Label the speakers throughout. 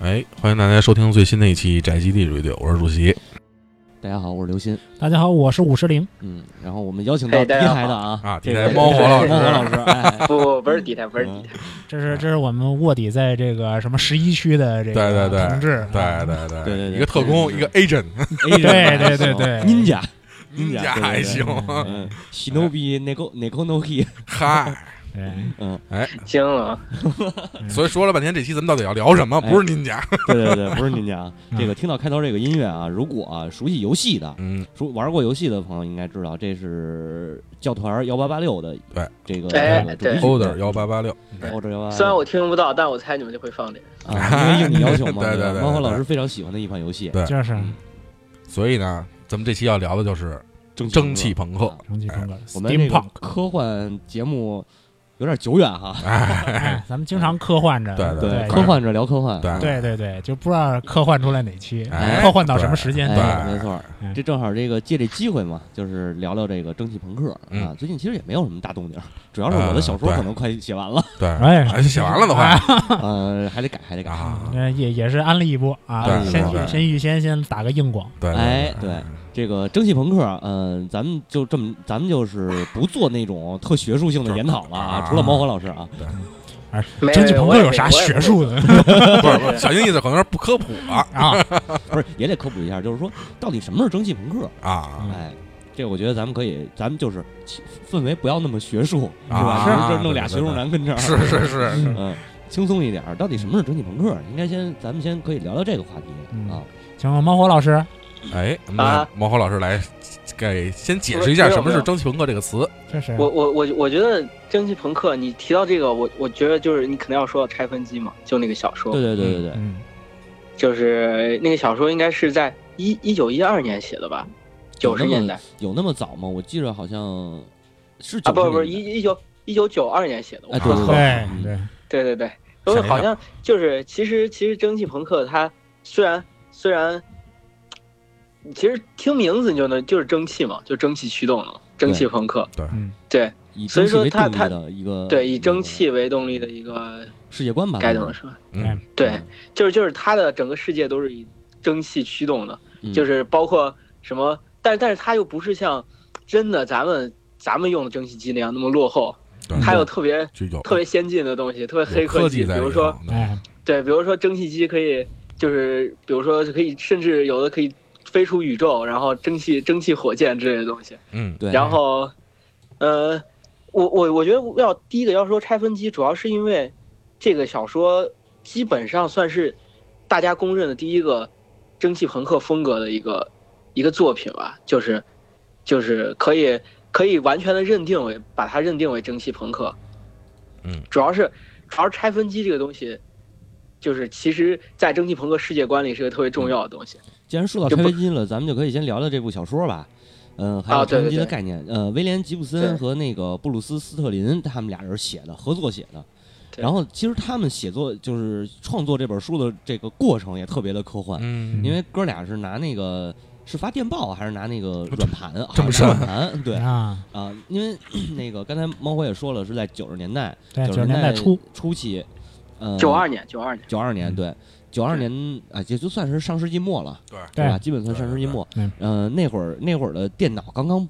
Speaker 1: 哎，欢迎大家收听最新的一期宅基地 Radio，我是主席。
Speaker 2: 大家好，我是刘鑫。
Speaker 3: 大家好，我是五十铃。
Speaker 2: 嗯，然后我们邀请到
Speaker 4: 哎
Speaker 2: 第
Speaker 4: 大
Speaker 2: 一
Speaker 4: 家好
Speaker 2: 台的啊
Speaker 1: 啊
Speaker 2: 这个
Speaker 1: 敌台猫火老师
Speaker 2: 猫火老师， 哎，
Speaker 4: 不不不是底台，不是底台，
Speaker 3: 这是这是我们卧底在这个什么十一区的这
Speaker 1: 对对
Speaker 3: 个
Speaker 1: 对，
Speaker 3: 同志，哎
Speaker 1: 对对对
Speaker 2: 对对对
Speaker 1: 一个特工，
Speaker 2: 对
Speaker 1: 一个 agent，
Speaker 2: 哎
Speaker 3: 对对对对
Speaker 2: ，Ninja，家
Speaker 1: 你家
Speaker 2: 对对对
Speaker 1: 还行，
Speaker 2: 嗯，Shinobi Neko Neko no Ki，
Speaker 1: 嗨，
Speaker 3: 对
Speaker 2: 嗯，
Speaker 1: 哎，
Speaker 4: 惊了，啊
Speaker 1: 所以说了半天，这期咱们到底要聊什么？
Speaker 2: 哎
Speaker 1: 不是您家，
Speaker 2: 对对对，不是 Ninja 啊。
Speaker 3: 嗯
Speaker 2: 这个听到开头这个音乐啊，如果啊熟悉游戏的，
Speaker 1: 嗯，
Speaker 2: 熟玩过游戏的朋友应该知道，这是教团幺八八六的
Speaker 1: 对
Speaker 2: 这个
Speaker 4: 哎
Speaker 2: 这个
Speaker 4: 对
Speaker 2: 主题曲
Speaker 1: order 嗯幺八八六，
Speaker 2: 对 Order 幺八，
Speaker 4: 虽然我听不到，但我猜你们就会放这个。
Speaker 2: 啊，因为应你要求嘛，
Speaker 1: 对对对
Speaker 2: 吧
Speaker 1: 对
Speaker 2: 猫火老
Speaker 1: 对
Speaker 2: 师非常喜欢的一款游戏，
Speaker 1: 对
Speaker 3: 就是
Speaker 2: 嗯
Speaker 1: 所以呢，咱们这期要聊的就是
Speaker 2: 蒸
Speaker 1: 蒸汽朋克
Speaker 2: 啊，
Speaker 3: 蒸汽朋克
Speaker 2: 我们这个
Speaker 3: steampunk，
Speaker 2: 科幻节目有点久远哈，
Speaker 3: 哎，咱们经常科幻着，
Speaker 1: 对对
Speaker 3: 对
Speaker 2: 科，幻着聊科幻，
Speaker 1: 对
Speaker 2: 嗯
Speaker 3: 啊对对对，就不知道科幻出来哪期，
Speaker 1: 哎
Speaker 3: 科幻到什么时间？
Speaker 2: 哎，
Speaker 1: 对
Speaker 2: 没错儿
Speaker 3: 嗯，
Speaker 2: 这正好这个借这机会嘛，就是聊聊这个蒸汽朋克啊
Speaker 1: 嗯。呃
Speaker 2: 最近其实也没有什么大动静儿，主要是我的小说
Speaker 1: 呃对
Speaker 2: 可能快写完了，
Speaker 1: 对，
Speaker 3: 哎
Speaker 1: 哎，写完了的话
Speaker 2: 呃，还得改，还得改。
Speaker 1: 啊，
Speaker 3: 嗯，也也是安利一波啊，
Speaker 2: 对
Speaker 3: 先
Speaker 2: 对
Speaker 3: 先预先先打个硬广，
Speaker 1: 对，
Speaker 2: 哎，对，这个蒸汽朋克，嗯，咱们就这么，咱们就是不做那种特学术性的研讨了
Speaker 1: 就
Speaker 2: 啊
Speaker 1: 是。
Speaker 2: 除了猫火老师啊，
Speaker 4: 没
Speaker 3: 蒸汽朋克有啥学？术的
Speaker 1: 不是不是，小英意思可能是不科普了
Speaker 3: 啊？
Speaker 2: 不是也得科普一下，就是说到底什么是蒸汽朋克？
Speaker 1: 啊，
Speaker 2: 哎，这我觉得咱们可以，咱们就是气氛围不要那么学术，是
Speaker 1: 啊
Speaker 2: 吧？
Speaker 1: 是
Speaker 2: 就是弄俩
Speaker 1: 对
Speaker 2: 学
Speaker 1: 对
Speaker 2: 术男跟这儿，
Speaker 1: 是是是，
Speaker 3: 嗯
Speaker 2: 嗯，轻松一点儿。到底什么是蒸汽朋克？应该先，咱们先可以聊聊这个话题
Speaker 3: 嗯
Speaker 2: 啊。
Speaker 3: 请问猫火老师，
Speaker 1: 哎，我们
Speaker 4: 啊
Speaker 1: 让毛火老师来给先解释一下什么是蒸汽朋克这个词，
Speaker 3: 这是
Speaker 4: 我我我我觉得蒸汽朋克，你提到这个，我我觉得就是你可能要说到拆分机嘛，就那个小说
Speaker 2: 对，对对对对，
Speaker 3: 嗯
Speaker 4: 就是那个小说应该是在一一九一二年写的吧，九十年代
Speaker 2: 有那么早吗？我记着好像是
Speaker 4: 啊，不
Speaker 2: 90
Speaker 4: 不是
Speaker 2: 年代
Speaker 4: 一一九一九九二年写的，我
Speaker 2: 哎
Speaker 4: 说错了。
Speaker 3: 对
Speaker 2: 嗯
Speaker 3: 啊对，
Speaker 4: 对对对，
Speaker 1: 想
Speaker 4: 因
Speaker 1: 一想
Speaker 4: 为好像就是其实其实蒸汽朋克它虽然虽然，其实听名字你就能就是蒸汽嘛，就蒸汽驱动了，蒸汽朋克。
Speaker 3: 嗯
Speaker 4: 对
Speaker 2: 以
Speaker 4: 所
Speaker 2: 蒸
Speaker 4: 以
Speaker 2: 汽
Speaker 4: 说
Speaker 2: 为
Speaker 4: 它
Speaker 2: 动力
Speaker 4: 它
Speaker 2: 的一
Speaker 1: 嗯
Speaker 2: 个
Speaker 4: 对，以蒸汽为动力的一个
Speaker 2: 世界观吧，
Speaker 4: 该怎么说？
Speaker 3: 哎
Speaker 1: 嗯，
Speaker 4: 对，就是就是它的整个世界都是以蒸汽驱动的，
Speaker 2: 嗯
Speaker 4: 就是包括什么，但但是它又不是像真的咱们咱们用的蒸汽机那样那么落后，
Speaker 3: 嗯
Speaker 1: 嗯对，
Speaker 4: 它有特别
Speaker 1: 就有
Speaker 4: 特别先进的东西，特别黑
Speaker 1: 有科
Speaker 4: 技，比
Speaker 1: 在里头，
Speaker 4: 如说。
Speaker 2: 嗯
Speaker 3: 哎，
Speaker 4: 对，比如说蒸汽机可以，就是比如说可以，甚至有的可以飞出宇宙，然后蒸汽蒸汽火箭之类的东西。
Speaker 1: 嗯
Speaker 2: 对，
Speaker 4: 然后，呃，我我我觉得要第一个要说拆分机，主要是因为这个小说基本上算是大家公认的第一个蒸汽朋克风格的一个一个作品吧，就是就是可以可以完全的认定为把它认定为蒸汽朋克。
Speaker 1: 嗯，
Speaker 4: 主要是主要是拆分机这个东西。就是其实，在蒸汽朋克世界观里是个特别重要的东西。
Speaker 2: 既然说到
Speaker 4: 就
Speaker 2: 拆
Speaker 4: 不
Speaker 2: 飞机了，咱们就可以先聊聊这部小说吧。嗯，还有
Speaker 4: 啊对
Speaker 2: 拆
Speaker 4: 对
Speaker 2: 飞机的
Speaker 4: 对
Speaker 2: 概念，呃，威廉吉布森
Speaker 4: 对
Speaker 2: 和那个布鲁斯斯特林他们俩人写的，合作写的。
Speaker 4: 对
Speaker 2: 然后其实他们写作就是创作这本书的这个过程也特别的科幻，
Speaker 1: 嗯，
Speaker 2: 因为哥俩是拿那个是发电报啊还是拿那
Speaker 3: 哦
Speaker 2: 个软盘啊？
Speaker 1: 这么
Speaker 2: 拿
Speaker 1: 深
Speaker 2: 软盘对啊、
Speaker 3: 啊，
Speaker 2: 因为 那个刚才猫火也说了是在九十年代，
Speaker 3: 对，九
Speaker 2: 十
Speaker 3: 十年代初，嗯
Speaker 2: 初期，呃，
Speaker 4: 九二年，九二年，
Speaker 2: 九二年对，九二年啊也就算是上世纪末了，
Speaker 1: 对
Speaker 3: 对
Speaker 2: 吧？基本算上世纪末
Speaker 3: 对对，
Speaker 2: 呃，那会儿那会儿的电脑刚刚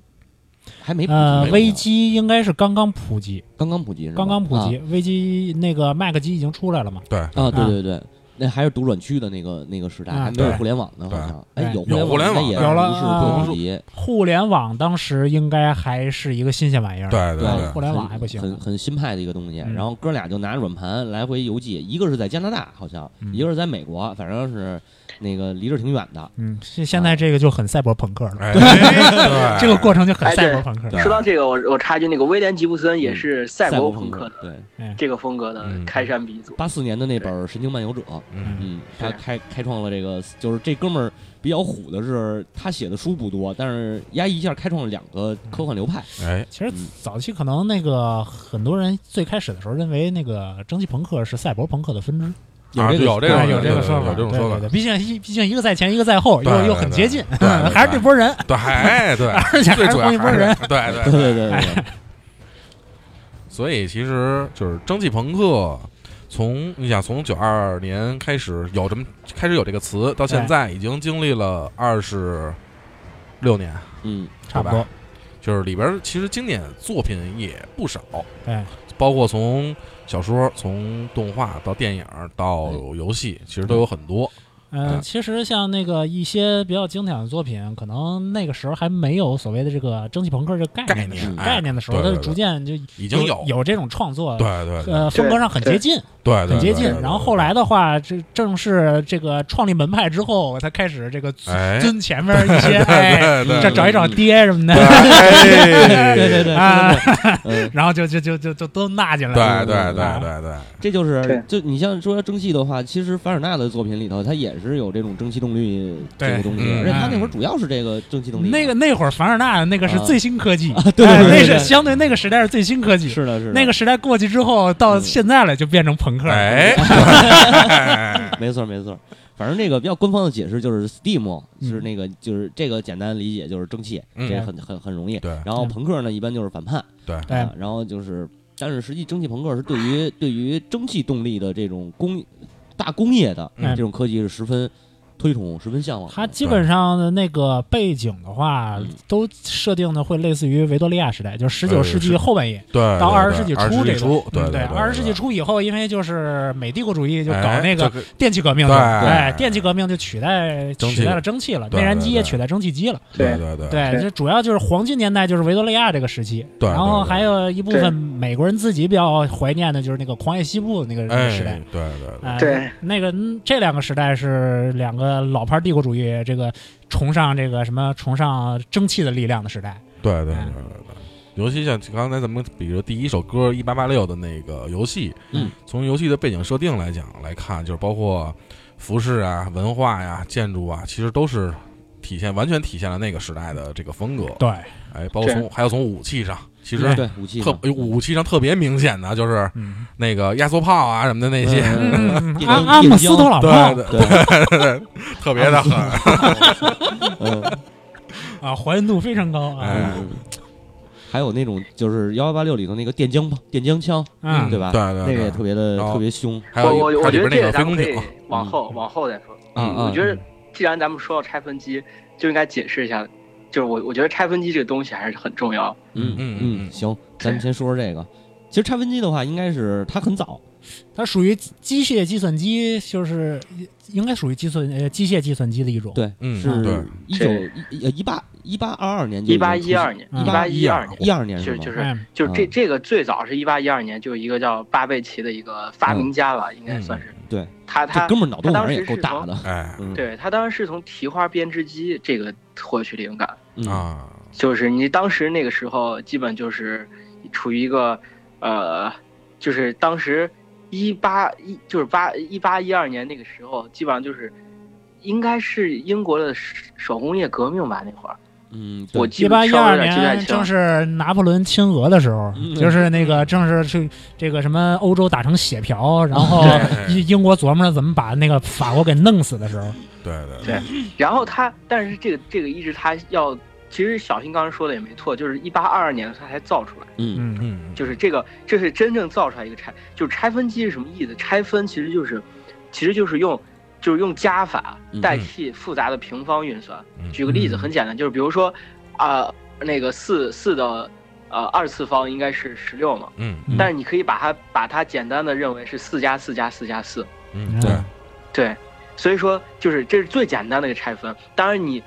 Speaker 2: 还没普及
Speaker 3: 呃
Speaker 2: 呢，，
Speaker 3: 危机应该是刚刚普及，
Speaker 2: 刚刚普及是吧，
Speaker 3: 刚刚普及
Speaker 2: 啊，
Speaker 3: 危机那个 Mac 机已经出来了嘛？
Speaker 1: 对，
Speaker 2: 啊，对
Speaker 3: 啊
Speaker 2: 对对。那还是读软区的那个那个时代，
Speaker 3: 啊
Speaker 2: 还没有
Speaker 3: 对
Speaker 2: 互联网呢，好
Speaker 1: 对
Speaker 2: 像。哎，
Speaker 3: 对
Speaker 2: 有
Speaker 1: 有互联网
Speaker 2: 网那也
Speaker 1: 有
Speaker 3: 了
Speaker 2: 不是
Speaker 3: 啊
Speaker 2: 不普及，
Speaker 3: 互联网当时应该还是一个新鲜玩意儿，
Speaker 1: 对
Speaker 2: 对
Speaker 1: 对
Speaker 3: 互联网还不行
Speaker 2: 很很新派的一个东西。
Speaker 3: 嗯
Speaker 2: 然后哥俩就拿软盘来回邮寄，一个是在加拿大，好像，
Speaker 3: 嗯
Speaker 2: 一个是在美国，反正是那个离这儿挺远的。
Speaker 3: 嗯，现现在这个就很赛博朋克了，
Speaker 1: 哎，对
Speaker 3: 这个过程就很
Speaker 4: 哎
Speaker 3: 赛
Speaker 4: 对
Speaker 3: 博朋克。
Speaker 2: 对
Speaker 4: 说到这个，我我插一句，那个威廉吉布森也是赛博
Speaker 2: 朋
Speaker 4: 朋克的
Speaker 2: 对，
Speaker 4: 这个风格的
Speaker 1: 嗯
Speaker 4: 开山鼻祖。
Speaker 2: 八四年的那本《神经漫游者》，
Speaker 1: 嗯，
Speaker 2: 嗯，他
Speaker 4: 对
Speaker 2: 开开创了这个，就是这哥们儿比较虎的是，他写的书不多，但是压一下开创了两个科幻流派。
Speaker 1: 哎，
Speaker 3: 其实
Speaker 2: 嗯
Speaker 3: 早期可能那个很多人最开始的时候认为那个蒸汽朋克是赛博朋克的分支，
Speaker 2: 有
Speaker 1: 啊
Speaker 2: 这个
Speaker 1: 有这个
Speaker 3: 哎
Speaker 1: 对
Speaker 3: 有这个
Speaker 1: 对
Speaker 3: 说
Speaker 1: 对
Speaker 3: 法，
Speaker 1: 有这种
Speaker 3: 对
Speaker 1: 说
Speaker 3: 对
Speaker 1: 法
Speaker 3: 对毕竟毕竟一个在前，一个在后，
Speaker 1: 对
Speaker 3: 又
Speaker 1: 对
Speaker 3: 又很
Speaker 1: 对
Speaker 3: 接近，
Speaker 1: 对对
Speaker 3: 还是这波人，
Speaker 1: 对，哎，对，
Speaker 3: 而且还
Speaker 1: 最
Speaker 3: 是
Speaker 1: 主要
Speaker 3: 同一波
Speaker 1: 还是
Speaker 3: 人。，
Speaker 1: 对对
Speaker 2: 对对对对对，
Speaker 1: 所以其实就是蒸汽朋克，从你想从九二年开始有这么开始有这个词，到现在已经经历了二十六年，
Speaker 2: 嗯，
Speaker 3: 差不多。
Speaker 1: 就是里边儿其实经典作品也不少，
Speaker 3: 哎，
Speaker 1: 包括从小说、从动画到电影到游戏，其实都有很多。
Speaker 3: 嗯、
Speaker 1: 嗯
Speaker 3: 其实像那个一些比较经典的作品，可能那个时候还没有所谓的这个蒸汽朋克这个概念的时
Speaker 2: 概
Speaker 3: 候
Speaker 2: 念哎
Speaker 3: 概念的时候，
Speaker 1: 对
Speaker 3: 它
Speaker 1: 对
Speaker 3: 就逐渐就
Speaker 1: 已经有
Speaker 3: 有有这种创作，
Speaker 1: 对对对
Speaker 3: 呃，风格上很接近，
Speaker 1: 对，
Speaker 3: 很接近。然后后来
Speaker 1: 的
Speaker 3: 的话，这正是这个创立门派之后，才开始这个尊
Speaker 1: 哎，
Speaker 3: 尊前面一些，
Speaker 1: 对
Speaker 3: 哎，
Speaker 1: 对
Speaker 3: 这
Speaker 1: 对
Speaker 3: 找一找爹什么的，
Speaker 1: 对
Speaker 2: 对对对，
Speaker 3: 啊
Speaker 2: 对对对嗯，
Speaker 3: 然后就就就就就都纳进来了。
Speaker 1: 对对对对对，
Speaker 2: 这就是
Speaker 4: 对
Speaker 2: 就你像说蒸汽的话，其实凡尔纳的作品里头，他也是有这种蒸汽动力这个
Speaker 3: 对
Speaker 2: 东西，
Speaker 1: 嗯
Speaker 2: 而且他那会儿主要是这个蒸汽动力。
Speaker 3: 那个那会儿凡尔纳那个是
Speaker 1: 嗯
Speaker 2: 啊
Speaker 3: 最新科技，
Speaker 2: 对
Speaker 3: 哎
Speaker 2: 对对
Speaker 3: 那
Speaker 2: 对
Speaker 3: 是相对那个时代是最新科技。
Speaker 2: 是的，是的，
Speaker 3: 那个时代过去之后，到
Speaker 2: 嗯
Speaker 3: 现在了就变成朋克了。
Speaker 1: 哎，
Speaker 2: 没错没错，反正这个比较官方的解释就是 Steam，
Speaker 3: 嗯
Speaker 2: 是那个就是这个简单理解就是蒸汽，
Speaker 1: 嗯
Speaker 2: 这很很很容易。
Speaker 1: 对
Speaker 2: 然后
Speaker 3: 嗯
Speaker 2: 朋克呢，一般就是反叛，
Speaker 1: 对
Speaker 3: 对
Speaker 2: 啊然后就是，但是实际蒸汽朋克是对于 对于蒸汽动力的这种工大工业的
Speaker 1: 嗯
Speaker 2: 这种科技是十分推崇、十分向往的。
Speaker 3: 它基本上的那个背景的话
Speaker 2: 嗯，
Speaker 3: 都设定的会类似于维多利亚时代，就十
Speaker 1: 呃
Speaker 3: 九世纪
Speaker 1: 是
Speaker 3: 后半叶
Speaker 1: 对，
Speaker 3: 到二
Speaker 1: 对
Speaker 3: 十世纪
Speaker 1: 对
Speaker 3: 初
Speaker 1: 20
Speaker 3: 这
Speaker 1: 世纪初
Speaker 3: 个。
Speaker 1: 对
Speaker 3: 嗯对，二十世纪
Speaker 1: 初
Speaker 3: 初以后，因为就是美帝国主义就
Speaker 1: 就
Speaker 3: 搞那个
Speaker 1: 个
Speaker 3: 电气革命去
Speaker 1: 对
Speaker 3: 了，哎，
Speaker 1: 对
Speaker 3: 电气革命就取代
Speaker 1: 蒸汽
Speaker 3: 取代了蒸汽了，
Speaker 1: 对
Speaker 3: 内燃机
Speaker 1: 对
Speaker 3: 也
Speaker 1: 对
Speaker 3: 取代蒸汽机了。
Speaker 1: 对对对
Speaker 3: 对，
Speaker 4: 对
Speaker 3: 这主要就是黄金年代，就是维多利亚这个时期。
Speaker 1: 对
Speaker 3: 然后还有一部
Speaker 4: 对
Speaker 3: 分美国人自己比较怀念的就是那个狂野西部那个那个
Speaker 1: 哎
Speaker 3: 时代。
Speaker 1: 对对对
Speaker 3: 哎
Speaker 4: 对，
Speaker 3: 那个嗯这两个时代是两个老牌帝国主义，这个崇尚这个什么崇尚蒸汽的力量的时代。
Speaker 1: 对对对对对。尤其像刚才咱们，比如第一首歌一八八六的那个游戏，
Speaker 2: 嗯，
Speaker 1: 从游戏的背景设定来讲来看，就是包括服饰啊、文化呀、建筑啊，其实都是体现完全体现了那个时代的这个风格。
Speaker 3: 对，
Speaker 1: 哎，包括从还有从武器上，其实
Speaker 2: 对武器
Speaker 1: 特哎武器上特别明显的就是
Speaker 3: 嗯，
Speaker 1: 那个压缩炮啊什么的那些，
Speaker 3: 嗯
Speaker 2: 电
Speaker 3: 阿
Speaker 2: 灯
Speaker 3: 阿姆斯特朗
Speaker 1: 对
Speaker 3: 炮
Speaker 1: 对
Speaker 2: 对，
Speaker 1: 对，特别的狠。
Speaker 2: 嗯，
Speaker 3: 啊，还原度非常高啊。
Speaker 1: 哎
Speaker 2: 嗯还有那种就是幺幺八六里头那个电浆炮、电浆枪，
Speaker 3: 嗯
Speaker 2: 对吧？
Speaker 1: 对对
Speaker 2: 那
Speaker 1: 对
Speaker 2: 个也特别的
Speaker 1: 然后
Speaker 2: 特别凶
Speaker 1: 还
Speaker 4: 我
Speaker 1: 有一
Speaker 4: 我
Speaker 1: 还有
Speaker 4: 我
Speaker 1: 里
Speaker 4: 觉得
Speaker 1: 边那
Speaker 4: 这个
Speaker 1: 个飞嗯空
Speaker 4: 咱们可
Speaker 1: 艇
Speaker 4: 以，往后往后再说。
Speaker 2: 啊啊！
Speaker 4: 我觉得既然咱们说到拆分机，就应该解释一下，就是我我觉得拆分机这个东西还是很重要。
Speaker 2: 嗯
Speaker 1: 嗯嗯
Speaker 2: 行，咱们先说说这个。其实拆分机的话，应该是它很早，
Speaker 3: 它属于机械计算机，就是应该属于计算呃机械计算机的一种。
Speaker 2: 对，
Speaker 1: 嗯对
Speaker 2: 是一九
Speaker 4: 是
Speaker 2: 一一八一八二二年就
Speaker 4: 一
Speaker 2: 已经出
Speaker 4: 八
Speaker 2: 现，
Speaker 4: 一二年，
Speaker 3: 嗯
Speaker 4: 一八一二
Speaker 1: 1812
Speaker 4: 年，
Speaker 2: 一二年
Speaker 4: 就是是
Speaker 2: 吗？
Speaker 4: 就是
Speaker 3: 哎，
Speaker 4: 就这
Speaker 2: 嗯
Speaker 4: 这个最早是一八一二年，就有一个叫巴贝奇的一个发明家吧，应该算是
Speaker 2: 对，
Speaker 4: 他
Speaker 2: 这
Speaker 4: 他
Speaker 2: 哥们儿脑洞
Speaker 4: 他
Speaker 2: 反
Speaker 4: 当
Speaker 2: 正也
Speaker 4: 时
Speaker 2: 够
Speaker 4: 是
Speaker 2: 大
Speaker 4: 从
Speaker 2: 的，
Speaker 1: 哎
Speaker 2: 嗯，
Speaker 4: 对他当时是从提花编织机这个获取灵感，
Speaker 2: 嗯，
Speaker 1: 啊，
Speaker 4: 就是你当时那个时候基本就是处于一个呃，就是当时一八一就是八一八一二年那个时候，基本上就是应该是英国的手工业革命吧那会儿，
Speaker 2: 嗯，对
Speaker 4: 我
Speaker 3: 一
Speaker 4: 记不
Speaker 3: 八一
Speaker 4: 稍微有
Speaker 3: 二
Speaker 4: 点记不太
Speaker 3: 年
Speaker 4: 清
Speaker 3: 正
Speaker 4: 了。
Speaker 3: 是拿破仑亲俄的时候
Speaker 2: 嗯，
Speaker 3: 就是那个正是去这个什么欧洲打成血瓢，然后
Speaker 1: 对
Speaker 3: 英英国琢磨着怎么把那个法国给弄死的时候，
Speaker 1: 对对
Speaker 4: 对然后他，但是这个这个一直他要，其实小新刚才说的也没错，就是一八二二年他才造出来，
Speaker 2: 嗯
Speaker 3: 嗯，
Speaker 1: 嗯，
Speaker 4: 就是这个这是真正造出来一个拆，就是拆分机是什么意思？拆分其实就是，其实就是用就是用加法
Speaker 2: 嗯
Speaker 4: 代替复杂的平方运算。
Speaker 1: 嗯
Speaker 4: 举个例子，
Speaker 3: 嗯
Speaker 4: 很简单，就是比如说，啊、那个四四的呃二次方应该是十六嘛，
Speaker 1: 嗯
Speaker 3: 嗯
Speaker 4: 但是你可以把它把它简单的认为是四加四加四加四。
Speaker 1: 嗯，对，
Speaker 4: 对，所以说就是这是最简单的一个拆分。当然你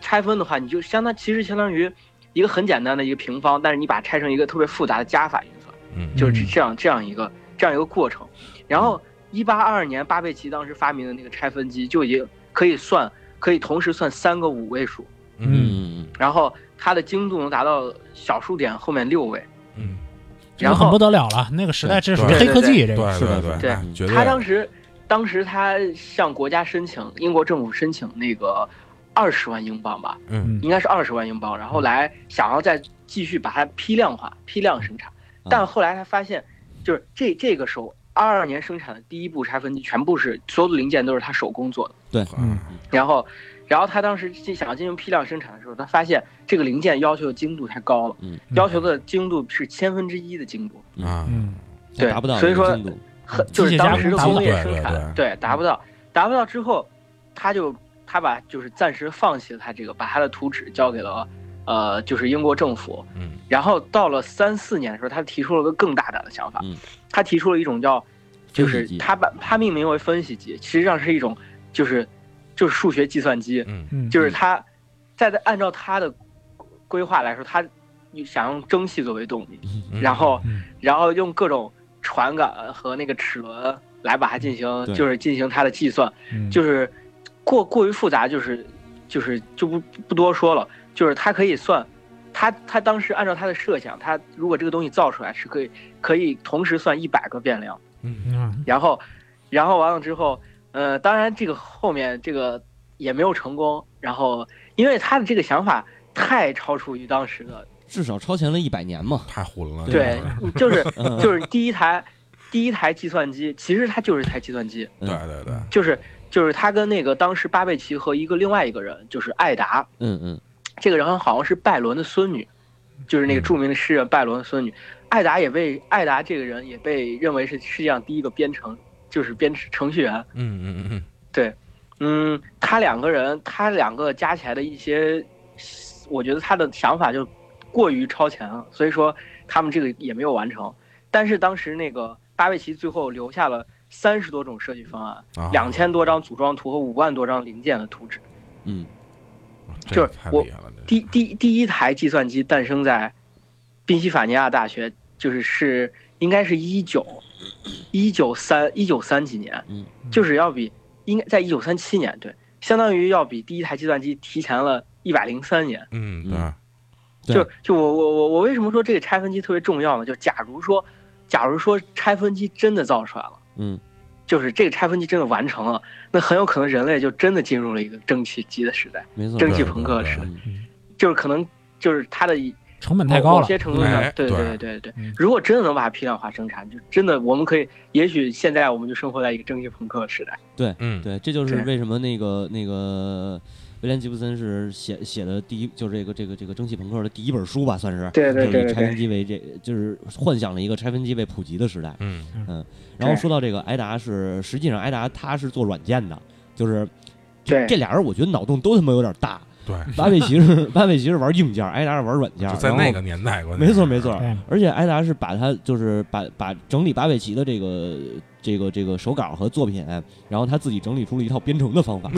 Speaker 4: 拆分的话，你就相当其实相当于一个很简单的一个平方，但是你把它拆成一个特别复杂的加法运算，
Speaker 1: 嗯
Speaker 4: 就是
Speaker 3: 嗯
Speaker 4: 这样这样一个这样一个过程。然后一八二二年巴贝奇当时发明的那个拆分机就已经可以算，可以同时算三个五位数，
Speaker 1: 嗯
Speaker 2: 嗯，
Speaker 4: 然后它的精度能达到小数点后面六位。
Speaker 1: 嗯，
Speaker 3: 这
Speaker 4: 然
Speaker 3: 很
Speaker 4: 后
Speaker 3: 不得了了。那个时代这属于
Speaker 1: 对
Speaker 3: 黑
Speaker 4: 对
Speaker 3: 科技，这
Speaker 1: 对
Speaker 3: 个
Speaker 2: 是的
Speaker 1: 对
Speaker 2: 是
Speaker 4: 的
Speaker 1: 哎绝对
Speaker 4: 他当时，当时他向国家申请，英国政府申请那个二十万英镑吧，
Speaker 1: 嗯
Speaker 4: 应该是二十万英镑，然后来想要再继续把它批量化、批量生产。
Speaker 3: 嗯
Speaker 4: 但后来他发现，就是这这个时候，二二年生产的第一部拆分机全部是所有的零件都是他手工做的。
Speaker 2: 对，
Speaker 3: 嗯
Speaker 1: 啊
Speaker 4: 然后，然后他当时进想要进行批量生产的时候，他发现这个零件要求的精度太高了，
Speaker 2: 嗯
Speaker 4: 要求的精度是千分之一的精度，
Speaker 1: 啊啊，
Speaker 3: 嗯，
Speaker 2: 还达不到
Speaker 4: 对所以
Speaker 2: 这个
Speaker 4: 说
Speaker 2: 精度，
Speaker 4: 很
Speaker 2: 嗯
Speaker 4: 就是当时
Speaker 3: 机械
Speaker 4: 的
Speaker 3: 加工嗯
Speaker 4: 工业
Speaker 1: 达不到
Speaker 4: 生产
Speaker 1: 对
Speaker 4: 对达不到，达不到之后，他就他把就是暂时放弃了他这个，把他的图纸交给了呃就是英国政府，
Speaker 1: 嗯
Speaker 4: 然后到了三四年的时候，他提出了个更大胆的想法，
Speaker 2: 嗯
Speaker 4: 他提出了一种叫，就
Speaker 2: 分
Speaker 4: 是
Speaker 2: 析机
Speaker 4: 他把他命名为分析机，实际上是一种就是就是数学计算机，
Speaker 1: 嗯
Speaker 3: 嗯，
Speaker 4: 就是他在按照他的规划来说，他想用蒸汽作为动力，
Speaker 1: 嗯，
Speaker 4: 然后
Speaker 3: 嗯
Speaker 4: 然后用各种传感和那个齿轮来把它进行
Speaker 2: 对
Speaker 4: 就是进行它的计算，
Speaker 3: 嗯
Speaker 4: 就是过过于复杂，就是就是就不不多说了，就是它可以算，它它当时按照它的设想，它如果这个东西造出来是可以可以同时算一百个变量，
Speaker 1: 嗯
Speaker 3: 嗯
Speaker 4: 然后然后完了之后，呃，当然这个后面这个也没有成功，然后因为他的这个想法太超出于当时的，
Speaker 2: 至少超前了一百年嘛。
Speaker 1: 太混了，
Speaker 4: 对，就是
Speaker 2: 嗯
Speaker 4: 就是第一台第一台计算机，其实它就是一台计算机，
Speaker 1: 对对对，
Speaker 4: 就是就是他跟那个当时巴贝奇和一个另外一个人，就是艾达，
Speaker 2: 嗯嗯
Speaker 4: 这个人好像是拜伦的孙女，就是那个
Speaker 1: 嗯
Speaker 4: 著名的诗人拜伦的孙女。艾达也被艾达这个人也被认为是世界上第一个编程，就是编程序员。
Speaker 1: 嗯嗯嗯
Speaker 4: 嗯，他两个人，他两个加起来的一些，我觉得他的想法就过于超前了，所以说他们这个也没有完成。但是当时那个巴贝奇最后留下了三十多种设计方案，
Speaker 1: 嗯，啊
Speaker 4: 两千多张组装图和五万多张零件的图纸。
Speaker 2: 嗯，
Speaker 1: 这
Speaker 4: 就是
Speaker 1: 太
Speaker 4: 我
Speaker 1: 厉害了，这
Speaker 4: 第第第一台计算机诞生在宾夕法尼亚大学，就是是应该是一九一九三一九三几年
Speaker 2: 嗯，
Speaker 4: 就是要比应该在一九三七年，对，相当于要比第一台计算机提前了一百零三年。
Speaker 1: 嗯
Speaker 2: 嗯
Speaker 1: 对，
Speaker 2: 对
Speaker 4: 就就我我我我为什么说这个拆分机特别重要呢？就假如说，假如说拆分机真的造出来了，
Speaker 2: 嗯，
Speaker 4: 就是这个拆分机真的完成了，那很有可能人类就真的进入了一个蒸汽机的时代，
Speaker 2: 没错，
Speaker 4: 蒸汽
Speaker 1: 对
Speaker 4: 朋克
Speaker 1: 对
Speaker 4: 是
Speaker 1: 对
Speaker 2: 嗯
Speaker 4: 就是可能就是它的
Speaker 3: 成本太高
Speaker 4: 某
Speaker 3: 了
Speaker 4: 些，程度上
Speaker 1: 哎，
Speaker 4: 对
Speaker 1: 对
Speaker 4: 对对对
Speaker 3: 嗯
Speaker 4: 如果真的能把它批量化生产，就真的我们可以，也许现在我们就生活在一个蒸汽朋克的时代。
Speaker 1: 嗯
Speaker 2: 对，这就是
Speaker 4: 对
Speaker 2: 为什么那个那个威廉吉布森是写写的第一，就是这个这个这个蒸汽朋克的第一本书吧，算是。
Speaker 4: 对对
Speaker 2: 就
Speaker 4: 对
Speaker 2: 以
Speaker 4: 对
Speaker 2: 拆分
Speaker 4: 对，
Speaker 2: 机为这，就是幻想了一个拆分机为普及的时代。
Speaker 1: 嗯
Speaker 2: 然后
Speaker 4: 对
Speaker 2: 说到这个，艾达是实际上艾达他是做软件的，就是这
Speaker 4: 对
Speaker 2: 这俩人，我觉得脑洞都他妈有点大。
Speaker 1: 对，
Speaker 2: 巴贝奇是巴贝奇是玩硬件，艾达是玩软件
Speaker 1: 就，在那
Speaker 2: 然
Speaker 1: 个
Speaker 2: 后
Speaker 1: 年代，关键
Speaker 2: 没错
Speaker 1: 是
Speaker 2: 没错。
Speaker 3: 对，
Speaker 2: 而且艾达是把他就是把把整理巴贝奇的这个这个这个手稿和作品，然后他自己整理出了一套编程的 方法，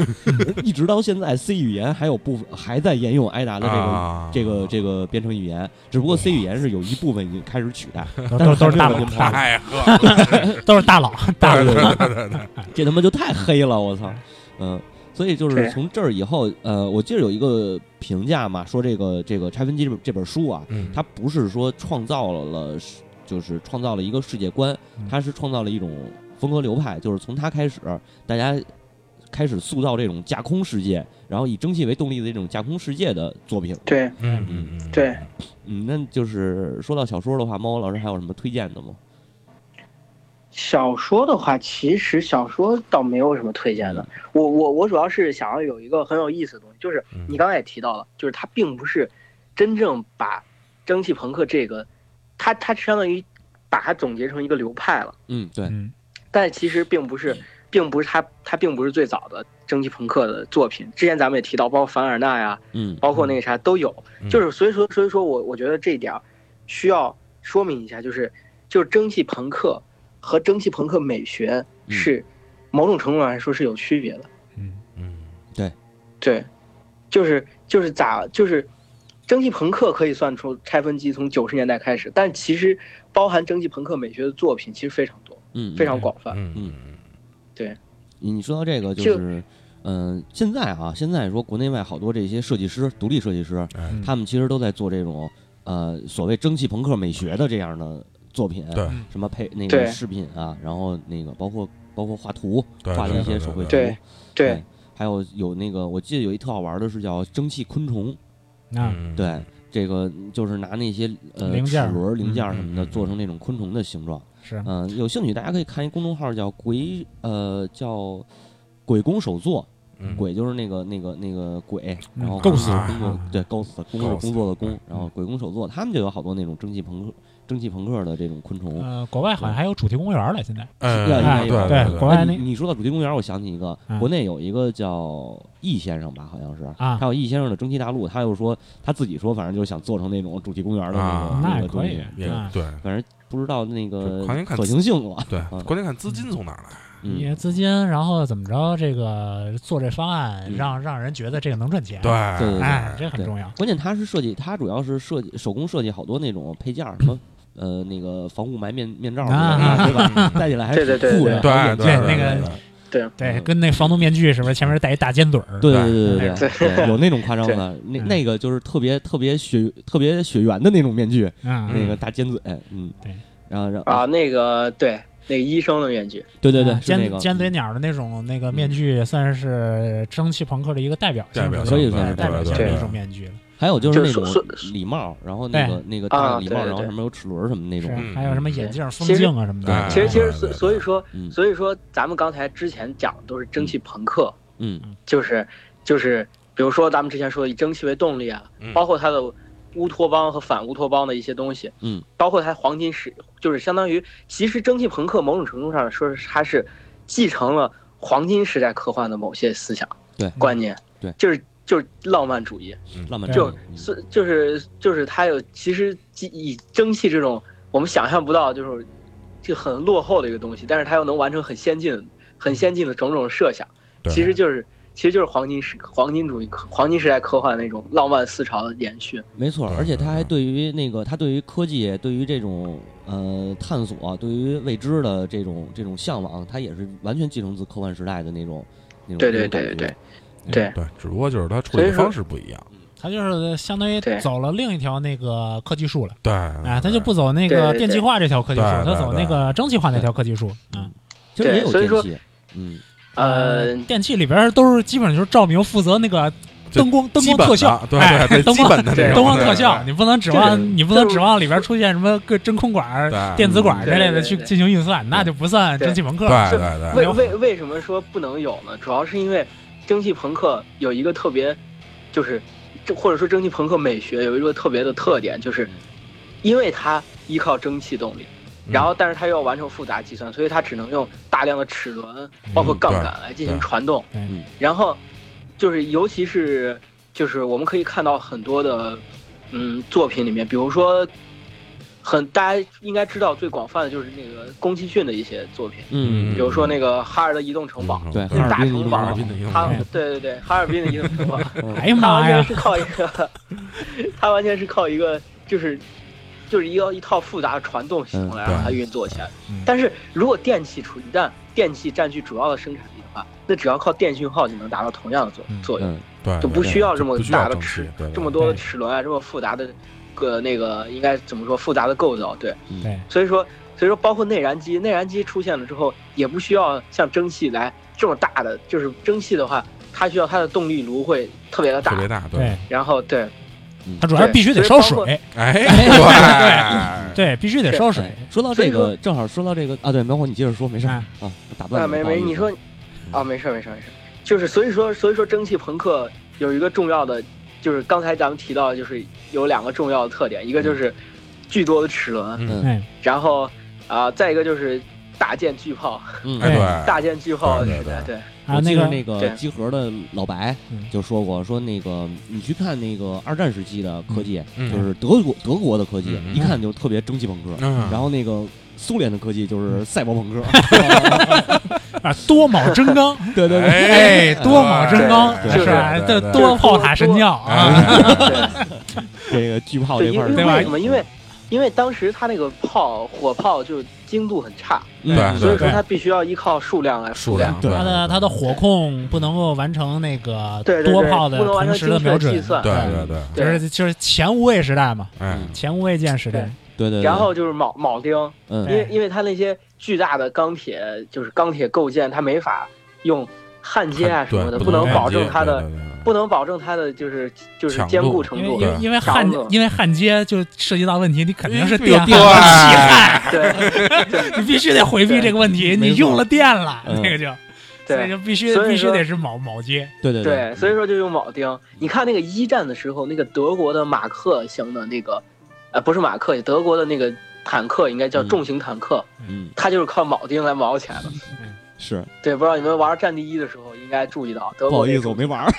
Speaker 2: 一直到现在 C 语言还有部分还在沿用艾达的这个、
Speaker 1: 啊
Speaker 2: 这个这个编程语言，只不过 C 语言是有一部分已经开始取代，
Speaker 3: 都都都是大佬
Speaker 2: 但是，
Speaker 3: 大佬
Speaker 1: 太狠 了，
Speaker 3: 都是大佬，大佬
Speaker 2: 对对
Speaker 1: 对对对，
Speaker 2: 这他妈就太黑了，我 操！嗯，所以就是
Speaker 4: 对
Speaker 2: 从这儿以后，呃，我记得有一个评价嘛，说这个这个拆分机这本这本书啊，
Speaker 1: 嗯
Speaker 2: 它不是说创造了世就是创造了一个世界观
Speaker 3: 嗯，
Speaker 2: 它是创造了一种风格流派，就是从它开始，大家开始塑造这种架空世界，然后以蒸汽为动力的这种架空世界的作品。
Speaker 4: 对，
Speaker 1: 嗯嗯嗯，
Speaker 4: 对
Speaker 2: 嗯，那就是说到小说的话，猫老师还有什么推荐的吗？
Speaker 4: 小说的话，其实小说倒没有什么推荐的。我我我主要是想要有一个很有意思的东西，就是
Speaker 1: 嗯
Speaker 4: 你刚才也提到了，就是它并不是真正把蒸汽朋克这个，它它相当于把它总结成一个流派了。
Speaker 2: 嗯，对，
Speaker 3: 嗯
Speaker 4: 但其实并不是，
Speaker 2: 嗯
Speaker 4: 并不是他他并不是最早的蒸汽朋克的作品。之前咱们也提到，包括凡尔纳呀，
Speaker 2: 嗯
Speaker 4: 包括那个啥都有。
Speaker 1: 嗯
Speaker 4: 就是所以说，所以说我我觉得这一点儿需要说明一下，就是就是蒸汽朋克和蒸汽朋克美学
Speaker 2: 嗯
Speaker 4: 是某种程度上来说是有区别的。
Speaker 3: 嗯
Speaker 1: 嗯
Speaker 4: 对，就是就是咋就是。蒸汽朋克可以算出拆分机从九十年代开始，但其实包含蒸汽朋克美学的作品其实非常多，
Speaker 2: 嗯，
Speaker 4: 非常广泛。
Speaker 1: 嗯
Speaker 2: 嗯
Speaker 1: 嗯
Speaker 2: 你你说到这个，
Speaker 4: 这
Speaker 2: 就
Speaker 4: 个
Speaker 2: 是嗯、现在啊，现在说国内外好多这些设计师，独立设计师，
Speaker 1: 哎
Speaker 3: 嗯
Speaker 2: 他们其实都在做这种呃所谓蒸汽朋克美学的这样的作品，
Speaker 1: 对
Speaker 2: 什么配那
Speaker 4: 对
Speaker 2: 个饰品啊，然后那个包括包括画图，
Speaker 1: 对
Speaker 2: 画的
Speaker 1: 对
Speaker 2: 一些
Speaker 1: 对
Speaker 2: 手绘图，
Speaker 4: 对对
Speaker 2: 对，还有有那个我记得有一特好玩的是叫蒸汽昆虫，
Speaker 3: 啊，
Speaker 1: 嗯
Speaker 2: 对，这个就是拿那些呃
Speaker 3: 零
Speaker 2: 齿
Speaker 3: 件儿
Speaker 2: 轮零件儿什么的
Speaker 1: 嗯嗯嗯
Speaker 2: 做成那种昆虫的形状。
Speaker 3: 是
Speaker 2: 嗯、有兴趣大家可以看一公众号叫“鬼”，呃，叫“鬼工手作”，
Speaker 1: 嗯
Speaker 2: 鬼就是那个那个那个鬼，
Speaker 3: 嗯
Speaker 2: 然后
Speaker 3: 构
Speaker 2: 工
Speaker 1: 思
Speaker 2: 作
Speaker 1: 啊
Speaker 2: 工作对构思工作
Speaker 1: Ghost，
Speaker 2: 工作的工
Speaker 1: 对，
Speaker 2: 然后鬼工手作，他们就有好多那种蒸汽朋克蒸汽朋克的这种昆虫。
Speaker 3: 呃，国外好像还有主题公园了，现在
Speaker 1: 哎
Speaker 2: 对
Speaker 1: 哎
Speaker 2: 对
Speaker 1: 对
Speaker 3: 国外
Speaker 2: 哎
Speaker 3: 那
Speaker 2: 你你说到主题公园，我想起一个
Speaker 3: 嗯，
Speaker 2: 国内有一个叫易先生吧，好像是
Speaker 3: 啊
Speaker 2: 还有易先生的蒸汽大陆，他又说他自己说，反正就是想做成那种主题公园的那
Speaker 1: 啊
Speaker 2: 个
Speaker 3: 那
Speaker 2: 那
Speaker 3: 也
Speaker 2: 个东
Speaker 3: 可以
Speaker 2: 西，
Speaker 1: 也
Speaker 3: 啊
Speaker 1: 对
Speaker 2: 反正不知道那
Speaker 1: 就
Speaker 2: 个
Speaker 1: 狂言看
Speaker 2: 可行性 了。
Speaker 1: 对，
Speaker 2: 嗯
Speaker 1: 关键看资金从哪儿来。
Speaker 3: 一
Speaker 2: 嗯，
Speaker 3: 些资金，然后怎么着这个做这方案，
Speaker 2: 嗯
Speaker 3: 让让人觉得这个能赚钱，，
Speaker 1: 对
Speaker 2: 对嗯
Speaker 3: 哎，这很重要，
Speaker 2: 关键他是设计，他主要是设计手工设计好多那种配件儿，什么呃那个防雾霾面面罩儿什么
Speaker 3: 啊
Speaker 2: 的，对 吧？戴起来还
Speaker 4: 对对对
Speaker 2: 酷
Speaker 4: 对
Speaker 2: 的，
Speaker 1: 哎嗯对
Speaker 2: 还有
Speaker 1: 对
Speaker 2: 眼镜儿
Speaker 3: 那个
Speaker 2: 什么的
Speaker 3: 对，
Speaker 2: 嗯
Speaker 3: 跟那防毒面具是不是前面带一大尖嘴儿？
Speaker 2: 对
Speaker 1: 对
Speaker 2: 对对
Speaker 3: 对
Speaker 2: 对对，有那种夸 张的，那
Speaker 3: 嗯
Speaker 2: 那个就是特别特别血特别血缘的那种面具，
Speaker 3: 嗯，
Speaker 2: 那个大尖嘴，嗯，
Speaker 3: 对，
Speaker 2: 然后然后
Speaker 4: 啊，那个对，那个医生的面具，
Speaker 2: 对对对，是那
Speaker 3: 嗯尖
Speaker 2: 个嗯
Speaker 3: 尖嘴鸟的那种那个面具，也算是蒸汽朋克的一个代表性
Speaker 1: 代表
Speaker 3: 的
Speaker 1: 性
Speaker 2: 可以算
Speaker 3: 哎
Speaker 2: 是
Speaker 3: 代表
Speaker 4: 对
Speaker 3: 性
Speaker 4: 对
Speaker 3: 的
Speaker 4: 对
Speaker 3: 一种面具了。
Speaker 2: 还有就是那
Speaker 4: 就
Speaker 2: 种
Speaker 4: 是说
Speaker 2: 礼帽，然后那个那个大礼帽，
Speaker 4: 啊对对对
Speaker 2: 然后上面有齿轮什么那种，
Speaker 1: 嗯
Speaker 3: 哎
Speaker 1: 哎
Speaker 3: 是，还有什么眼镜、风
Speaker 4: 其实
Speaker 3: 镜啊什么的。
Speaker 1: 对
Speaker 4: 其实其实
Speaker 1: 对
Speaker 4: 所
Speaker 1: 对
Speaker 4: 所以说
Speaker 2: 嗯
Speaker 4: 所以说咱们刚才之前讲的都是蒸汽朋克，
Speaker 2: 嗯
Speaker 4: 就是就是，比如说咱们之前说以蒸汽为动力啊
Speaker 1: 嗯，
Speaker 4: 包括它的乌托邦和反乌托邦的一些东西，
Speaker 2: 嗯，
Speaker 4: 包括它黄金时，就是相当于其实蒸汽朋克某种程度上说是它是继承了黄金时代科幻的某些思想、
Speaker 2: 对
Speaker 4: 观念，
Speaker 2: 对
Speaker 4: 就是就是浪漫主义，
Speaker 2: 浪漫
Speaker 4: 就
Speaker 2: 主义
Speaker 4: 是就是就是它有其实既以蒸汽这种我们想象不到就是就很落后的一个东西，但是它又能完成很先进很先进的种种设想。
Speaker 1: 对
Speaker 4: 其实就是其实就是黄金时黄金主义黄金时代科幻那种浪漫思潮的延续。
Speaker 2: 没错，
Speaker 1: 对
Speaker 2: 而且
Speaker 1: 对
Speaker 2: 他还
Speaker 1: 对
Speaker 2: 对于那个，他对于科技，对于这种呃探索，对于未知的这种这种向往，他也是完全继承自科幻时代的那种那种
Speaker 4: 对对
Speaker 2: 那种感
Speaker 4: 对
Speaker 2: 觉
Speaker 4: 对对
Speaker 1: 对，只不过就是它处理
Speaker 4: 所
Speaker 1: 的
Speaker 4: 以说
Speaker 1: 方式不一样。
Speaker 3: 他就是相当于
Speaker 4: 对
Speaker 3: 走了另一条那个科技树了，
Speaker 1: 对，
Speaker 3: 哎，
Speaker 1: 哎
Speaker 3: 他就不走那
Speaker 4: 对
Speaker 3: 个
Speaker 4: 对
Speaker 3: 电气化这条科技树，
Speaker 1: 对
Speaker 3: 他
Speaker 1: 对
Speaker 3: 走
Speaker 1: 对
Speaker 3: 那个蒸汽化那条科技树。嗯，
Speaker 2: 其实也有
Speaker 4: 对所以说
Speaker 2: 间隙，嗯，
Speaker 4: 呃，
Speaker 3: 电器里边都是基本上就是照明负责那个
Speaker 1: 就
Speaker 3: 灯光灯
Speaker 1: 基
Speaker 3: 光
Speaker 1: 本
Speaker 3: 特效
Speaker 1: 的，对
Speaker 3: 哎
Speaker 1: 对，
Speaker 3: 灯
Speaker 1: 基
Speaker 3: 光
Speaker 1: 本的
Speaker 4: 对
Speaker 1: 那种
Speaker 3: 灯光特
Speaker 1: 对
Speaker 3: 效，你不能指
Speaker 4: 这个
Speaker 3: 望你不能
Speaker 4: 就是嗯
Speaker 3: 指望里边出现什么个真空管儿、
Speaker 1: 对
Speaker 3: 电子管儿之类的
Speaker 4: 对对
Speaker 3: 去
Speaker 4: 对对
Speaker 3: 进行运算，那就不算
Speaker 4: 对
Speaker 3: 蒸汽朋克。
Speaker 1: 对对对，
Speaker 4: 为为为什么说不能有呢？主要是因为蒸汽朋克有一个特别，就是这或者说蒸汽朋克美学有一个特别的特点，就是因为它依靠蒸汽动力，
Speaker 1: 嗯
Speaker 4: 然后但是它又要完成复杂计算，所以它只能用大量的齿轮包括杠杆来进行传动
Speaker 3: 对
Speaker 2: 嗯。
Speaker 4: 然后就是尤其是就是我们可以看到很多的嗯作品里面，比如说。很，大家应该知道最广泛的就是那个宫崎骏的一些作品，
Speaker 1: 嗯
Speaker 2: 嗯
Speaker 4: 比如说那个哈尔的移动城堡，
Speaker 1: 嗯
Speaker 2: 对
Speaker 1: 哈
Speaker 2: 哈
Speaker 4: 大
Speaker 2: 尔滨
Speaker 4: 城
Speaker 2: 移动
Speaker 4: 堡
Speaker 1: 哈尔滨的一个
Speaker 4: 他
Speaker 1: 网
Speaker 3: 嗯
Speaker 4: 对对对，哈尔滨的移动城堡，
Speaker 3: 哎呀
Speaker 4: 他
Speaker 3: 妈
Speaker 4: 完全
Speaker 3: 呀！
Speaker 4: 是靠一个， 他完全是靠一个就是就是一个一套复杂的传动系统来让它运作起来
Speaker 3: 嗯。
Speaker 4: 但是如果电气处理，一旦电气占据主要的生产力的话，那只要靠电讯号就能达到同样的作
Speaker 3: 嗯
Speaker 4: 作用，
Speaker 2: 嗯，
Speaker 1: 对，
Speaker 4: 就不需要这么
Speaker 1: 不需
Speaker 4: 大
Speaker 1: 要
Speaker 4: 的
Speaker 1: 蒸
Speaker 4: 齿
Speaker 1: 汽，对对
Speaker 4: 这么多的齿轮啊，这么复杂的个那个应该怎么说复杂的构造？对，
Speaker 3: 对，
Speaker 4: 所以说，所以说包括内燃机，内燃机出现了之后，也不需要像蒸汽来这么大的，就是蒸汽的话，它需要它的动力炉会特别的
Speaker 1: 特
Speaker 4: 大，
Speaker 1: 别大，
Speaker 3: 对，
Speaker 4: 然后对
Speaker 3: 它主要是必须得烧
Speaker 4: 所以包
Speaker 3: 水，
Speaker 1: 哎，
Speaker 3: 对
Speaker 1: 对
Speaker 3: 哎 对，必须得
Speaker 4: 对
Speaker 3: 烧水。
Speaker 2: 说到
Speaker 4: 所以
Speaker 2: 这个，正好说到这个啊，对，苗火你接着说，没事儿
Speaker 3: 哎
Speaker 2: 啊，我打断
Speaker 4: 啊
Speaker 2: 了
Speaker 4: 没
Speaker 2: 不好
Speaker 4: 没，
Speaker 2: 意思
Speaker 4: 你说啊没事儿没事儿没事儿，就是所以说所以说蒸汽朋克有一个重要的，就是刚才咱们提到，就是有两个重要的特点，一个就是巨多的齿轮，
Speaker 1: 嗯
Speaker 3: 哎，
Speaker 4: 然后啊、再一个就是大舰巨炮，
Speaker 2: 嗯，
Speaker 1: 哎
Speaker 3: 对
Speaker 1: 对，
Speaker 4: 大舰巨炮
Speaker 1: 对
Speaker 4: 时代，对
Speaker 3: 啊，
Speaker 2: 我记得
Speaker 3: 那个
Speaker 2: 那个
Speaker 4: 对
Speaker 2: 集合的老白
Speaker 3: 嗯
Speaker 2: 就说过，说那个你去看那个二战时期的科技，
Speaker 1: 嗯
Speaker 2: 就是德国德国的科技，
Speaker 1: 嗯嗯
Speaker 2: 一看就特别蒸汽朋克。
Speaker 1: 嗯，
Speaker 2: 然后那个苏联的科技就是赛博朋克，
Speaker 3: 啊，多铆真钢，
Speaker 2: 对对对，
Speaker 3: 哎，多铆真钢
Speaker 1: 对
Speaker 4: 对
Speaker 3: 是吧？
Speaker 1: 对
Speaker 3: 这
Speaker 1: 对
Speaker 3: 多炮塔神教啊，
Speaker 1: 哎
Speaker 4: 对
Speaker 2: 这个巨炮
Speaker 4: 对，
Speaker 2: 这
Speaker 4: 因
Speaker 2: 块
Speaker 4: 为
Speaker 2: 哦儿，
Speaker 4: 因为为什么？因为因为当时他那个炮火炮就精度很差，
Speaker 2: 嗯
Speaker 1: 对
Speaker 4: 所以说
Speaker 3: 对
Speaker 4: 他必须要依靠数量来
Speaker 1: 数量，对
Speaker 3: 它的它的火控不能够完成那个
Speaker 4: 嗯对对对
Speaker 3: 多炮的
Speaker 4: 不能完
Speaker 3: 同
Speaker 4: 成
Speaker 3: 时的
Speaker 4: 精
Speaker 3: 瞄
Speaker 4: 确
Speaker 3: 准
Speaker 4: 计，算，
Speaker 1: 对
Speaker 3: 嗯
Speaker 1: 对对，
Speaker 4: 对嗯
Speaker 3: 就是就是前无畏时代嘛，
Speaker 1: 哎，
Speaker 3: 前无畏舰时代
Speaker 4: 对，
Speaker 2: 对对，对
Speaker 4: 然后就是铆铆钉，因
Speaker 2: 嗯
Speaker 4: 为因为它那些巨大的钢铁就是钢铁构件，它没法用焊接啊什么的，
Speaker 1: 不
Speaker 4: 不能
Speaker 3: 焊
Speaker 4: 保证它的，
Speaker 1: 对对对对
Speaker 4: 不能保证它的就是就是
Speaker 1: 强
Speaker 4: 坚
Speaker 1: 度
Speaker 4: 固程
Speaker 3: 因为
Speaker 4: 度
Speaker 3: 因。为
Speaker 1: 对
Speaker 3: 因为焊
Speaker 4: 强子
Speaker 3: 因为焊接就涉及到问题，你肯
Speaker 2: 哎
Speaker 3: 定是
Speaker 1: 因为有
Speaker 3: 电
Speaker 1: 电
Speaker 3: 焊和气
Speaker 1: 焊
Speaker 3: 焊，啊
Speaker 4: 对
Speaker 3: 你必须得回避
Speaker 4: 对
Speaker 3: 这个问题，
Speaker 2: 没
Speaker 3: 你
Speaker 2: 错
Speaker 3: 用了电了，
Speaker 2: 嗯
Speaker 3: 那个就所以
Speaker 4: 对
Speaker 3: 就必须
Speaker 4: 所以
Speaker 3: 必须
Speaker 4: 说
Speaker 3: 得是铆铆接，
Speaker 2: 对嗯对
Speaker 4: 对，所以说就用铆钉。你看那个一战的时候，那个德国的马克型的那个，呃，不是马克，德国的那个坦克应该叫
Speaker 2: 嗯
Speaker 4: 重型坦克，
Speaker 2: 嗯
Speaker 4: 它就是靠铆钉来铆起来的。
Speaker 2: 是
Speaker 4: 对，不知道你们玩战地一的时候应该注意到，德
Speaker 2: 不
Speaker 4: 国
Speaker 2: 好
Speaker 4: 那
Speaker 2: 意思，
Speaker 4: 种
Speaker 2: 我没玩儿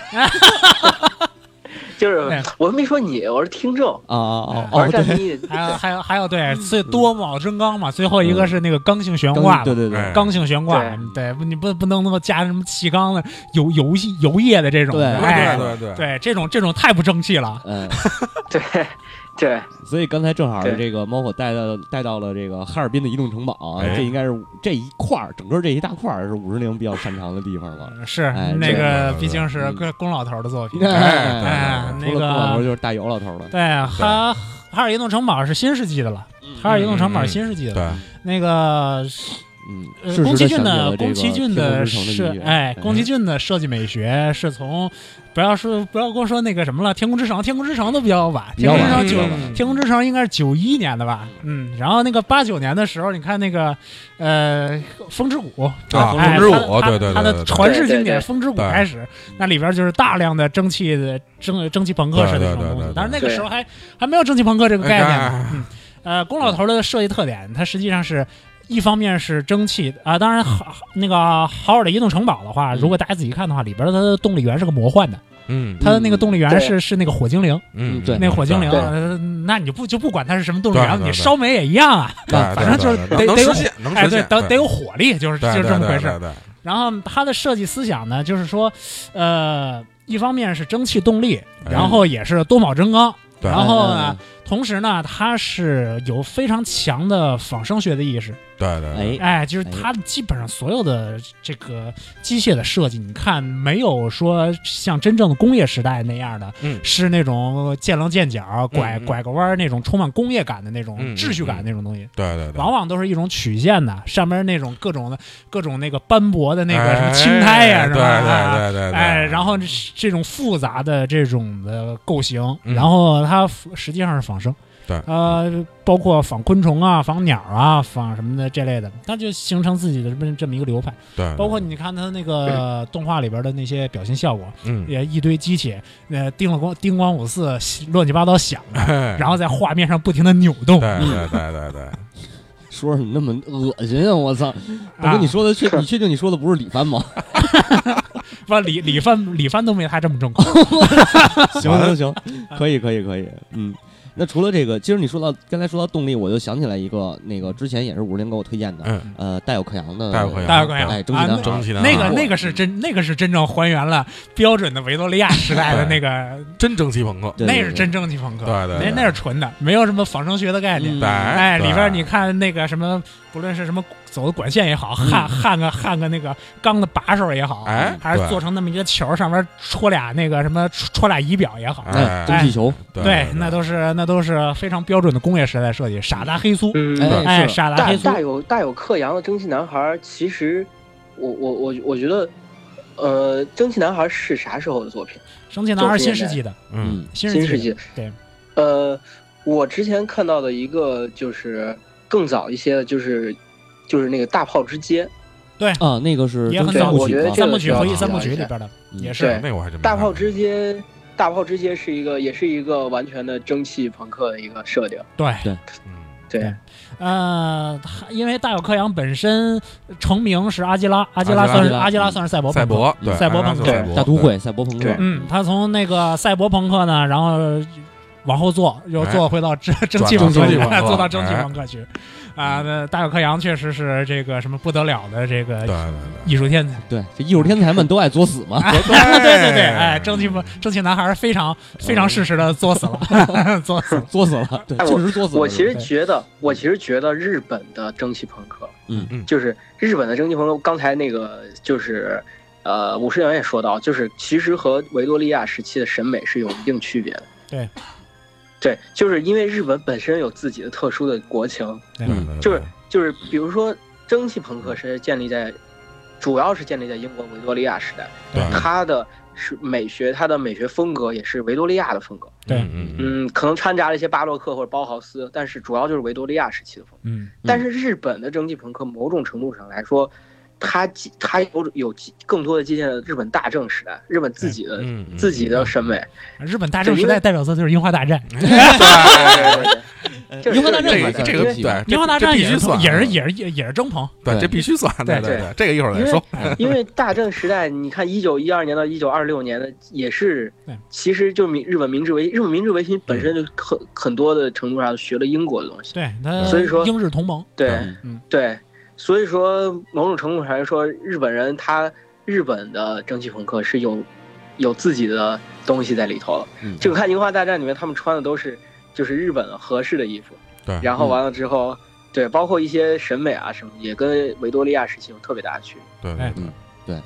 Speaker 4: 就是
Speaker 3: 对
Speaker 4: 我没说你，我是听众。
Speaker 2: 啊啊哦
Speaker 4: 玩战
Speaker 2: 对，
Speaker 4: 地一，
Speaker 3: 还有还有还有对，
Speaker 2: 嗯
Speaker 3: 最多铆真钢嘛，最后一个是那个刚性悬挂嘛，
Speaker 2: 对对
Speaker 1: 哎
Speaker 2: 对
Speaker 3: 刚性悬挂
Speaker 4: 嗯对，
Speaker 3: 对，不你不不能那么加什么气缸的油油系油液的这种，
Speaker 2: 对
Speaker 3: 哎，
Speaker 1: 对对对，
Speaker 3: 对，这种这种太不争气了，
Speaker 2: 嗯，
Speaker 4: 对对，
Speaker 2: 所以刚才正好
Speaker 4: 对
Speaker 2: 这个猫火带到带到了这个哈尔滨的移动城堡啊，
Speaker 1: 哎
Speaker 2: 这应该是这一块儿，整个这一大块儿是武十龄比较擅长的地方了。
Speaker 3: 嗯是
Speaker 2: 哎
Speaker 3: 那
Speaker 2: 这
Speaker 1: 个
Speaker 3: 个毕竟是
Speaker 2: 嗯
Speaker 3: 龚龚老头儿 的作品，
Speaker 1: 哎
Speaker 3: 哎
Speaker 2: 除了龚
Speaker 3: 那
Speaker 2: 老头
Speaker 3: 个
Speaker 2: 就是大姚老头了。
Speaker 3: 对哈哈尔移动城堡是新世纪的了，哈尔移动城堡是新世纪的，
Speaker 1: 对
Speaker 3: 那个
Speaker 2: 嗯，
Speaker 3: 呃
Speaker 2: 适
Speaker 3: 宫
Speaker 2: 时地想起
Speaker 3: 崎骏的
Speaker 2: 了这
Speaker 3: 宫
Speaker 2: 个
Speaker 3: 崎
Speaker 2: 天空之城
Speaker 3: 骏
Speaker 2: 的
Speaker 3: 设
Speaker 2: 音乐
Speaker 3: 哎，宫崎骏的设计美学是从不要说不要跟我说那个什么了，天空之城，天空之城都比较晚，
Speaker 2: 比
Speaker 3: 天
Speaker 2: 较
Speaker 3: 空
Speaker 2: 晚
Speaker 1: 比
Speaker 3: 之城九
Speaker 1: 较晚
Speaker 3: 天空之城应该是九一年的吧，嗯，然后那个八九年的时候，你看那个呃风之谷，
Speaker 1: 啊，
Speaker 3: 哎
Speaker 1: 风之
Speaker 3: 它
Speaker 1: 舞，
Speaker 3: 它
Speaker 1: 对对
Speaker 3: 它
Speaker 1: 对
Speaker 3: 的
Speaker 1: 对，
Speaker 3: 传世经
Speaker 4: 对对
Speaker 3: 典
Speaker 4: 对
Speaker 3: 《风之谷》
Speaker 1: 对
Speaker 3: 开始，那里边就是大量的蒸汽的蒸蒸汽朋克式的这
Speaker 1: 对对
Speaker 3: 种
Speaker 1: 对
Speaker 3: 东西
Speaker 1: 对，
Speaker 3: 但是那个
Speaker 4: 对
Speaker 3: 时候还还没有蒸汽朋克这个概念
Speaker 1: 哎
Speaker 3: 呢。嗯，呃，龚老头的设计特点，它实际上是。一方面是蒸汽啊、
Speaker 1: 嗯
Speaker 3: 当然好那个好尔的移动城堡的话，
Speaker 2: 嗯
Speaker 3: 如果大家仔细看的话，里边的它的动力源是个魔幻的，
Speaker 1: 嗯
Speaker 3: 它的那个
Speaker 2: 嗯
Speaker 3: 动力源是是那个火精灵，
Speaker 1: 嗯，
Speaker 2: 对
Speaker 3: 那火精灵，
Speaker 4: 对
Speaker 3: 呃那你就不就不管它是什么动力
Speaker 1: 对
Speaker 3: 源，
Speaker 1: 对
Speaker 3: 你
Speaker 1: 对
Speaker 3: 烧煤也一样啊，
Speaker 1: 对，
Speaker 3: 反正就是得
Speaker 1: 能
Speaker 3: 得有
Speaker 1: 实现，能
Speaker 3: 哎，
Speaker 1: 实
Speaker 3: 对，
Speaker 1: 现，
Speaker 3: 得得有火力，就是
Speaker 1: 对，
Speaker 3: 就是这么回事儿。
Speaker 1: 对，对
Speaker 3: 然后它的设计思想呢，就是说，呃，一方面是蒸汽动力，
Speaker 1: 哎
Speaker 3: 然后也是多铆真钢，
Speaker 1: 对
Speaker 3: 然后呢，同时呢，它是有非常强的仿生学的意识。
Speaker 1: 对对，对
Speaker 2: 哎
Speaker 3: 哎，就是
Speaker 2: 哎
Speaker 3: 它基本上所有的这个机械的设计，你看没有说像真正的工业时代那样的，
Speaker 1: 嗯
Speaker 3: 是那种见棱见角、拐
Speaker 1: 嗯嗯
Speaker 3: 拐个弯儿那种充满工业感的那种、
Speaker 1: 嗯嗯
Speaker 3: 秩序感的那种东西。
Speaker 1: 对对对，
Speaker 3: 往往都是一种曲线的，上面那种各种的各种那个斑驳的那个什么青苔呀、
Speaker 1: 哎
Speaker 3: 是吧？啊
Speaker 1: 对对对对，对
Speaker 3: 哎，然后这这种复杂的这种的构型，
Speaker 1: 嗯
Speaker 3: 然后它实际上是仿生，
Speaker 1: 对
Speaker 3: 呃，包括仿昆虫啊、仿鸟啊、仿什么的这类的，它就形成自己的这么这么一个流派。
Speaker 1: 对，对
Speaker 3: 包括你看它那个动画里边的那些表现效果，
Speaker 1: 嗯，
Speaker 3: 也一堆机器，呃，叮了光叮光五四乱七八糟响，
Speaker 1: 哎
Speaker 3: 嗯然后在画面上不停的扭动。啊
Speaker 1: 对对对对 对，
Speaker 2: 说什么那么恶心啊！我操！我
Speaker 3: 啊
Speaker 2: 跟你说的确，你确定你说的不是李帆 吗？
Speaker 3: 不，李李帆李帆都没他这么重
Speaker 2: 哎
Speaker 3: 口。
Speaker 2: 行行行， 可以可以可以，嗯。那除了这个，其实你说到刚才说到动力，我就想起来一个，那个之前也是五十铃给我推荐的，
Speaker 1: 嗯，
Speaker 2: 呃，带有克洋的，
Speaker 1: 带有克洋
Speaker 3: 大家观
Speaker 2: 哎
Speaker 3: 呀，
Speaker 2: 蒸汽
Speaker 3: 啊
Speaker 2: 男孩
Speaker 3: 那
Speaker 1: 蒸汽男
Speaker 3: 那个
Speaker 1: 孩
Speaker 3: 那个是真，那个是真正还原了标准的维多利亚时代的那个，
Speaker 1: 真蒸汽朋克，
Speaker 2: 对对
Speaker 3: 那
Speaker 2: 对
Speaker 3: 是真蒸汽朋克，
Speaker 1: 对对对
Speaker 3: 那那是纯的，没有什么仿生学的概念。
Speaker 2: 嗯
Speaker 1: 对，
Speaker 3: 哎，
Speaker 1: 对
Speaker 3: 里边你看那个什么，不论是什么走的管线也好，焊焊个焊个那个钢的把手也好，
Speaker 1: 嗯哎
Speaker 3: 还是
Speaker 1: 对
Speaker 3: 做成那么一个球，上面戳俩那个什么戳戳俩仪表也好，
Speaker 2: 哎，
Speaker 1: 哎
Speaker 2: 蒸汽球，
Speaker 1: 对
Speaker 3: 对
Speaker 1: 对，，
Speaker 3: 那都是那都是非常标准的工业时代设计，傻大黑粗，
Speaker 4: 嗯
Speaker 2: 哎
Speaker 3: 哎，
Speaker 2: 是
Speaker 3: 傻大
Speaker 4: 大
Speaker 3: 黑粗，
Speaker 4: 大有大有克洋的蒸汽男孩儿，其实我我我我觉得，呃，蒸汽男孩儿是啥时候的作品？
Speaker 3: 生气男孩新世纪的，
Speaker 1: 嗯，
Speaker 3: 新
Speaker 4: 新
Speaker 3: 世
Speaker 4: 世
Speaker 3: 纪的
Speaker 4: 纪。
Speaker 3: 对，
Speaker 4: 呃，我之前看到的一个就是更早一些的，就是就是那个大炮之街。
Speaker 2: 啊，那个是
Speaker 3: 也
Speaker 2: 蒸
Speaker 3: 很
Speaker 2: 汽
Speaker 3: 早
Speaker 2: 部
Speaker 4: 我
Speaker 2: 曲
Speaker 4: 觉
Speaker 2: 嘛
Speaker 4: 得这
Speaker 3: 三
Speaker 4: 个
Speaker 3: 部曲回忆
Speaker 1: 是
Speaker 3: 三部曲
Speaker 4: 要
Speaker 3: 里边的
Speaker 2: 嗯
Speaker 3: 也是
Speaker 4: 对
Speaker 1: 那个我还真没
Speaker 4: 大炮
Speaker 1: 看
Speaker 4: 之街，大炮之街是一个，也是一个完全的蒸汽朋克的一个设定。
Speaker 3: 对，
Speaker 1: 过嗯，
Speaker 4: 对
Speaker 3: 对呃，他因为大有克洋本身成名是阿基拉，阿基拉
Speaker 1: 阿基拉
Speaker 3: 算是
Speaker 2: 嗯
Speaker 3: 阿基拉算是赛博
Speaker 1: 赛
Speaker 3: 朋克，嗯
Speaker 1: 博对
Speaker 3: 赛博
Speaker 1: 阿拉
Speaker 3: 朋克
Speaker 1: 斯赛博
Speaker 2: 大都会赛博朋克
Speaker 4: 对，
Speaker 3: 嗯，他从那个赛博朋克呢，然后往后做，又
Speaker 1: 哎
Speaker 3: 做回到蒸蒸汽
Speaker 1: 转到蒸汽朋
Speaker 3: 朋 克去
Speaker 1: 克，
Speaker 3: 做到蒸汽
Speaker 1: 哎
Speaker 3: 朋克去，啊、啊，那大有克洋确实是这个什么不得了的这
Speaker 1: 对哎对
Speaker 3: 个
Speaker 1: 对。
Speaker 3: 艺术天才。
Speaker 2: 对，这艺术天才们都爱作 死嘛。
Speaker 3: 啊，对对对，哎，蒸汽不蒸汽男孩非
Speaker 1: 嗯
Speaker 3: 常非常适时的作死了， 作死了。
Speaker 2: 作死了，对，
Speaker 4: 哎
Speaker 2: 确实作死了。
Speaker 4: 我其实
Speaker 3: 对
Speaker 4: 觉得，我其实觉得日本的蒸汽朋克，
Speaker 2: 嗯
Speaker 1: 嗯
Speaker 4: 就是日本的蒸汽朋克，刚才那个就是，呃，武士阳也说到，就是其实和维多利亚时期的审美是有一定区别的。
Speaker 3: 对，
Speaker 4: 对，就是因为日本本身有自己的特殊的国情，
Speaker 3: 对
Speaker 1: 对对
Speaker 4: 就是就是比如说蒸汽朋克是建立在，主要是建立在英国维多利亚时代，
Speaker 1: 对
Speaker 4: 它的是美学，它的美学风格也是维多利亚的风格。
Speaker 3: 对
Speaker 1: 嗯嗯
Speaker 4: 嗯，可能掺杂了一些巴洛克或者包豪斯，但是主要就是维多利亚时期的风格。
Speaker 3: 嗯，
Speaker 4: 但是日本的蒸汽朋克某种程度上来说，它既它有有更多的借鉴了日本大正时代，日本自己的、
Speaker 1: 嗯嗯
Speaker 4: 自己的审美。
Speaker 3: 日本大正时代代表作就是樱花大战，
Speaker 4: 对对对
Speaker 2: 嗯
Speaker 4: 就是
Speaker 2: 樱花大战
Speaker 1: 这
Speaker 2: 也
Speaker 1: 个
Speaker 2: 算
Speaker 1: 这
Speaker 2: 是
Speaker 1: 个
Speaker 2: 一吧
Speaker 1: 对，
Speaker 3: 嗯樱花大
Speaker 1: 这
Speaker 3: 战
Speaker 1: 必
Speaker 3: 也
Speaker 1: 须
Speaker 3: 是
Speaker 1: 算，嗯
Speaker 3: 也是也是也是蒸鹏，
Speaker 1: 对，这
Speaker 2: 对
Speaker 1: 必须算，对
Speaker 4: 对
Speaker 1: 对，这个一会儿再
Speaker 4: 因 为
Speaker 1: 说。
Speaker 4: 因为大正时代，你看一九一二年到一九二六年的也是
Speaker 3: 对，
Speaker 4: 其实就是明日本明治维日本明治维新本身就很很多的程度上学了英国的东西。
Speaker 3: 对他
Speaker 4: 所以说
Speaker 3: 英日同盟，
Speaker 4: 对，
Speaker 2: 嗯
Speaker 4: 对，所以说某种程度上来说，日本人他日本的蒸汽朋克是有有自己的东西在里头的。
Speaker 2: 嗯
Speaker 4: 就看《樱花大战》里面，他们穿的都是就是日本合适的衣服，
Speaker 1: 对
Speaker 4: 然后完了之后，对，包括一些审美啊什么，也跟维多利亚时期有特别大的区别。
Speaker 1: 对
Speaker 3: 哎
Speaker 1: 对对，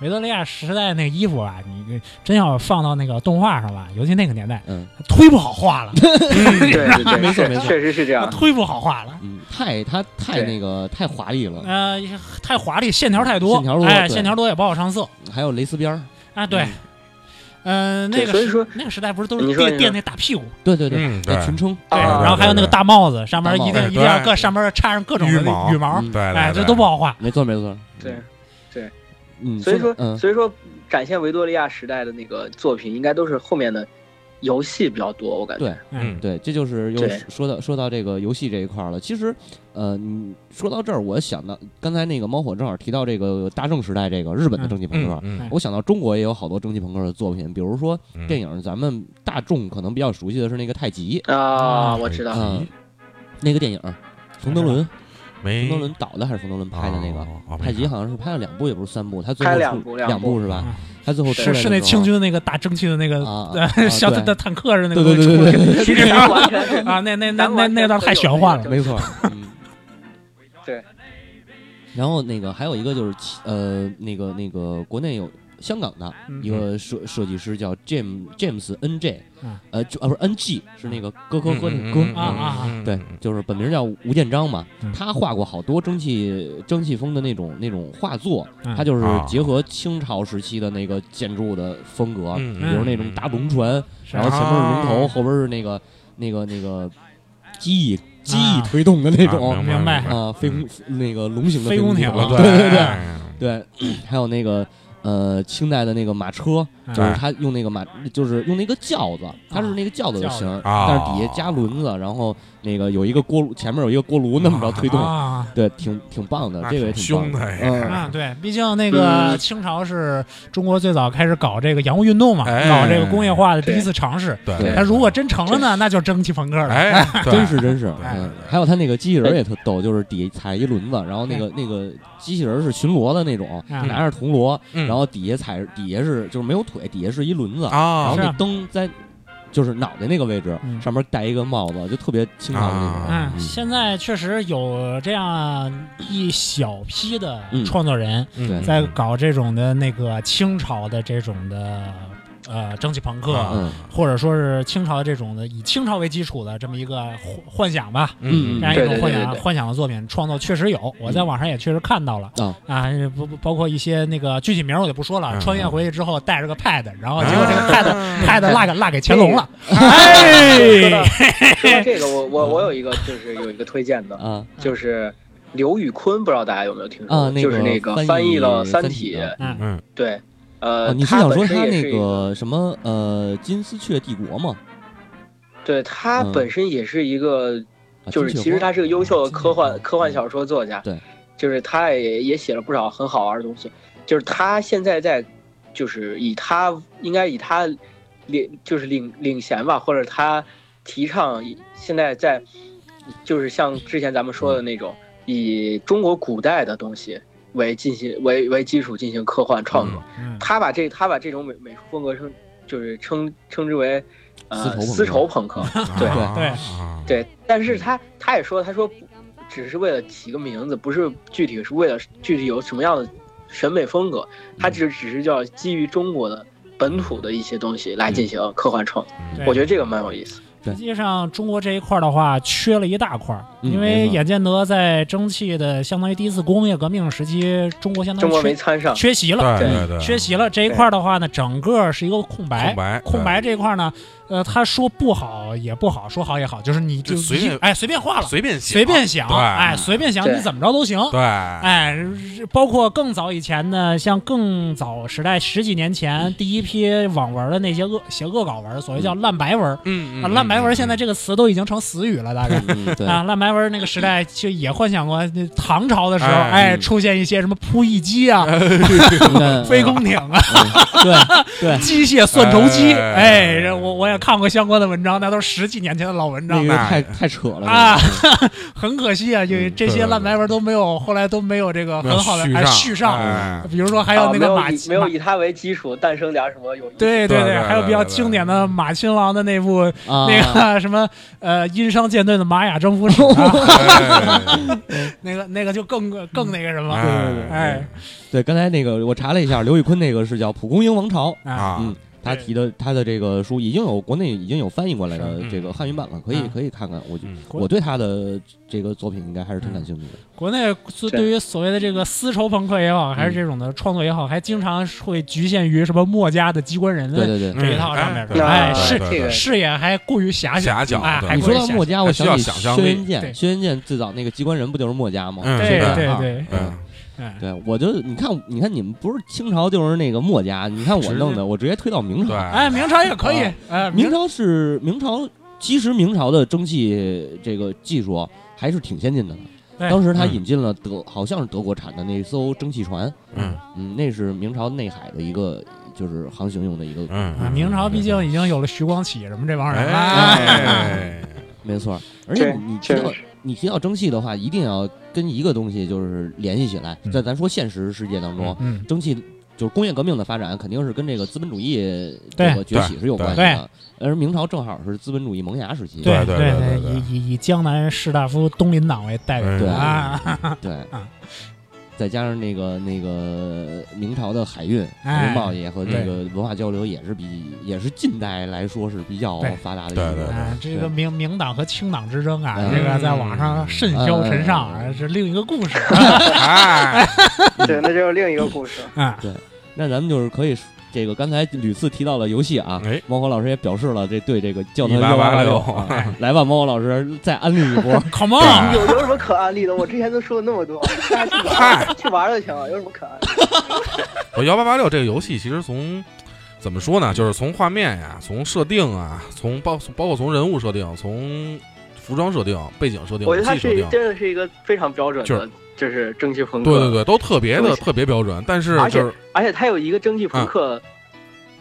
Speaker 3: 维多利亚时代那个衣服啊，你真要放到那个动画上吧，尤其那个年代，
Speaker 2: 嗯
Speaker 3: 忒不好画了，
Speaker 4: 对对对，
Speaker 2: 没错
Speaker 4: 是
Speaker 2: 没错
Speaker 4: 确实是这样。
Speaker 3: 忒不好画了。
Speaker 2: 嗯，太他太
Speaker 4: 对
Speaker 2: 那个太华丽了，
Speaker 3: 呃，太华丽，线条太多，
Speaker 2: 线条多
Speaker 3: 哎，
Speaker 2: 对
Speaker 3: 线条多也不好上色
Speaker 2: 还有蕾丝边儿，
Speaker 3: 啊。对，嗯，那
Speaker 4: 对
Speaker 3: 个
Speaker 4: 所以
Speaker 3: 时
Speaker 4: 说
Speaker 3: 那个时代不是都是
Speaker 4: 你说
Speaker 3: 垫
Speaker 4: 你说
Speaker 3: 垫那大屁股，
Speaker 2: 对对对，
Speaker 1: 嗯对
Speaker 2: 那，裙撑，
Speaker 3: 对，
Speaker 4: 啊
Speaker 3: 然后还有那个大帽子，上面一
Speaker 2: 大帽
Speaker 3: 个
Speaker 1: 子
Speaker 3: 一个
Speaker 1: 对
Speaker 3: 个上面插上各种的
Speaker 1: 羽毛
Speaker 3: 羽毛，
Speaker 2: 嗯
Speaker 1: 对，对
Speaker 3: 哎，这
Speaker 1: 对
Speaker 3: 都不好画。
Speaker 2: 没错没错，
Speaker 4: 对，
Speaker 2: 嗯，
Speaker 4: 所以说
Speaker 2: 嗯
Speaker 4: 所以说展现维多利亚时代的那个作品，应该都是后面的游戏比较多，我感觉。
Speaker 2: 对
Speaker 1: 嗯
Speaker 2: 对，这就是又
Speaker 4: 对
Speaker 2: 说到说到这个游戏这一块儿了。其实，呃，你说到这儿，我想到刚才那个猫火正好提到这个大正时代这个日本的蒸汽朋克，
Speaker 1: 嗯
Speaker 2: 我想到中国也有好多蒸汽朋克的作品，比如说
Speaker 1: 嗯
Speaker 2: 电影，咱们大众可能比较熟悉的是那个太极，
Speaker 4: 啊，我知道。
Speaker 2: 嗯，那个电影，冯德伦，
Speaker 1: 没
Speaker 2: 冯德伦导的还是冯德伦拍的那个。
Speaker 1: 个
Speaker 2: 太极好像是拍了两部，也不是三部，他最
Speaker 4: 拍
Speaker 2: 后
Speaker 4: 两
Speaker 2: 出
Speaker 4: 部两
Speaker 2: 两
Speaker 4: 部
Speaker 2: 是吧
Speaker 3: 嗯？
Speaker 2: 他最后出
Speaker 3: 是
Speaker 2: 来
Speaker 3: 是
Speaker 2: 的
Speaker 3: 那
Speaker 2: 时候
Speaker 3: 清军的那个大蒸汽的那个
Speaker 2: 啊啊
Speaker 3: 呃小
Speaker 2: 对
Speaker 3: 的坦克似的那个
Speaker 2: 对对对对对
Speaker 3: 东西出去
Speaker 4: 咱完全 是
Speaker 3: 啊，那那那
Speaker 4: 咱
Speaker 3: 那
Speaker 4: 完全
Speaker 3: 那倒太玄幻了。
Speaker 2: 没错，嗯，
Speaker 4: 对。
Speaker 2: 然后那个还有一个就是其呃，那个那个国内有香港的
Speaker 3: 嗯
Speaker 2: 一个设设计师叫 James James N J，
Speaker 3: 嗯
Speaker 2: 呃，就啊不是 N G 是那个哥哥和那
Speaker 1: 嗯
Speaker 2: 哥
Speaker 1: 嗯嗯
Speaker 3: 啊啊啊
Speaker 1: 嗯
Speaker 2: 对
Speaker 1: 嗯，
Speaker 2: 就是本名叫吴建章嘛
Speaker 3: 嗯，
Speaker 2: 他画过好多蒸汽蒸汽风的那种那种画作，
Speaker 3: 嗯
Speaker 2: 他就是
Speaker 1: 啊
Speaker 2: 结合清朝时期的那个建筑的风格，
Speaker 1: 嗯
Speaker 2: 比如那种大龙船，
Speaker 3: 是
Speaker 2: 然后前面是龙头，
Speaker 1: 啊
Speaker 2: 后边是那个那个那个机翼机翼
Speaker 3: 啊
Speaker 2: 推动的那
Speaker 1: 啊
Speaker 2: 种
Speaker 1: 明
Speaker 3: 明白
Speaker 1: 白
Speaker 2: 啊飞空那个龙形的
Speaker 3: 飞
Speaker 2: 空
Speaker 3: 空艇
Speaker 2: 艇
Speaker 1: 对
Speaker 3: 啊
Speaker 2: 对对
Speaker 1: 对
Speaker 2: 对对，还有那个呃清代的那个马车，
Speaker 3: 嗯
Speaker 2: 就是他用那个马就是用那个轿子，它是那个轿子的型儿，
Speaker 1: 啊
Speaker 2: 但是底下加轮子，然后那个有一个锅炉，前面有一个锅炉那么着推动，
Speaker 3: 啊
Speaker 2: 对，挺挺棒的，
Speaker 1: 那
Speaker 2: 这个也
Speaker 1: 挺
Speaker 2: 棒
Speaker 1: 凶的呀
Speaker 2: 嗯
Speaker 3: 啊，对，毕竟那个
Speaker 4: 嗯
Speaker 3: 清朝是中国最早开始搞这个洋务运动嘛，
Speaker 1: 哎
Speaker 3: 搞这个工业化的第一次尝试。
Speaker 1: 对，
Speaker 2: 对
Speaker 3: 他如果真成了呢，那就是蒸汽朋克了。
Speaker 1: 哎，对
Speaker 2: 真是真是，
Speaker 1: 对
Speaker 2: 嗯，还有他那个机器人
Speaker 4: 哎
Speaker 2: 也特逗，就是底下踩一轮子，然后那个那个机器人是巡逻的那种，
Speaker 3: 哎嗯
Speaker 2: 拿着铜锣，
Speaker 1: 嗯
Speaker 2: 然后底下踩底下是就是没有腿，底下是一轮子，然
Speaker 1: 啊
Speaker 2: 后
Speaker 3: 是
Speaker 2: 那
Speaker 3: 啊
Speaker 2: 灯在就是脑袋那个位置，
Speaker 3: 嗯
Speaker 2: 上面戴一个帽子，就特别清朝的那种。
Speaker 4: 哎
Speaker 1: 啊
Speaker 3: 嗯，现在确实有这样一小批的
Speaker 2: 嗯
Speaker 3: 创作人
Speaker 1: 嗯
Speaker 3: 在搞这种的那个清朝的这种的呃蒸汽朋克，
Speaker 1: 啊
Speaker 2: 嗯
Speaker 3: 或者说是清朝的这种的以清朝为基础的这么一个幻幻想吧，
Speaker 1: 嗯
Speaker 3: 这样一
Speaker 4: 对
Speaker 3: 种
Speaker 4: 对
Speaker 3: 幻
Speaker 4: 对
Speaker 3: 想
Speaker 4: 对对
Speaker 3: 幻想的作品创作确实有，我在网上也确实看到了
Speaker 2: 啊
Speaker 3: 啊，包包括一些那个具体名儿我就不说了
Speaker 1: 嗯，
Speaker 3: 穿越回去之后带着个 pad，然后
Speaker 1: 啊
Speaker 3: 结果这个 pad pad 落给落给乾隆了，哎，
Speaker 4: 说到说到这个，我我我有一个就是有一个推荐的，
Speaker 2: 啊
Speaker 4: 就是刘宇昆，不知道大家有没有听说过？
Speaker 2: 啊那个
Speaker 4: 就是那个
Speaker 2: 翻
Speaker 4: 翻
Speaker 2: 译
Speaker 4: 了《
Speaker 2: 三
Speaker 4: 三
Speaker 2: 体
Speaker 4: 体》
Speaker 2: 的
Speaker 3: 嗯
Speaker 1: 嗯
Speaker 4: 对，呃，
Speaker 2: 哦！你是
Speaker 4: 他
Speaker 2: 想
Speaker 4: 本
Speaker 2: 说
Speaker 4: 身
Speaker 2: 他
Speaker 4: 也是
Speaker 2: 那
Speaker 4: 一个，
Speaker 2: 个什么呃金丝雀帝国吗？
Speaker 4: 对他
Speaker 2: 嗯
Speaker 4: 本身也是一个，
Speaker 2: 啊
Speaker 4: 就是
Speaker 2: 金雀
Speaker 4: 其实他
Speaker 2: 花
Speaker 4: 是个优秀的
Speaker 2: 金雀
Speaker 4: 科幻
Speaker 2: 花
Speaker 4: 科幻小说作家，
Speaker 2: 对，
Speaker 4: 就是他也也写了不少很好玩的东西，就是他现在在，就是以他应该以他领就是领领衔吧，或者他提倡现在在就是像之前咱们说的那种，以中国古代的东西为进行为为基础进行科幻创作。
Speaker 3: 嗯
Speaker 4: 他把这他把这种美美术风格称就是称称之为呃
Speaker 2: 丝
Speaker 4: 丝
Speaker 2: 绸
Speaker 4: 绸朋 克，
Speaker 1: 对
Speaker 4: 对
Speaker 3: 对
Speaker 1: 啊
Speaker 4: 对。但是他他也说，他说不只是为了起个名字，不是具体是为了具体有什么样的审美风格，他
Speaker 3: 嗯
Speaker 4: 只只是叫基于中国的本土的一些东西来进行科幻创作。
Speaker 1: 嗯
Speaker 3: 嗯对
Speaker 4: 我觉得这个蛮有意思。
Speaker 2: 对
Speaker 3: 实际上，中国这一块儿的话，缺了一大块儿，
Speaker 2: 嗯
Speaker 3: 因为
Speaker 2: 没错
Speaker 3: 眼见得在蒸汽的相当于第一次工业革命时期，中国相当
Speaker 4: 中
Speaker 3: 于
Speaker 4: 国没
Speaker 3: 缺
Speaker 4: 参上，
Speaker 3: 缺席了，
Speaker 1: 对对对，
Speaker 3: 缺席了这一块儿的话呢，整个是一个空白。
Speaker 1: 哎空白
Speaker 3: 空白这一块儿呢，呃，他说不好也不好，说好也好，就是你
Speaker 1: 就
Speaker 3: 就
Speaker 1: 随便
Speaker 3: 一哎随便画了，
Speaker 1: 随便
Speaker 3: 随便想，
Speaker 1: 对
Speaker 3: 哎随便想，
Speaker 4: 对
Speaker 3: 你怎么着都行。
Speaker 1: 对，哎
Speaker 3: 哎，包括更早以前呢，像更早时代十几年前第一批网文的那些恶写恶搞文，所谓叫烂白文，
Speaker 1: 嗯嗯
Speaker 3: 啊，烂白文现在这个词都已经成死语了，大概。
Speaker 2: 嗯嗯对
Speaker 3: 啊，烂白文那个时代就也幻想过，那唐朝的时候，
Speaker 1: 哎
Speaker 3: 哎，
Speaker 2: 嗯
Speaker 3: 出现一些什么扑翼机啊、
Speaker 2: 你看
Speaker 3: 飞空艇啊、，
Speaker 2: 对嗯对
Speaker 3: 机械蒜头机，
Speaker 1: 哎
Speaker 3: 哎，这我我也看过相关的文章，那都是十几年前的老文
Speaker 2: 那
Speaker 3: 章，
Speaker 2: 个太太扯了
Speaker 3: 啊
Speaker 2: 这个
Speaker 3: 很可惜啊，就
Speaker 2: 嗯
Speaker 3: 这些烂白文都没有，后来都没有这个很好的哎续上，
Speaker 1: 哎
Speaker 3: 比如说还
Speaker 4: 啊
Speaker 3: 有那
Speaker 4: 没
Speaker 3: 个
Speaker 4: 有
Speaker 3: 马
Speaker 4: 以没有
Speaker 3: 马
Speaker 4: 以它为基础诞生点什么有意思。
Speaker 3: 对
Speaker 1: 对对
Speaker 3: 对，还有比较
Speaker 1: 对对
Speaker 3: 经典的马亲王的那部
Speaker 2: 啊
Speaker 3: 那个 什么呃殷商剑盾的玛雅征服史啊， 那个那个就更更那个什么，
Speaker 1: 哎
Speaker 3: 哎
Speaker 2: 对，刚才那个我查了一下，刘宇坤那个是叫《蒲公英王朝》，
Speaker 1: 啊
Speaker 2: 嗯，他提的他的这个书已经有国内已经有翻译过来的
Speaker 1: 是嗯
Speaker 2: 这个汉语版了，可以
Speaker 3: 嗯
Speaker 2: 可以看看。我就
Speaker 1: 嗯
Speaker 2: 我对他的这个作品应该还是挺感兴趣的。
Speaker 3: 国内是对于所谓的这个丝绸朋克也好，
Speaker 2: 嗯
Speaker 3: 还是这种的创作也好，还经常会局限于什么墨家的机关人
Speaker 2: 对对对，
Speaker 3: 这一套上面
Speaker 1: 嗯
Speaker 3: 的哎
Speaker 4: 那
Speaker 1: 对
Speaker 3: 是
Speaker 1: 对
Speaker 4: 这个
Speaker 1: 对
Speaker 3: 视野还过于狭
Speaker 1: 狭小
Speaker 3: 哎
Speaker 1: 对
Speaker 3: 还
Speaker 2: 你
Speaker 3: 过
Speaker 2: 说
Speaker 3: 于
Speaker 2: 到
Speaker 3: 狭
Speaker 2: 墨
Speaker 3: 小。
Speaker 2: 家，我
Speaker 1: 还需要
Speaker 2: 想起
Speaker 1: 想象
Speaker 2: 轩
Speaker 1: 力
Speaker 2: 辕
Speaker 3: 对
Speaker 2: 剑，轩辕剑最早那个机关人不就是墨家吗？
Speaker 1: 嗯
Speaker 3: 对
Speaker 1: 是的
Speaker 3: 对
Speaker 2: 啊
Speaker 3: 对，
Speaker 2: 嗯
Speaker 1: 嗯，
Speaker 3: 嗯，
Speaker 2: 对，我就你看，你看你们不是清朝就是那个墨家，你看我
Speaker 1: 直
Speaker 2: 弄
Speaker 1: 接
Speaker 2: 的，我直接推到明朝
Speaker 1: 对，。
Speaker 3: 哎，明朝也可以
Speaker 2: 啊，
Speaker 3: 哎，
Speaker 2: 明
Speaker 3: 朝
Speaker 2: 朝是明朝，其实明朝的蒸汽这个技术啊还是挺先进的呢。
Speaker 3: 对
Speaker 2: 当时他
Speaker 1: 嗯
Speaker 2: 引进了德，好像是德国产的那艘蒸汽船，
Speaker 1: 嗯
Speaker 2: 嗯，那是明朝内海的一个，就是航行用的一个，
Speaker 1: 嗯
Speaker 3: 啊，明朝毕竟已经有了徐光启什么这帮人了，哎
Speaker 1: 哎，
Speaker 2: 没错。而
Speaker 4: 确
Speaker 2: 且
Speaker 4: 实
Speaker 2: 你提
Speaker 4: 确实
Speaker 2: 到你提到蒸汽的话，一定要跟一个东西就是联系起来。
Speaker 3: 嗯
Speaker 2: 在咱说现实世界当中，
Speaker 3: 嗯，
Speaker 2: 蒸汽就是工业革命的发展，肯定是跟这个资本主义
Speaker 3: 对
Speaker 2: 这个崛起是有关系
Speaker 3: 对
Speaker 2: 的。而明朝正好是资本主义萌芽时期，
Speaker 1: 对对
Speaker 3: 对
Speaker 1: 对
Speaker 3: 对
Speaker 1: 对哎
Speaker 3: 以以以江南士大夫东林党为代表
Speaker 1: 对
Speaker 3: 啊，
Speaker 2: 对
Speaker 3: 啊，
Speaker 2: 再加上那个那个明朝的海运、
Speaker 3: 哎
Speaker 2: 海运贸易和
Speaker 1: 对
Speaker 2: 这个文化交流，也是比也是近代来说是比较
Speaker 3: 对
Speaker 2: 发达的一
Speaker 1: 对
Speaker 2: 个。
Speaker 1: 对对
Speaker 3: 啊，这个明明党和清党之争啊，
Speaker 2: 嗯
Speaker 3: 这个在网上甚嚣尘上啊，
Speaker 2: 嗯
Speaker 3: 这另一个 故事
Speaker 1: 哎，
Speaker 4: 对，那就是另一个故事。
Speaker 3: 啊。。
Speaker 2: 那咱们就是可以说这个刚才屡次提到了游戏啊，
Speaker 1: 哎
Speaker 2: 猫火老师也表示了这对这个教堂幺八
Speaker 1: 1886
Speaker 2: 六，来吧，猫火老师再安利一波
Speaker 3: Come on，
Speaker 4: 有有什么可安利的？我之前都说了那么多，大家去玩去玩就行了，有什么可安利？
Speaker 1: 我幺八八六这个游戏，其实从怎么说呢，就是从画面呀，从设定啊，从包包括从人物设定，从服装设定、背景设定、武
Speaker 4: 我觉得它
Speaker 1: 器设
Speaker 4: 是
Speaker 1: 定，
Speaker 4: 真的是一个非常标准
Speaker 1: 就是
Speaker 4: 的，就是蒸汽朋克。
Speaker 1: 对对对，都特别的
Speaker 4: 对
Speaker 1: 特别标准。但是
Speaker 4: 而且
Speaker 1: 就是
Speaker 4: 而且它有一个蒸汽
Speaker 1: 嗯
Speaker 4: 朋克，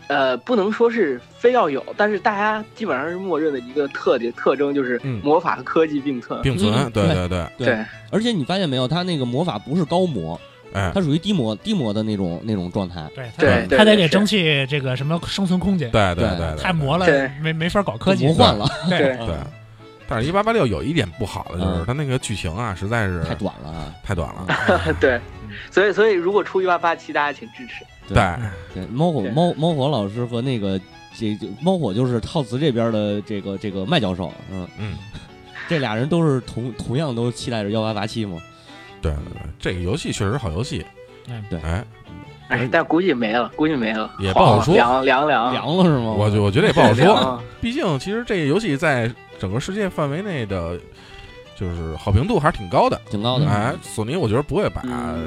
Speaker 4: 呃，不能说是非要有，但是大家基本上是默认的一个特点特征就是
Speaker 1: 嗯
Speaker 4: 魔法和科技并 存。
Speaker 1: 并存，
Speaker 2: 嗯
Speaker 1: 对
Speaker 2: 对
Speaker 1: 对对，
Speaker 4: 对，
Speaker 2: 而且你发现没有，他那个魔法不是高魔，
Speaker 1: 哎，
Speaker 2: 它属于低魔低魔的那种那种状态。
Speaker 3: 对他
Speaker 4: 对
Speaker 1: 嗯
Speaker 4: 对，
Speaker 3: 他得
Speaker 4: 对
Speaker 3: 给
Speaker 4: 是
Speaker 3: 蒸汽这个什么生存空间，
Speaker 1: 对
Speaker 2: 对
Speaker 1: 对，
Speaker 3: 太魔了
Speaker 4: 对，
Speaker 3: 没没法搞科技
Speaker 2: 魔。幻了，
Speaker 3: 对
Speaker 4: 对
Speaker 1: 对。但是，一八八六有一点不好的就是
Speaker 2: 嗯
Speaker 1: 它那个剧情啊，实在是
Speaker 2: 太短了啊。
Speaker 1: 太短了。
Speaker 4: 对，所以所以如果出一八八七，大家请支持。
Speaker 1: 对，
Speaker 2: 对，猫火
Speaker 4: 对
Speaker 2: 猫猫火老师和那个这就猫火就是套词这边的这个这个麦教授，嗯，
Speaker 1: 嗯，
Speaker 2: 这俩人都是同同样都期待着幺八八七嘛。
Speaker 1: 对对对，这个游戏确实好游戏，
Speaker 3: 嗯
Speaker 2: 对
Speaker 1: 哎，
Speaker 4: 哎，但估计没了，估计没了，
Speaker 1: 也不好说
Speaker 4: 凉凉凉，
Speaker 2: 凉了是吗？
Speaker 1: 我觉我觉得也不
Speaker 4: 对
Speaker 1: 好说，
Speaker 4: 凉啊
Speaker 1: 毕竟其实这个游戏在整个世界范围内的，就是好评度还是挺高的。
Speaker 2: 挺高的。
Speaker 1: 哎，索尼我觉得不会把
Speaker 4: 嗯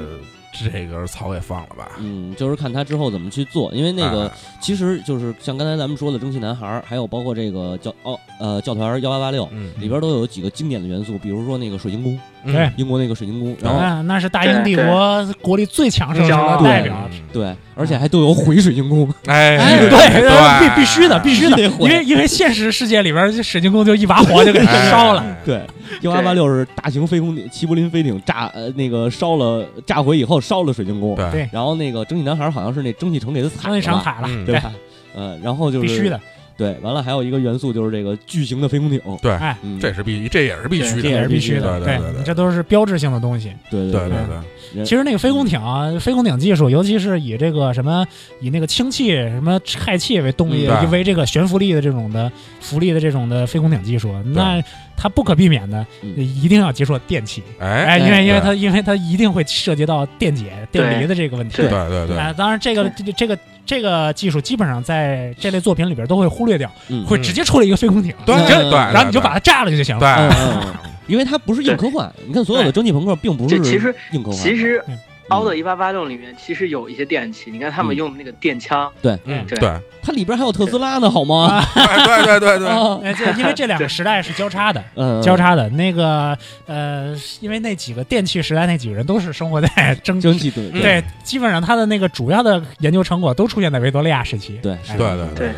Speaker 1: 这根草给放了吧。
Speaker 2: 嗯，就是看他之后怎么去做，因为那个、
Speaker 1: 哎
Speaker 2: 其实就是像刚才咱们说的《蒸汽男孩》，还有包括这个教哦呃教团幺八八六
Speaker 1: 嗯，
Speaker 2: 里边都有几个经典的元素，比如说那个水晶宫，
Speaker 1: 嗯
Speaker 3: 对
Speaker 2: 英国那个水晶宫，然
Speaker 1: 哎
Speaker 2: 后。
Speaker 3: 啊那那是大英帝国国力最强盛的代表。
Speaker 1: 嗯
Speaker 2: 对，而且还都有毁水晶宫，
Speaker 1: 哎
Speaker 3: 哎，
Speaker 1: 对，哎
Speaker 3: 必必须的，必须的，
Speaker 2: 必须得
Speaker 3: 因
Speaker 2: 毁
Speaker 3: 为因为现实世界里边，这水晶宫就一把火就给烧了。
Speaker 1: 哎，
Speaker 2: 对，幺八八六是大型飞空艇齐柏林飞艇炸呃那个烧了炸毁以后烧了水晶宫，
Speaker 1: 对
Speaker 3: 对，
Speaker 2: 然后那个蒸汽男孩好像是那蒸汽城给他踩
Speaker 3: 东西上
Speaker 2: 了吧，
Speaker 3: 海了，
Speaker 1: 嗯
Speaker 2: 对吧？嗯，然后就是
Speaker 3: 必须的。
Speaker 2: 对，完了还有一个元素就是这个巨型的飞空艇，
Speaker 1: 对
Speaker 3: 哎，
Speaker 2: 嗯，
Speaker 1: 这是必，这也是必须的，
Speaker 3: 这也是必须
Speaker 1: 的
Speaker 3: 的，
Speaker 1: 对对对对嗯
Speaker 3: 这都是标志性的东西。
Speaker 1: 对
Speaker 2: 对对
Speaker 1: 对
Speaker 3: 对
Speaker 1: 对，
Speaker 3: 其实那个飞空艇啊，飞空艇技术，尤其是以这个什么以那个氢气、什么氦气为动力
Speaker 1: 嗯，对
Speaker 3: 为这个悬浮力的这种的浮力的这种的飞空艇技术，那它不可避免的
Speaker 2: 嗯
Speaker 3: 一定要接触电气，
Speaker 1: 哎，
Speaker 3: 哎，因
Speaker 2: 哎
Speaker 3: 为因为
Speaker 1: 对
Speaker 3: 它因为它一定会涉及到电解、电离的这个问题。
Speaker 1: 对对对，
Speaker 3: 哎，当然这个这这个这个技术基本上在这类作品里边都会忽略掉，
Speaker 2: 嗯
Speaker 3: 会直接出来一个飞空艇，
Speaker 1: 对
Speaker 3: 你就
Speaker 1: 对，
Speaker 3: 然后你就把它炸了就行了。
Speaker 1: 对
Speaker 2: 嗯嗯嗯因为它不是硬科幻。你看所有的
Speaker 3: 对
Speaker 2: 蒸汽朋克并不是
Speaker 4: 这其实
Speaker 2: 硬科幻，
Speaker 4: 其实
Speaker 3: 嗯
Speaker 4: 凹的一八八六里面其实有一些电器，你看他们
Speaker 2: 嗯
Speaker 4: 用的那个电枪，
Speaker 1: 嗯对
Speaker 4: 对
Speaker 1: 对
Speaker 2: 它里边还有特斯拉呢，好吗？
Speaker 3: 啊
Speaker 1: 对对对对，
Speaker 2: 啊
Speaker 3: 哎，这因为这两个
Speaker 4: 对
Speaker 3: 时代是交叉的，
Speaker 2: 嗯，
Speaker 3: 交叉的那个呃，因为那几个电气时代那几个人都是生活在 蒸
Speaker 2: 蒸汽对
Speaker 3: 嗯对，基本上他的那个主要的研究成果都出现在维多利亚时期，
Speaker 2: 对
Speaker 3: 哎
Speaker 1: 对对对
Speaker 4: 对
Speaker 1: 对，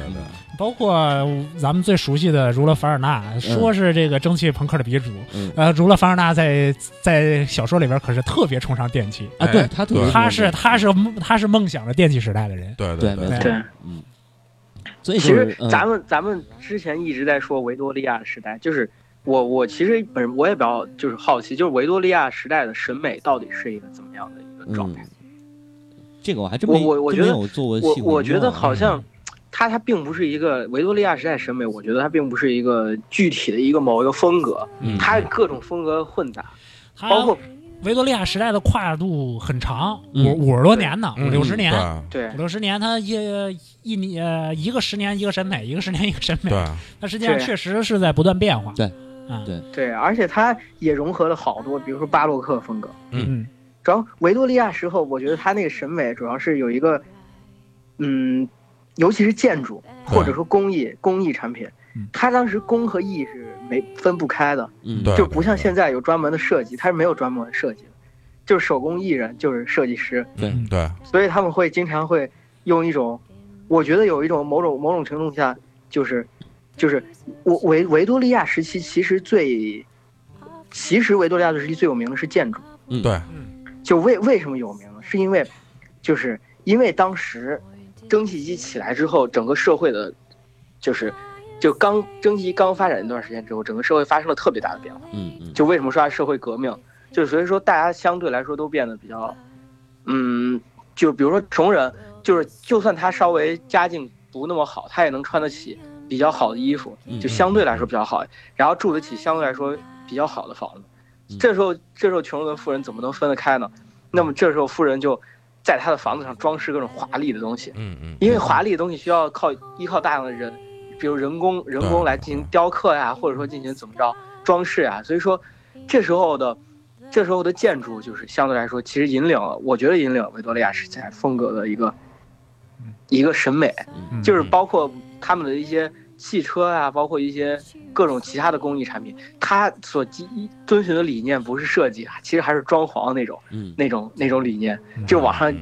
Speaker 3: 包括咱们最熟悉的儒勒凡尔纳，说是这个蒸汽朋克的鼻祖。
Speaker 2: 嗯
Speaker 3: 呃，儒勒凡尔纳在在小说里边可是特别崇尚电气，
Speaker 2: 啊，对它特别
Speaker 3: 他是他是他是梦想着电气时代的人。
Speaker 1: 对
Speaker 2: 对
Speaker 1: 对
Speaker 2: 没错
Speaker 4: 对，
Speaker 2: 嗯，所以
Speaker 4: 其
Speaker 2: 就
Speaker 4: 实
Speaker 2: 是嗯
Speaker 4: 咱们咱们之前一直在说维多利亚时代，就是我我其实本我也比较就是好奇，就是维多利亚时代的审美到底是一个怎么样的一个状态？
Speaker 2: 这个我还真
Speaker 4: 我
Speaker 2: 没
Speaker 4: 我我
Speaker 2: 真
Speaker 4: 觉得
Speaker 2: 没有做过
Speaker 4: 我
Speaker 2: 系统
Speaker 4: 我觉
Speaker 2: 的啊
Speaker 4: 得好像它它并不是一个维多利亚时代审美，我觉得它并不是一个具体的一个某一个风格，
Speaker 1: 嗯
Speaker 4: 它各种风格混杂，
Speaker 3: 他
Speaker 4: 包括
Speaker 3: 维多利亚时代的跨度很长，
Speaker 2: 嗯
Speaker 3: 五五十多年呢，五
Speaker 1: 嗯
Speaker 3: 六十年。
Speaker 4: 对
Speaker 3: 五六十年，它一一年呃一个十年一个审美，一个十年一个审美
Speaker 1: 对，
Speaker 3: 它实际上
Speaker 4: 对
Speaker 3: 确实是在不断变化。
Speaker 2: 对
Speaker 3: 啊，
Speaker 2: 对
Speaker 4: 对，而且它也融合了好多，比如说巴洛克风格。
Speaker 3: 嗯，
Speaker 4: 主要维多利亚时候，我觉得他那个审美主要是有一个，嗯，尤其是建筑或者说工艺工艺产品
Speaker 3: 嗯，
Speaker 4: 他当时工和艺是没分不开的，
Speaker 2: 嗯
Speaker 1: 对
Speaker 4: 就不像现在有专门的设计，他是没有专门的设计的，就是手工艺人就是设计师，
Speaker 1: 对
Speaker 4: 所以他们会经常会用一种，我觉得有一种某种某种程度下就是，就是我维维多利亚时期其实最，其实维多利亚时期最有名的是建筑。
Speaker 1: 对，
Speaker 4: 就为为什么有名呢？是因为，就是因为当时蒸汽机起来之后，整个社会的，就是就刚蒸汽机刚发展一段时间之后，整个社会发生了特别大的变化。
Speaker 2: 嗯嗯
Speaker 4: 就为什么说它是社会革命？就是所以说大家相对来说都变得比较，嗯，就比如说穷人，就是就算他稍微家境不那么好，他也能穿得起比较好的衣服，
Speaker 2: 嗯
Speaker 4: 就相对来说比较好，然后住得起相对来说比较好的房子
Speaker 2: 嗯。
Speaker 4: 这时候，这时候穷人跟富人怎么能分得开呢？那么这时候富人就在他的房子上装饰各种华丽的东西，
Speaker 1: 嗯嗯，
Speaker 4: 因为华丽的东西需要靠依靠大量的人，比如人工人工来进行雕刻呀、或者说进行怎么着装饰呀、所以说，这时候的这时候的建筑就是相对来说，其实引领了，我觉得引领了维多利亚时代风格的一个一个审美，
Speaker 3: 嗯
Speaker 4: 就是包括他们的一些汽车啊，包括一些各种其他的工艺产品，它所基遵循的理念不是设计啊，其实还是装潢那种
Speaker 2: 嗯
Speaker 4: 那种那种理念，就网上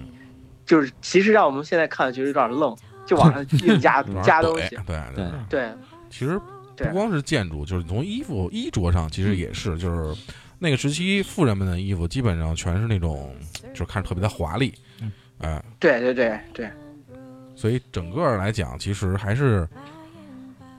Speaker 4: 就是其实让我们现在看觉得有点愣，就往上 硬加加东西，
Speaker 1: 嗯对对。
Speaker 4: 对
Speaker 1: 其实
Speaker 4: 对
Speaker 1: 不光是建筑，就是从衣服衣着上，其实也是，就是那个时期富人们的衣服基本上全是那种，就是看着特别的华丽
Speaker 3: 嗯，
Speaker 1: 哎，
Speaker 4: 对对对对
Speaker 1: 所以整个来讲，其实还是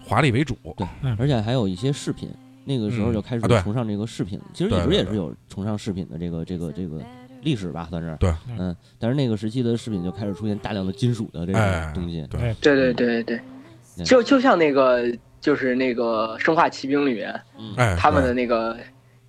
Speaker 1: 华丽为主。
Speaker 2: 对而且还有一些饰品，那个时候就开始
Speaker 1: 嗯啊对
Speaker 2: 崇尚这个饰品，其实
Speaker 1: 对
Speaker 2: 一直
Speaker 1: 对
Speaker 2: 也
Speaker 1: 对
Speaker 2: 是有崇尚饰品的这个这个这个历史吧，算是
Speaker 1: 对
Speaker 2: 嗯，但是那个时期的饰品就开始出现大量的金属的这
Speaker 1: 哎
Speaker 2: 个东西，
Speaker 1: 对
Speaker 4: 对对对对
Speaker 2: 嗯
Speaker 4: 对，就就像那个就是那个《生化奇兵》里面
Speaker 2: 嗯，
Speaker 1: 哎，
Speaker 4: 他们
Speaker 1: 对
Speaker 4: 的那个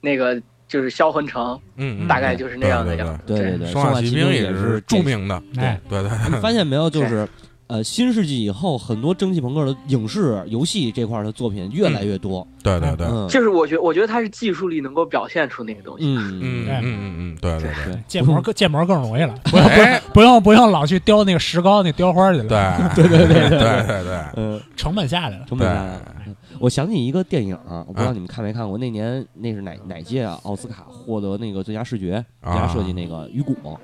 Speaker 4: 那个就是销魂城，
Speaker 1: 嗯，嗯
Speaker 4: 大概就是那样的样子。
Speaker 2: 对对对，
Speaker 1: 生化
Speaker 2: 骑
Speaker 1: 骑
Speaker 2: 兵
Speaker 1: 兵也
Speaker 2: 是
Speaker 1: 著
Speaker 2: 给。
Speaker 1: 名的，
Speaker 3: 哎
Speaker 1: 对对
Speaker 2: 你发现没有，就是呃新世纪以后，很多蒸汽朋克的影视、游戏这块儿的作品越来越多。
Speaker 1: 对嗯对对，
Speaker 2: 嗯
Speaker 4: 就是我觉我觉得它是技术力能够表现出那个东西。
Speaker 2: 嗯
Speaker 1: 嗯嗯嗯嗯，对对
Speaker 2: 对，
Speaker 3: 建模更建模更容易了，
Speaker 1: 对，哎，
Speaker 3: 不用不用老去雕那个石膏那雕花去了，
Speaker 1: 对对对对对对
Speaker 2: 嗯，
Speaker 3: 成本下来了。
Speaker 2: 成本
Speaker 1: 对啊
Speaker 2: 下来了。我想起一个电影儿，我不知道你们看没看过，那年那是哪哪届啊？奥斯卡获得那个最佳视觉、最佳设计那个《雨果》，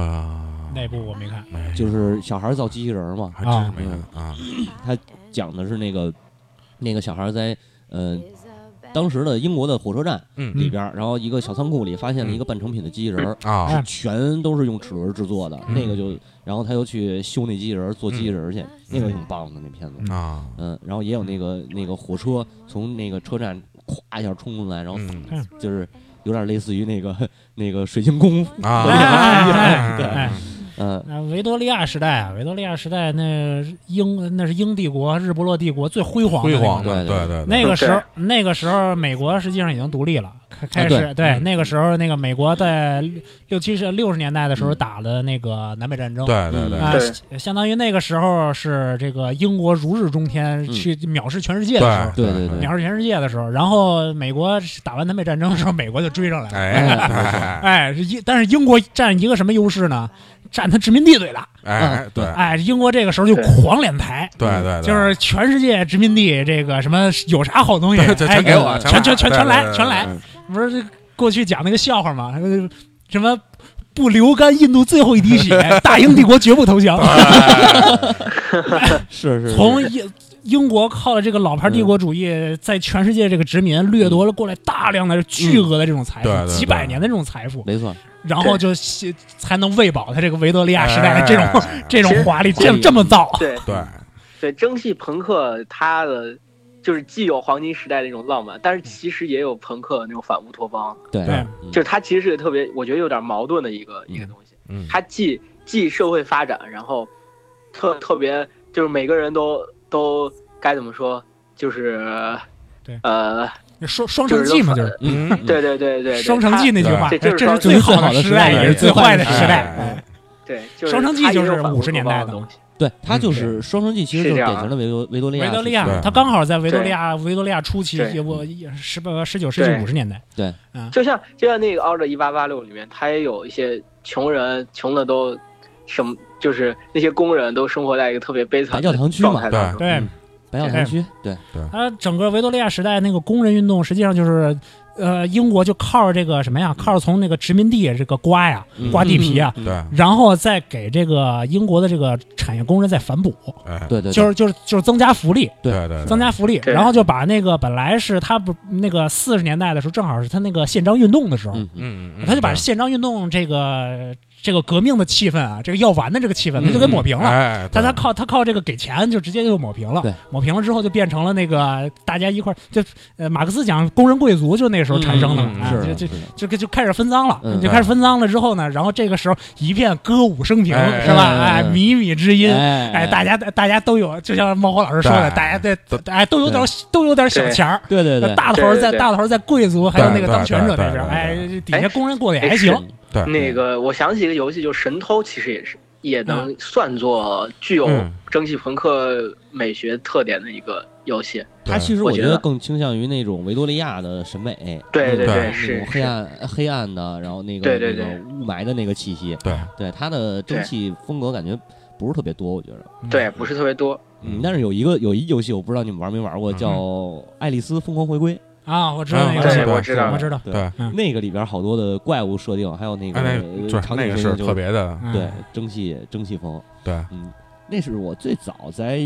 Speaker 1: 啊，
Speaker 3: 那部我没看，
Speaker 1: 没
Speaker 2: 就是小孩儿造机器人儿嘛，
Speaker 1: 还真是没看啊，
Speaker 2: 讲的是那个那个小孩儿在呃当时的英国的火车站
Speaker 1: 嗯
Speaker 2: 里边儿，然后一个小仓库里发现了一个半成品的机器人儿，
Speaker 1: 啊，
Speaker 2: 是全都是用齿轮制作的，
Speaker 1: 嗯
Speaker 2: 那个就，然后他又去修那机器人儿，做机器人儿去，那个挺棒的那片子。
Speaker 1: 啊，
Speaker 2: 嗯，然后也有那个那个火车从那个车站咵一下冲出来，然后
Speaker 1: 嗯
Speaker 2: 就是有点类似于那个 那个水晶宫，
Speaker 1: 啊，哎
Speaker 2: 嗯，
Speaker 3: 那维多利亚时代啊，维多利亚时代那英那是英帝国、日不落帝国最辉煌
Speaker 1: 辉
Speaker 3: 的那个
Speaker 1: 煌的，对对，
Speaker 3: 那个时候，那个时候美国实际上已经独立了，开开始、
Speaker 2: 啊对
Speaker 1: 嗯
Speaker 3: 那个时候，那个美国在六七十六十年代的时候
Speaker 2: 嗯
Speaker 3: 打的那个南北战争，
Speaker 1: 对对对
Speaker 3: 啊、
Speaker 4: 对
Speaker 3: 相当于那个时候是这个英国如日中天，
Speaker 2: 嗯
Speaker 3: 去藐视全世界的时
Speaker 1: 对
Speaker 3: 候。
Speaker 2: 对对
Speaker 3: 藐视全世界的时候，然后美国打完南北战争的时候，美国就追上来了。
Speaker 1: 哎
Speaker 3: 哎，是英但是英国占一个什么优势呢？占它殖民地最大。
Speaker 1: 哎，对
Speaker 3: 哎，英国这个时候就
Speaker 4: 对
Speaker 3: 狂敛财，
Speaker 1: 对对，
Speaker 3: 嗯就是全世界殖民地这个什么有啥好东西，
Speaker 1: 对全
Speaker 3: 哎
Speaker 1: 给我，
Speaker 3: 全全全全来全
Speaker 2: 对
Speaker 3: 来，不是过去讲那个笑话吗？呃什么不流干印度最后一滴血， 大英帝国绝不投降。
Speaker 1: 哎
Speaker 3: 哎
Speaker 2: 是是是
Speaker 3: 从英英国靠着这个老牌帝国主义，在全世界这个殖民掠夺了过来大量的
Speaker 4: 嗯
Speaker 3: 巨额的这种财
Speaker 1: 对对
Speaker 3: 富，
Speaker 1: 对
Speaker 3: 几百年的这种财富，
Speaker 2: 没错，
Speaker 3: 然后就吸才能喂饱他这个维多利亚时
Speaker 1: 哎
Speaker 3: 代的这种这种
Speaker 4: 其实
Speaker 3: 华丽，
Speaker 2: 其实
Speaker 3: 这这么造。
Speaker 4: 对
Speaker 1: 对
Speaker 4: 对，蒸汽朋克它的就是既有黄金时代的那种浪漫，
Speaker 2: 嗯
Speaker 4: 但是其实也有朋克那种反乌托邦，
Speaker 2: 对
Speaker 3: 对
Speaker 2: 嗯
Speaker 4: 就是它其实是个特别，我觉得有点矛盾的一个
Speaker 2: 嗯
Speaker 4: 一个东西。
Speaker 1: 嗯
Speaker 4: 它既既社会发展，然后特特别就是每个人都都该怎么说，就是
Speaker 3: 对
Speaker 4: 呃，
Speaker 3: 双双城记嘛，就是
Speaker 2: 嗯，嗯
Speaker 4: 对对对对，对
Speaker 3: 双城记那句话，哎
Speaker 4: 对
Speaker 3: 这
Speaker 4: 这就是
Speaker 3: 是最好的时代，
Speaker 1: 这
Speaker 3: 也
Speaker 1: 是
Speaker 3: 是
Speaker 1: 最
Speaker 3: 最
Speaker 1: 好
Speaker 3: 坏
Speaker 1: 的
Speaker 3: 的
Speaker 1: 时
Speaker 3: 时
Speaker 1: 代
Speaker 3: 代。
Speaker 1: 哎
Speaker 3: 哎
Speaker 4: 它对，就是
Speaker 3: 双城记
Speaker 4: 它也
Speaker 3: 就是
Speaker 4: 有反
Speaker 3: 50年代的
Speaker 4: 乌托邦的东西。
Speaker 2: 对，它就
Speaker 1: 嗯
Speaker 2: 是双城记，其实就是
Speaker 4: 是这样
Speaker 2: 典型的维多维多利亚时
Speaker 3: 维
Speaker 2: 期，
Speaker 3: 多利亚
Speaker 1: 对，
Speaker 3: 他刚好在维多利亚维多利亚初期
Speaker 4: 对，
Speaker 3: 我十八十九世纪
Speaker 4: 对
Speaker 3: 五十年代，
Speaker 4: 就像就像那个《奥的一八八六》里面，他也有一些穷人，穷的都什么，就是那些工人都生活在一个特别悲惨
Speaker 2: 白教
Speaker 4: 的
Speaker 2: 堂区
Speaker 4: 状
Speaker 2: 嘛
Speaker 4: 态当中。
Speaker 3: 对
Speaker 2: 嗯，白教堂区，对，
Speaker 3: 它整个维多利亚时代那个工人运动，实际上就是，呃，英国就靠着这个什么呀，靠着从那个殖民地这个刮呀
Speaker 2: 嗯，
Speaker 3: 刮地皮啊，
Speaker 1: 对，
Speaker 3: 然后再给这个英国的这个产业工人再反哺，
Speaker 1: 哎
Speaker 2: 对对，
Speaker 3: 就是是就是就是增加福利，
Speaker 1: 对对，
Speaker 3: 增加福利，
Speaker 4: 对
Speaker 3: 然后就把那个本来是他不那个四十年代的时候，正好是他那个宪章运动的时候，
Speaker 2: 嗯嗯
Speaker 1: 嗯，
Speaker 3: 他就把宪章运动这个这个革命的气氛啊，这个要完的这个气氛，他就给抹平
Speaker 1: 嗯
Speaker 3: 了。
Speaker 1: 哎，
Speaker 3: 但他靠他靠这个给钱就直接就抹平了
Speaker 2: 对，
Speaker 3: 抹平了之后就变成了那个大家一块儿就呃马克思讲工人贵族就那时候产生的嘛，
Speaker 1: 嗯嗯
Speaker 3: 啊
Speaker 2: 是的
Speaker 3: 就就是
Speaker 2: 的
Speaker 3: 就就开始分赃了，
Speaker 2: 嗯
Speaker 3: 就开始分赃了之后呢，然后这个时候一片歌舞升平、
Speaker 1: 哎
Speaker 3: 是吧？
Speaker 2: 哎
Speaker 3: 哎，靡靡之音。哎
Speaker 2: 哎
Speaker 3: 大家大家都有，就像猫火老师说的，
Speaker 1: 对
Speaker 3: 大家对
Speaker 1: 都
Speaker 3: 哎都有点都有点小钱儿，
Speaker 2: 对对对，
Speaker 3: 大头儿在
Speaker 4: 对对对
Speaker 3: 大头儿在贵族还有那个当权者那边
Speaker 1: 对对
Speaker 3: 儿，哎
Speaker 1: 对，
Speaker 3: 底下工人过
Speaker 4: 哎
Speaker 3: 得也还行。
Speaker 1: 啊对
Speaker 4: 那个，我想起一个游戏，就是《神偷》，其实也是也
Speaker 3: 嗯
Speaker 4: 能算作具有
Speaker 1: 嗯
Speaker 4: 蒸汽朋克美学特点的一个游戏。
Speaker 2: 他其实
Speaker 4: 我
Speaker 2: 我觉
Speaker 4: 觉
Speaker 2: 得
Speaker 4: 得
Speaker 2: 更倾向于那种维多利亚的审美，
Speaker 4: 对
Speaker 1: 嗯
Speaker 4: 对
Speaker 1: 对
Speaker 2: 那种
Speaker 4: 是
Speaker 2: 那种黑暗黑暗的，然后那个
Speaker 4: 对对
Speaker 2: 那个雾霾的那个气息，
Speaker 1: 对
Speaker 2: 对他的蒸汽风格感觉不是特别多，我觉得。
Speaker 4: 对，不是特别多。
Speaker 2: 嗯，但是有一个有一游戏我不知道你们玩没玩过，
Speaker 1: 嗯
Speaker 2: 叫《爱丽丝疯狂回归》，
Speaker 3: 啊，我知道那
Speaker 1: 嗯
Speaker 3: 个
Speaker 1: 对
Speaker 3: 是吧，
Speaker 4: 我知道
Speaker 3: 我知道，
Speaker 1: 对，
Speaker 3: 嗯
Speaker 2: 那个里边好多的怪物设定，还有那个
Speaker 1: 哎，
Speaker 2: 呃
Speaker 1: 那就是
Speaker 2: 场
Speaker 1: 那
Speaker 2: 景
Speaker 1: 个
Speaker 2: 设
Speaker 1: 是
Speaker 2: 定
Speaker 1: 特别的，
Speaker 3: 嗯
Speaker 2: 对蒸汽蒸汽风，
Speaker 1: 对，
Speaker 2: 嗯，那是我最早在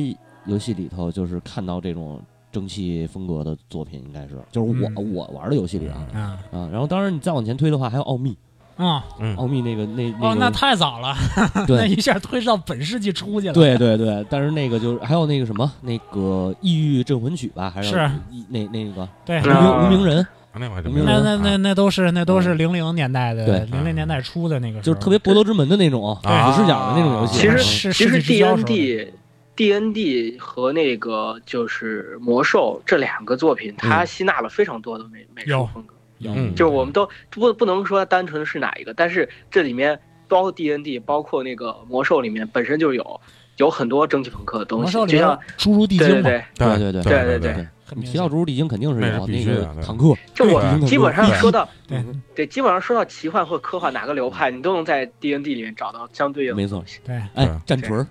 Speaker 2: 游戏里头就是看到这种蒸汽风格的作品，应该是就是我、
Speaker 3: 嗯
Speaker 2: 我玩的游戏里啊。
Speaker 3: 啊
Speaker 2: 啊，然后当然你再往前推的话，还有奥秘，
Speaker 3: 嗯
Speaker 1: 嗯
Speaker 2: 奥秘那个那那
Speaker 3: 哦，
Speaker 2: 个、
Speaker 3: 那太早了，那
Speaker 2: 对
Speaker 3: 一下推到本世纪初去了。
Speaker 2: 对对对，但是那个就是还有那个什么那个异域镇魂曲吧，还
Speaker 3: 是
Speaker 2: 一那那个
Speaker 3: 对，
Speaker 2: 无
Speaker 4: 啊
Speaker 2: 名无名人，
Speaker 1: 那我还真没
Speaker 3: 那那那那都是那都是
Speaker 2: 嗯
Speaker 3: 零零年代
Speaker 2: 对
Speaker 3: 的，零零年代初的那个时
Speaker 2: 就
Speaker 3: 候，
Speaker 2: 是特别博德之门的那种
Speaker 1: 啊
Speaker 2: 俯视角的那种游戏。啊
Speaker 4: 其实
Speaker 3: 嗯是
Speaker 4: 其
Speaker 3: 世
Speaker 4: 实
Speaker 3: 纪之交时候
Speaker 4: D N D D N D 和那个就是魔兽这两个作品，它吸纳了非常多的美美
Speaker 3: 有
Speaker 4: 术风格。
Speaker 1: 嗯
Speaker 4: 就是我们都不不能说单纯是哪一个，但是这里面包括 D N D，包括那个魔兽里面本身就有有很多蒸汽朋克的东
Speaker 3: 魔
Speaker 4: 西
Speaker 3: 兽，里
Speaker 4: 就
Speaker 3: 边
Speaker 4: 像
Speaker 3: 侏儒地
Speaker 4: 对
Speaker 3: 精
Speaker 4: 对
Speaker 3: 嘛，
Speaker 4: 对，
Speaker 1: 对
Speaker 2: 对对嗯
Speaker 1: 对
Speaker 4: 对对
Speaker 1: 对
Speaker 4: 对，
Speaker 3: 很
Speaker 2: 你
Speaker 3: 明
Speaker 2: 提到
Speaker 3: 显
Speaker 2: 侏儒地精肯定是
Speaker 1: 那是
Speaker 2: 有啊
Speaker 1: 必
Speaker 2: 那
Speaker 1: 须的啊
Speaker 2: 个
Speaker 1: 对
Speaker 2: 坦克，
Speaker 4: 就
Speaker 3: 对
Speaker 4: 我
Speaker 1: 对
Speaker 4: 基本上
Speaker 1: 对
Speaker 4: 说到
Speaker 3: 对
Speaker 4: 对，基本上说到奇幻或科幻哪个流派，你都能在 D N D 里面找到相对应的
Speaker 2: 没错
Speaker 4: 东西。
Speaker 3: 对
Speaker 2: 哎
Speaker 1: 对，
Speaker 2: 战锤儿，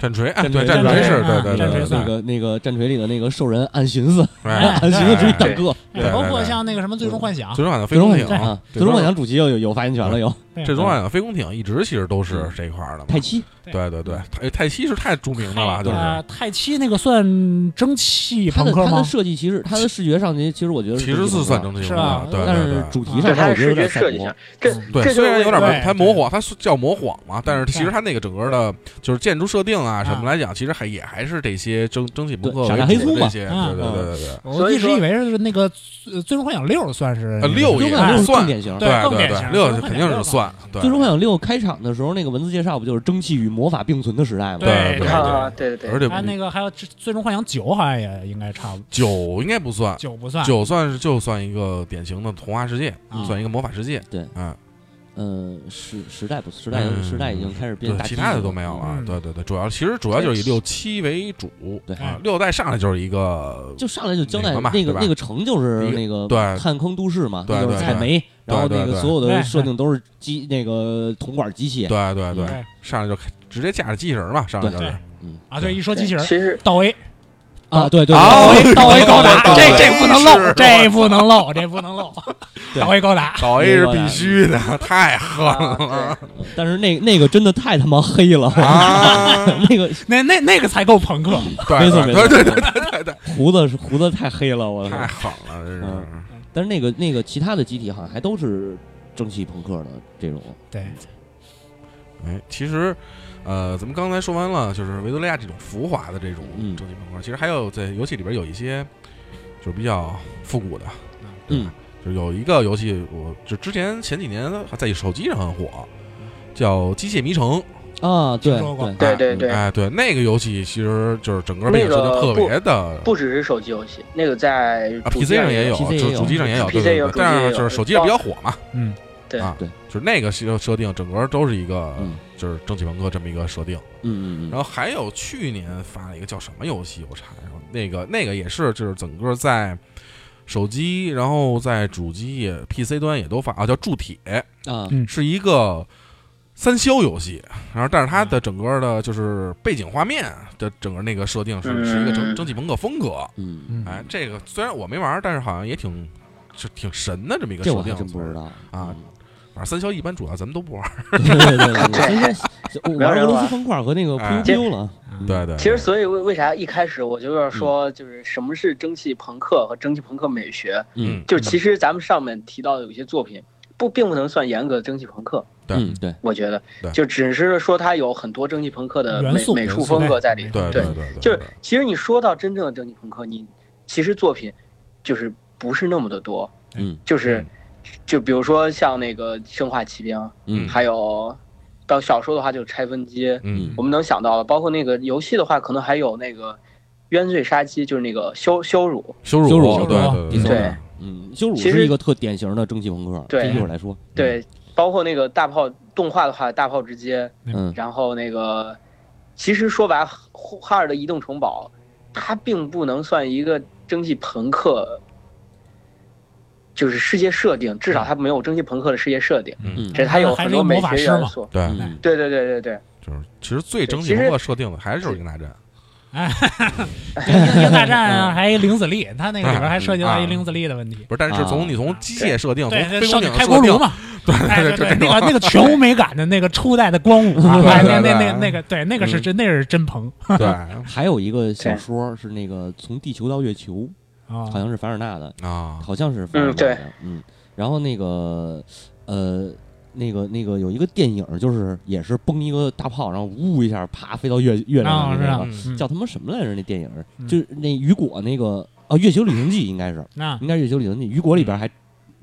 Speaker 1: 战锤，哎，
Speaker 2: 战
Speaker 1: 对，
Speaker 2: 锤
Speaker 1: 战锤
Speaker 3: 战锤
Speaker 1: 是，
Speaker 3: 啊
Speaker 1: 对对
Speaker 3: 战
Speaker 1: 对
Speaker 3: 锤
Speaker 1: 对对
Speaker 2: 那个那个战锤里的那个兽人暗寻思，
Speaker 1: 哎，
Speaker 2: 暗寻思是一坦克，
Speaker 1: 对
Speaker 3: 哎包括
Speaker 1: 对
Speaker 3: 像那个什么最终幻想，
Speaker 1: 最终幻想飞
Speaker 2: 最终
Speaker 1: 空
Speaker 2: 幻
Speaker 1: 艇
Speaker 2: 想啊，
Speaker 1: 对
Speaker 2: 最终幻想主机又有有发言权了，又
Speaker 3: 对
Speaker 1: 最终幻想飞空艇一直其实都是这一块儿的嘛
Speaker 2: 太。七，
Speaker 1: 对对对，泰泰西是太著名的了，就是
Speaker 3: 呃，泰七那个算蒸汽
Speaker 2: 它
Speaker 3: 朋
Speaker 2: 的
Speaker 3: 克
Speaker 2: 它
Speaker 3: 吗
Speaker 2: 的？设计其实它的视觉上，其实其实我觉得
Speaker 1: 其实
Speaker 2: 是
Speaker 1: 是算蒸汽
Speaker 3: 是
Speaker 1: 朋
Speaker 3: 吧
Speaker 1: 克，对
Speaker 2: 但
Speaker 1: 对
Speaker 2: 是
Speaker 1: 对。
Speaker 2: 主题
Speaker 4: 对
Speaker 2: 上
Speaker 4: 它
Speaker 2: 它
Speaker 4: 的
Speaker 2: 我觉
Speaker 4: 视
Speaker 2: 得有
Speaker 4: 觉
Speaker 2: 点
Speaker 4: 设
Speaker 2: 赛
Speaker 4: 计
Speaker 2: 博
Speaker 4: 上，，这
Speaker 2: 嗯
Speaker 1: 对，
Speaker 4: 这
Speaker 1: 虽然
Speaker 4: 就是
Speaker 1: 有点
Speaker 3: 对
Speaker 1: 模，它
Speaker 3: 对
Speaker 1: 模糊，它是叫模仿嘛，但是其实
Speaker 3: 对
Speaker 1: 它那个整个的，就是建筑设定啊
Speaker 3: 嗯
Speaker 1: 什么来讲，其实还也还是这些蒸蒸汽朋克
Speaker 2: 对傻
Speaker 1: 为
Speaker 2: 大黑
Speaker 1: 主
Speaker 2: 粗
Speaker 1: 的这
Speaker 2: 嘛
Speaker 1: 些，对
Speaker 3: 嗯
Speaker 1: 对对对对，
Speaker 3: 我一直以为是那个呃最终幻想六算是
Speaker 1: 呃六
Speaker 2: 最
Speaker 1: 也
Speaker 2: 终幻想六是
Speaker 1: 算
Speaker 2: 更典型。
Speaker 3: 对更
Speaker 1: 对
Speaker 3: 典
Speaker 1: 对，
Speaker 3: 型
Speaker 1: 六
Speaker 3: 最终
Speaker 1: 肯
Speaker 3: 幻
Speaker 1: 定
Speaker 3: 想
Speaker 1: 是
Speaker 3: 六
Speaker 1: 算，对
Speaker 2: 最终幻想六开场的时候，那个文字介绍不就是蒸汽与魔法并存的时代吗？
Speaker 1: 嗯对
Speaker 3: 对
Speaker 4: 啊，对对
Speaker 1: 而
Speaker 4: 对，
Speaker 1: 且
Speaker 3: 还有那个还有最最终幻想九好像也应该差不多，
Speaker 1: 九应该不算，
Speaker 3: 九不算，
Speaker 1: 九算是就算一个典型的童话世界，
Speaker 3: 啊
Speaker 1: 算一个魔法世界，
Speaker 2: 对
Speaker 1: 嗯，
Speaker 2: 呃，时时代不时代
Speaker 1: 嗯
Speaker 2: 时代已经开始变
Speaker 1: 对，
Speaker 2: 大，
Speaker 1: 其他的都没有了，
Speaker 3: 嗯
Speaker 1: 对对对，主要其实主要就是以六七为主，
Speaker 2: 对
Speaker 1: 啊，六代上来就是一个
Speaker 2: 就上来就交代
Speaker 1: 那个嘛
Speaker 2: 那
Speaker 1: 对
Speaker 2: 个
Speaker 1: 吧
Speaker 2: 那个城就是
Speaker 1: 一个
Speaker 2: 那个
Speaker 1: 对
Speaker 2: 汉坑都市嘛，
Speaker 1: 对
Speaker 2: 那就是
Speaker 3: 对
Speaker 2: 采煤，然后
Speaker 1: 对
Speaker 2: 那
Speaker 1: 对对
Speaker 2: 个所有的
Speaker 3: 对
Speaker 2: 设定都是机那个铜管机械，
Speaker 1: 对对对，
Speaker 3: 对
Speaker 1: 上来就直接架着机器人嘛，上来就是
Speaker 3: 嗯对
Speaker 2: 嗯
Speaker 3: 啊，对，一说机器人
Speaker 4: 其实
Speaker 3: 到 A
Speaker 2: 啊，对对，
Speaker 1: 啊
Speaker 3: 到 A 到 A
Speaker 1: 到
Speaker 3: 高达，
Speaker 1: 位
Speaker 3: 这
Speaker 1: 到位
Speaker 3: 这不能漏，
Speaker 1: 是
Speaker 3: 这不能漏，这不能漏，
Speaker 2: 对
Speaker 3: 到 A 高达，
Speaker 1: 倒 A 是必须的， 太狠
Speaker 4: 啊
Speaker 1: 了
Speaker 4: 对
Speaker 2: 对但是那那个真的太他妈黑了，
Speaker 1: 啊！
Speaker 2: 那个
Speaker 3: 那那那个才够朋克，
Speaker 1: 对
Speaker 2: 没错
Speaker 1: 对
Speaker 2: 没错
Speaker 1: 对对对对对，
Speaker 2: 胡子是胡子太黑了，我
Speaker 1: 太狠了，这是
Speaker 2: 嗯但是那个那个其他的机体好像还都是蒸汽朋克的这种，
Speaker 3: 对，
Speaker 1: 哎，其实。呃，咱们刚才说完了，就是维多利亚这种浮华的这种
Speaker 2: 嗯
Speaker 1: 蒸汽朋克，其实还有在游戏里边有一些就是比较复古的，对吧
Speaker 2: 嗯，
Speaker 1: 就是有一个游戏，我就之前前几年还在手机上很火，叫《机械迷城》。
Speaker 2: 啊，对
Speaker 3: 听说过
Speaker 4: 对对对
Speaker 1: 哎，对，那个游戏其实就是整个背景设定特别的，
Speaker 4: 不只是手机游戏，那个在
Speaker 1: 啊
Speaker 4: 主
Speaker 1: ，PC
Speaker 4: 机
Speaker 1: 上也
Speaker 4: 有
Speaker 1: 有，
Speaker 2: PC
Speaker 1: 主
Speaker 2: 也有
Speaker 1: 主机上也有，对
Speaker 4: PC
Speaker 1: 对
Speaker 4: 也有
Speaker 1: 对，
Speaker 4: 主机
Speaker 1: 但
Speaker 4: 也
Speaker 1: 是
Speaker 4: 有
Speaker 1: 就是手机也比较火嘛，
Speaker 3: 嗯，
Speaker 4: 对
Speaker 1: 啊，
Speaker 2: 对
Speaker 1: 就是那个设设定，整个都是一个
Speaker 2: 嗯
Speaker 1: 就是蒸汽朋克这么一个设定。
Speaker 2: 嗯嗯嗯
Speaker 1: 然后还有去年发了一个叫什么游戏，我查一下，那个那个也是就是整个在手机，然后在主机也 PC 端也都发啊，叫铸铁，
Speaker 2: 嗯啊，
Speaker 1: 是一个三消游戏，然后但是它的整个的就是背景画面的整个那个设定是
Speaker 4: 嗯
Speaker 1: 是一个蒸蒸汽朋克风格。
Speaker 2: 嗯，
Speaker 3: 嗯
Speaker 1: 哎，这个虽然我没玩儿，但是好像也挺就挺神的这么一个
Speaker 2: 这
Speaker 1: 设
Speaker 2: 我
Speaker 1: 定
Speaker 2: 还。真不知道
Speaker 1: 啊。反正三消一般主要咱们都不玩儿。
Speaker 2: 嗯对对对对对，我玩俄罗
Speaker 4: 啊
Speaker 2: 斯方块和那个
Speaker 1: 哎
Speaker 2: Q Q 了，嗯
Speaker 1: 对对，
Speaker 4: 其实，所以为为啥一开始我就要说，就是什么是蒸汽朋克和蒸汽朋克美学？
Speaker 1: 嗯，
Speaker 4: 就是其实咱们上面提到的有些作品，不并不能算严格的蒸汽朋克，
Speaker 1: 对
Speaker 2: 嗯对，
Speaker 4: 我觉得
Speaker 1: 对
Speaker 4: 就只是说它有很多蒸汽朋克的
Speaker 3: 元
Speaker 4: 美
Speaker 3: 素
Speaker 4: 美术
Speaker 3: 元素
Speaker 4: 风格在里头。
Speaker 1: 对
Speaker 4: 对
Speaker 1: 对对，
Speaker 4: 就是其实你说到真正的蒸汽朋克，你其实作品就是不是那么的多，
Speaker 2: 嗯
Speaker 4: 就是就比如说像那个《生化奇兵》，
Speaker 2: 嗯
Speaker 4: 还有到小说的话就是《拆分机》，
Speaker 1: 嗯
Speaker 4: 我们能想到的，包括那个游戏的话，可能还有那个冤罪杀机，就是那个羞羞辱，
Speaker 1: 羞辱
Speaker 2: 羞辱
Speaker 1: 对对
Speaker 2: 嗯
Speaker 1: 对
Speaker 4: 对
Speaker 2: 嗯，羞辱
Speaker 4: 其实
Speaker 2: 是一个特典型的蒸汽朋克，
Speaker 4: 对
Speaker 2: 这一会儿来说，
Speaker 4: 对，包括那个大炮动画的话，大炮直接，
Speaker 2: 嗯，
Speaker 4: 然后那个，其实说白，哈尔的移动城堡，它并不能算一个蒸汽朋克，就是世界设定，至少它没有蒸汽朋克的世界设定，
Speaker 2: 嗯
Speaker 4: 这它有很多美学元素。
Speaker 1: 对，
Speaker 2: 嗯
Speaker 4: 对对对对对，
Speaker 1: 就是其实最
Speaker 4: 对
Speaker 1: 蒸汽
Speaker 4: 其
Speaker 1: 朋
Speaker 4: 实
Speaker 1: 克设定的还是就是《英大战》。
Speaker 3: 英英大战
Speaker 1: 嗯
Speaker 3: 啊还零子力，它那个里边还涉及到一零子力的问题。
Speaker 1: 不是，但是
Speaker 2: 啊
Speaker 1: 从你从机械设定，从
Speaker 3: 对，
Speaker 1: 啊飞
Speaker 3: 少
Speaker 1: 空
Speaker 3: 女
Speaker 1: 艇
Speaker 3: 开
Speaker 1: 设
Speaker 3: 锅
Speaker 1: 定
Speaker 3: 炉，嘛，
Speaker 1: 对
Speaker 3: 哎，
Speaker 1: 对
Speaker 3: 对
Speaker 1: 这种
Speaker 3: 对，那个那个全无美感的那个初代的光舞 啊，
Speaker 1: 对
Speaker 3: 哎
Speaker 1: 对
Speaker 3: 那那
Speaker 1: 对
Speaker 3: 那那个对，那个是
Speaker 1: 嗯
Speaker 3: 真，那是真朋
Speaker 1: 对
Speaker 2: 还有一个小说是那个从地球到月球，
Speaker 3: 啊
Speaker 2: 好，像是凡尔纳的，
Speaker 1: 啊，
Speaker 2: 好像是凡尔纳
Speaker 4: 嗯对
Speaker 2: 的，嗯，然后那个呃。那个那个有一个电影，就是也是崩一个大炮，然后呜一下，啪飞到月月亮
Speaker 3: 啊
Speaker 2: 上
Speaker 3: 是
Speaker 2: 去
Speaker 3: 啊
Speaker 2: 了，
Speaker 1: 嗯
Speaker 3: 嗯
Speaker 2: 叫他妈什么来着？那电影、
Speaker 3: 嗯
Speaker 2: 就是那雨果那个啊，《月球旅行记》应该
Speaker 4: 嗯
Speaker 2: 是，
Speaker 3: 那
Speaker 2: 应该是《月球旅行记》。雨果里边还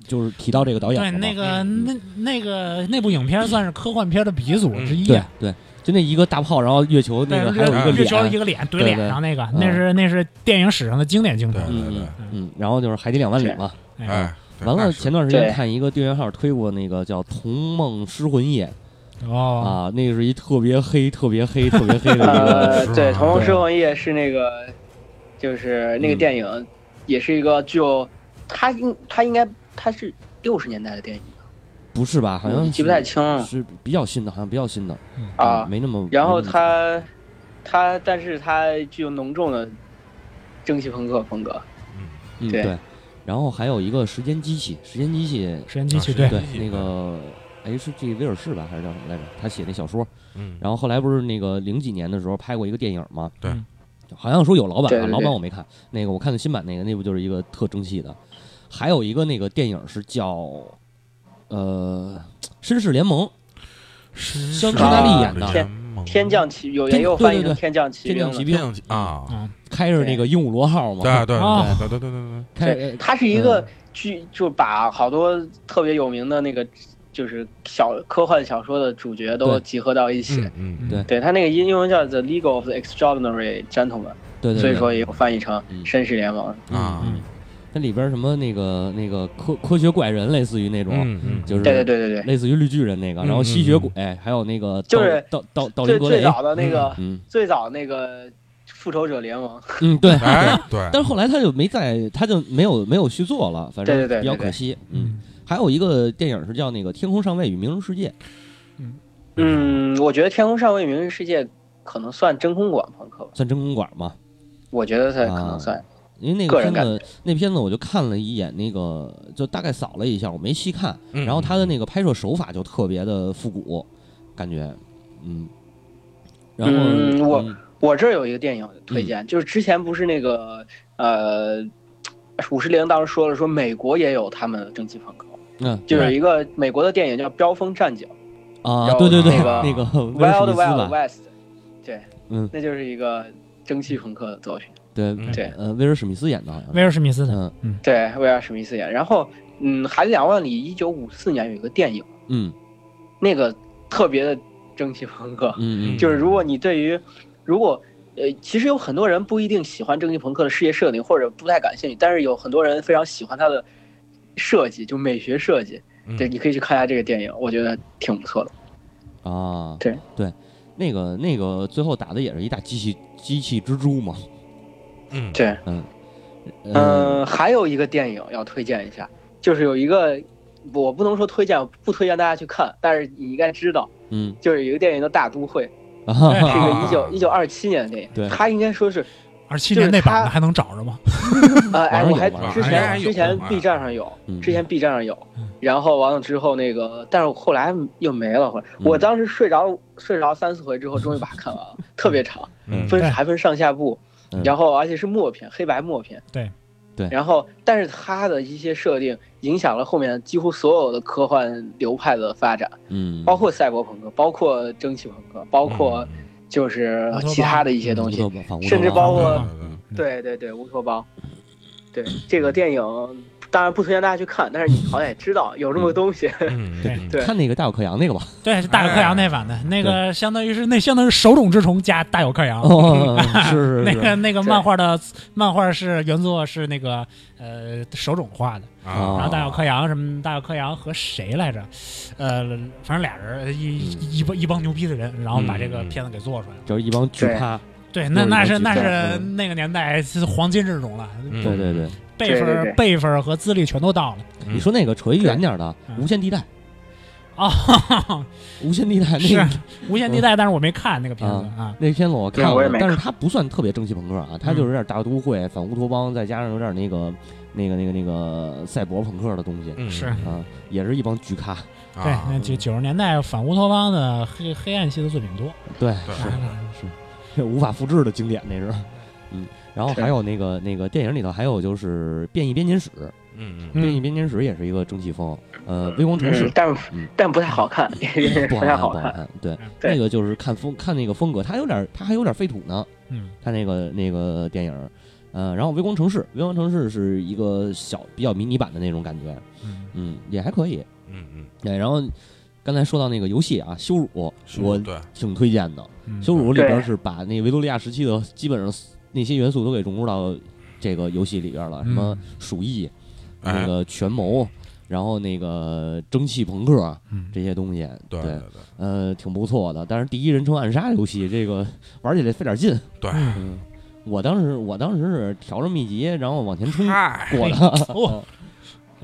Speaker 2: 就是提到这个导演
Speaker 3: 对
Speaker 2: 了嘛
Speaker 3: 那个
Speaker 2: 嗯
Speaker 3: 那那个那部影片算是科幻片的鼻祖之一
Speaker 2: 对
Speaker 3: 啊。
Speaker 2: 对，就那一个大炮，然后月球那
Speaker 3: 对
Speaker 2: 个还有一个
Speaker 3: 月球一
Speaker 2: 脸，
Speaker 3: 个脸怼
Speaker 2: 对
Speaker 3: 脸
Speaker 2: 对
Speaker 3: 上那个，
Speaker 2: 嗯
Speaker 3: 那是那是电影史上的经典镜头
Speaker 1: 对。对对
Speaker 2: 嗯，嗯，然后就是海底两万里嘛。
Speaker 3: 哎
Speaker 1: 哎，对
Speaker 2: 完
Speaker 1: 那
Speaker 2: 了，
Speaker 1: 是
Speaker 2: 前段时间
Speaker 4: 对
Speaker 2: 看一个订阅号推过那个叫《同梦失魂夜》，
Speaker 3: 哦，
Speaker 2: 啊，那个是一特别黑、特别黑、特别黑的一个
Speaker 4: 呃，对，《同盟
Speaker 2: 对
Speaker 4: 石王夜》是那个，就是
Speaker 2: 嗯
Speaker 4: 那个电影，也是一个具有，它应它应该它是六十年代的电影，
Speaker 2: 不是吧？好像
Speaker 4: 嗯记不太清了
Speaker 2: 是是比较新的，好像比较新的
Speaker 4: 啊。
Speaker 2: 没那么。
Speaker 4: 然后
Speaker 2: 没那么
Speaker 4: 它它，但是它具有浓重的蒸汽朋克风格。
Speaker 2: 嗯
Speaker 4: 对
Speaker 2: 对，然后还有一个时间机器，时间机器
Speaker 3: 时间机器
Speaker 1: 啊时
Speaker 3: 对
Speaker 1: 间
Speaker 2: 对
Speaker 1: 机器
Speaker 2: 那个 H.G. 威尔士吧，还是叫什么来着？他写那小说，
Speaker 1: 嗯，
Speaker 2: 然后后来不是那个零几年的时候拍过一个电影吗？
Speaker 1: 对
Speaker 3: 嗯，
Speaker 2: 好像说有老版
Speaker 4: 对
Speaker 2: 啊，
Speaker 4: 对对
Speaker 2: 老版我没看，那个我看的新版那个，那部就是一个特争气的，还有一个那个电影是叫呃《绅士联盟》，
Speaker 1: 香
Speaker 4: 格纳利
Speaker 2: 演的
Speaker 4: 天降奇有人
Speaker 2: 天
Speaker 4: 又
Speaker 2: 对
Speaker 4: 翻译
Speaker 2: 对
Speaker 4: 成
Speaker 2: 对
Speaker 4: 《天降奇
Speaker 2: 天
Speaker 4: 兵》
Speaker 2: 降
Speaker 4: 了
Speaker 2: 奇。兵
Speaker 1: 天，降奇啊，
Speaker 3: 嗯，
Speaker 2: 开着那个鹦鹉螺号嘛，
Speaker 1: 对对
Speaker 3: 啊
Speaker 1: 对对对对对
Speaker 2: 开
Speaker 4: 对，
Speaker 2: 着
Speaker 4: 它是一个
Speaker 2: 嗯
Speaker 4: 剧，就把好多特别有名的那个，就是小科幻小说的主角都
Speaker 2: 对
Speaker 4: 集合到一起。
Speaker 1: 对，嗯嗯
Speaker 2: 对
Speaker 4: 对他那个英英文叫《The League of the Extraordinary Gentlemen
Speaker 2: 对》，对，
Speaker 4: 所以
Speaker 2: 对
Speaker 4: 说也有翻译成
Speaker 2: 嗯
Speaker 4: 《绅士联盟》
Speaker 1: 啊，
Speaker 3: 嗯
Speaker 2: 它里边什么那个那个科科学怪人，类似于那种，
Speaker 1: 嗯嗯，
Speaker 2: 就是
Speaker 4: 对对对对对，
Speaker 2: 类似于绿巨人那个，
Speaker 1: 嗯
Speaker 2: 然后吸血鬼，哎还有那个道
Speaker 4: 就是
Speaker 2: 道道道林
Speaker 4: 最
Speaker 2: 格
Speaker 4: 最
Speaker 2: 雷，
Speaker 4: 早的那个
Speaker 2: 嗯
Speaker 4: 最早那个《复仇者联盟》，
Speaker 2: 嗯对，
Speaker 1: 哎
Speaker 2: 对
Speaker 1: 对，
Speaker 2: 但是后来他就没在，他就没有没有续作了，反
Speaker 4: 对
Speaker 2: 正
Speaker 4: 对对
Speaker 2: 比较
Speaker 4: 对对
Speaker 2: 可惜，嗯。还有一个电影是叫那个《天空上尉与明日世界》，
Speaker 4: 嗯，我觉得《天空上未明日世界》可能算真空管朋克吧，
Speaker 2: 算真空管吗？
Speaker 4: 我觉得它
Speaker 2: 啊
Speaker 4: 可能算。
Speaker 2: 因为那
Speaker 4: 个
Speaker 2: 个
Speaker 4: 人
Speaker 2: 片
Speaker 4: 感
Speaker 2: 子，那片子我就看了一眼，那个就大概扫了一下，我没细看。
Speaker 1: 嗯
Speaker 2: 然后他的那个拍摄手法就特别的复古，感觉，嗯。然后
Speaker 4: 嗯我
Speaker 2: 嗯
Speaker 4: 我这儿有一个电影推荐，就是之前不是那个呃，五十铃当时说了，说美国也有他们的蒸汽朋克，
Speaker 2: 嗯
Speaker 4: 就
Speaker 3: 对
Speaker 4: 是一个美国的电影叫《飙风战警》
Speaker 2: 啊，
Speaker 4: 然后
Speaker 2: 对对对，
Speaker 4: 那
Speaker 1: 个
Speaker 2: 那个威尔史
Speaker 4: （Wild
Speaker 2: 密斯
Speaker 4: Wild
Speaker 2: 吧，
Speaker 4: West），对，
Speaker 2: 嗯，
Speaker 4: 那就是一个蒸汽朋克的作品。
Speaker 2: 对
Speaker 1: 嗯
Speaker 4: 对
Speaker 2: 呃，威尔史密斯演的，好像
Speaker 3: 威
Speaker 2: 是
Speaker 3: 尔史密斯的，
Speaker 2: 嗯
Speaker 4: 对，威尔史密斯演。然后，嗯，《海底两万里》一九五四年有一个电影，
Speaker 2: 嗯
Speaker 4: 那个特别的蒸汽朋克，
Speaker 2: 嗯嗯，
Speaker 4: 就是如果你对于，如果呃，其实有很多人不一定喜欢蒸汽朋克的视觉设定，或者不太感兴趣，但是有很多人非常喜欢它的设计，就美学设计。
Speaker 1: 嗯
Speaker 2: 嗯
Speaker 4: 对，你可以去看一下这个电影，我觉得挺不错的。
Speaker 2: 啊，
Speaker 4: 对
Speaker 2: 对，那个那个最后打的也是一大机器机器蜘蛛嘛，
Speaker 1: 嗯
Speaker 4: 对，嗯、还有一个电影要推荐一下，就是有一个，我不能说推荐，不推荐大家去看，但是你应该知道，
Speaker 2: 嗯
Speaker 4: 就是有一个电影叫《大都会》。
Speaker 2: 啊哈哈
Speaker 4: 是一个
Speaker 1: 啊
Speaker 4: 一九一九二七年的电
Speaker 2: 对
Speaker 4: 影，他应该说是，
Speaker 3: 二七年那版
Speaker 4: 就是他
Speaker 3: 的还能找着吗？
Speaker 4: 呃，哎，
Speaker 2: 网
Speaker 4: 我
Speaker 2: 上
Speaker 4: 还
Speaker 2: 有吧
Speaker 4: 之
Speaker 1: 应该还
Speaker 4: 前
Speaker 1: 有
Speaker 4: 之前
Speaker 1: 吧
Speaker 4: B 站上有
Speaker 2: 嗯，
Speaker 4: 之前 B 站上有
Speaker 3: 嗯，
Speaker 4: 然后完了之后那个，但是我后来又没了。后来
Speaker 2: 嗯
Speaker 4: 我当时睡着睡着三四回之后，终于把它看完了，特别长，分
Speaker 3: 对
Speaker 4: 还分上下部
Speaker 2: 嗯，
Speaker 4: 然后而且是默片，黑白默片。
Speaker 3: 对
Speaker 2: 对
Speaker 4: 然后，但是它的一些设定影响了后面几乎所有的科幻流派的发展，
Speaker 2: 嗯，
Speaker 4: 包括赛博朋克，包括蒸汽朋克，包括就是
Speaker 3: 乌托邦
Speaker 4: 其他的一些东
Speaker 2: 乌
Speaker 4: 西
Speaker 2: 托。邦反乌托邦
Speaker 4: 甚至包括
Speaker 1: 嗯
Speaker 4: 对对对，乌托邦。对这个电影，当然不推荐大家去看，但是你好歹也知道有这么个东西。
Speaker 1: 嗯
Speaker 4: 对
Speaker 2: 看那个大有克洋那个吧，
Speaker 3: 对，是大有克洋那版的，那个相当于是那相当于手冢治虫加大有克洋。
Speaker 2: 哦， 是
Speaker 3: 那
Speaker 2: 是
Speaker 3: 个
Speaker 2: 是，
Speaker 3: 那个
Speaker 4: 对
Speaker 3: 漫画的漫画是原作是那个呃手冢画的，然
Speaker 1: 啊
Speaker 3: 后大有克洋什么大有克洋和谁来着？呃，反正俩人一
Speaker 2: 嗯
Speaker 3: 一帮一帮牛逼的人，然后把
Speaker 1: 嗯
Speaker 3: 这个片子给做出来了。
Speaker 2: 就是一帮巨咖，
Speaker 3: 对，那那是那
Speaker 2: 对
Speaker 3: 是
Speaker 2: 嗯
Speaker 3: 那个年代是黄金阵容了，
Speaker 1: 嗯
Speaker 2: 对对对，
Speaker 3: 辈
Speaker 4: 对对
Speaker 3: 分
Speaker 4: 对
Speaker 3: 辈分和资历全都到了
Speaker 1: 嗯
Speaker 2: 你说那个扯一远点的
Speaker 3: 嗯
Speaker 2: 无限地带，
Speaker 3: 啊！
Speaker 2: 无限地带那
Speaker 3: 是
Speaker 2: 个
Speaker 3: 无限地带，但是我没看那个片子啊。
Speaker 2: 那片子我看
Speaker 4: 对我
Speaker 2: 过
Speaker 4: 也，没
Speaker 2: 但是它不算特别蒸汽朋克啊，它就是有点大都会、反乌托邦，再加上有点那个、那个、那个、那个赛博朋克的东西
Speaker 1: 嗯
Speaker 3: 是
Speaker 2: 啊，也是一帮巨咖。
Speaker 3: 对，那九九十年代反乌托邦的黑黑暗系的作品多，啊
Speaker 2: 对，
Speaker 1: 对嗯
Speaker 2: 是 无法复制的经典，那是。嗯， 然后
Speaker 4: 是
Speaker 2: 还有那个那个电影里头还有就是《变异编年史》，
Speaker 1: 嗯
Speaker 3: 嗯
Speaker 2: 变异编年史》也是一个蒸汽风，呃，微光城市
Speaker 4: 嗯，但是
Speaker 2: 嗯
Speaker 4: 但不太好看，
Speaker 2: 不
Speaker 4: 不
Speaker 2: 好
Speaker 4: 太
Speaker 2: 看，
Speaker 4: 嗯好
Speaker 2: 不好
Speaker 4: 看。嗯
Speaker 2: 看。对，
Speaker 4: 对
Speaker 2: 那个就是看风看那个风格，它有点它还有点废土呢。
Speaker 3: 嗯，
Speaker 2: 他那个那个电影儿，呃，然后《微光城市》，《微光城市》是一个小比较迷你版的那种感觉，
Speaker 3: 嗯，
Speaker 2: 嗯，也还可以。
Speaker 1: 嗯
Speaker 2: 对，然后刚才说到那个游戏啊，《羞辱》，
Speaker 1: 嗯，
Speaker 2: 我
Speaker 1: 对
Speaker 2: 挺推荐的，
Speaker 3: 嗯
Speaker 2: 《羞辱》里边
Speaker 4: 对
Speaker 2: 是把那维多利亚时期的基本上那些元素都给融入到这个游戏里边了，什么
Speaker 3: 嗯
Speaker 2: 鼠疫、
Speaker 1: 哎
Speaker 2: 那个权谋，然后那个蒸汽朋克啊
Speaker 5: 嗯，
Speaker 2: 这些东西，
Speaker 1: 对
Speaker 2: 对，
Speaker 1: 对
Speaker 2: 呃，挺不错的。但是第一人称暗杀游戏这个玩起来费点劲，
Speaker 1: 对
Speaker 2: 嗯，我当时我当时是调着秘籍，然后往前冲
Speaker 1: 对，嗨，
Speaker 2: 过的。
Speaker 3: 哦，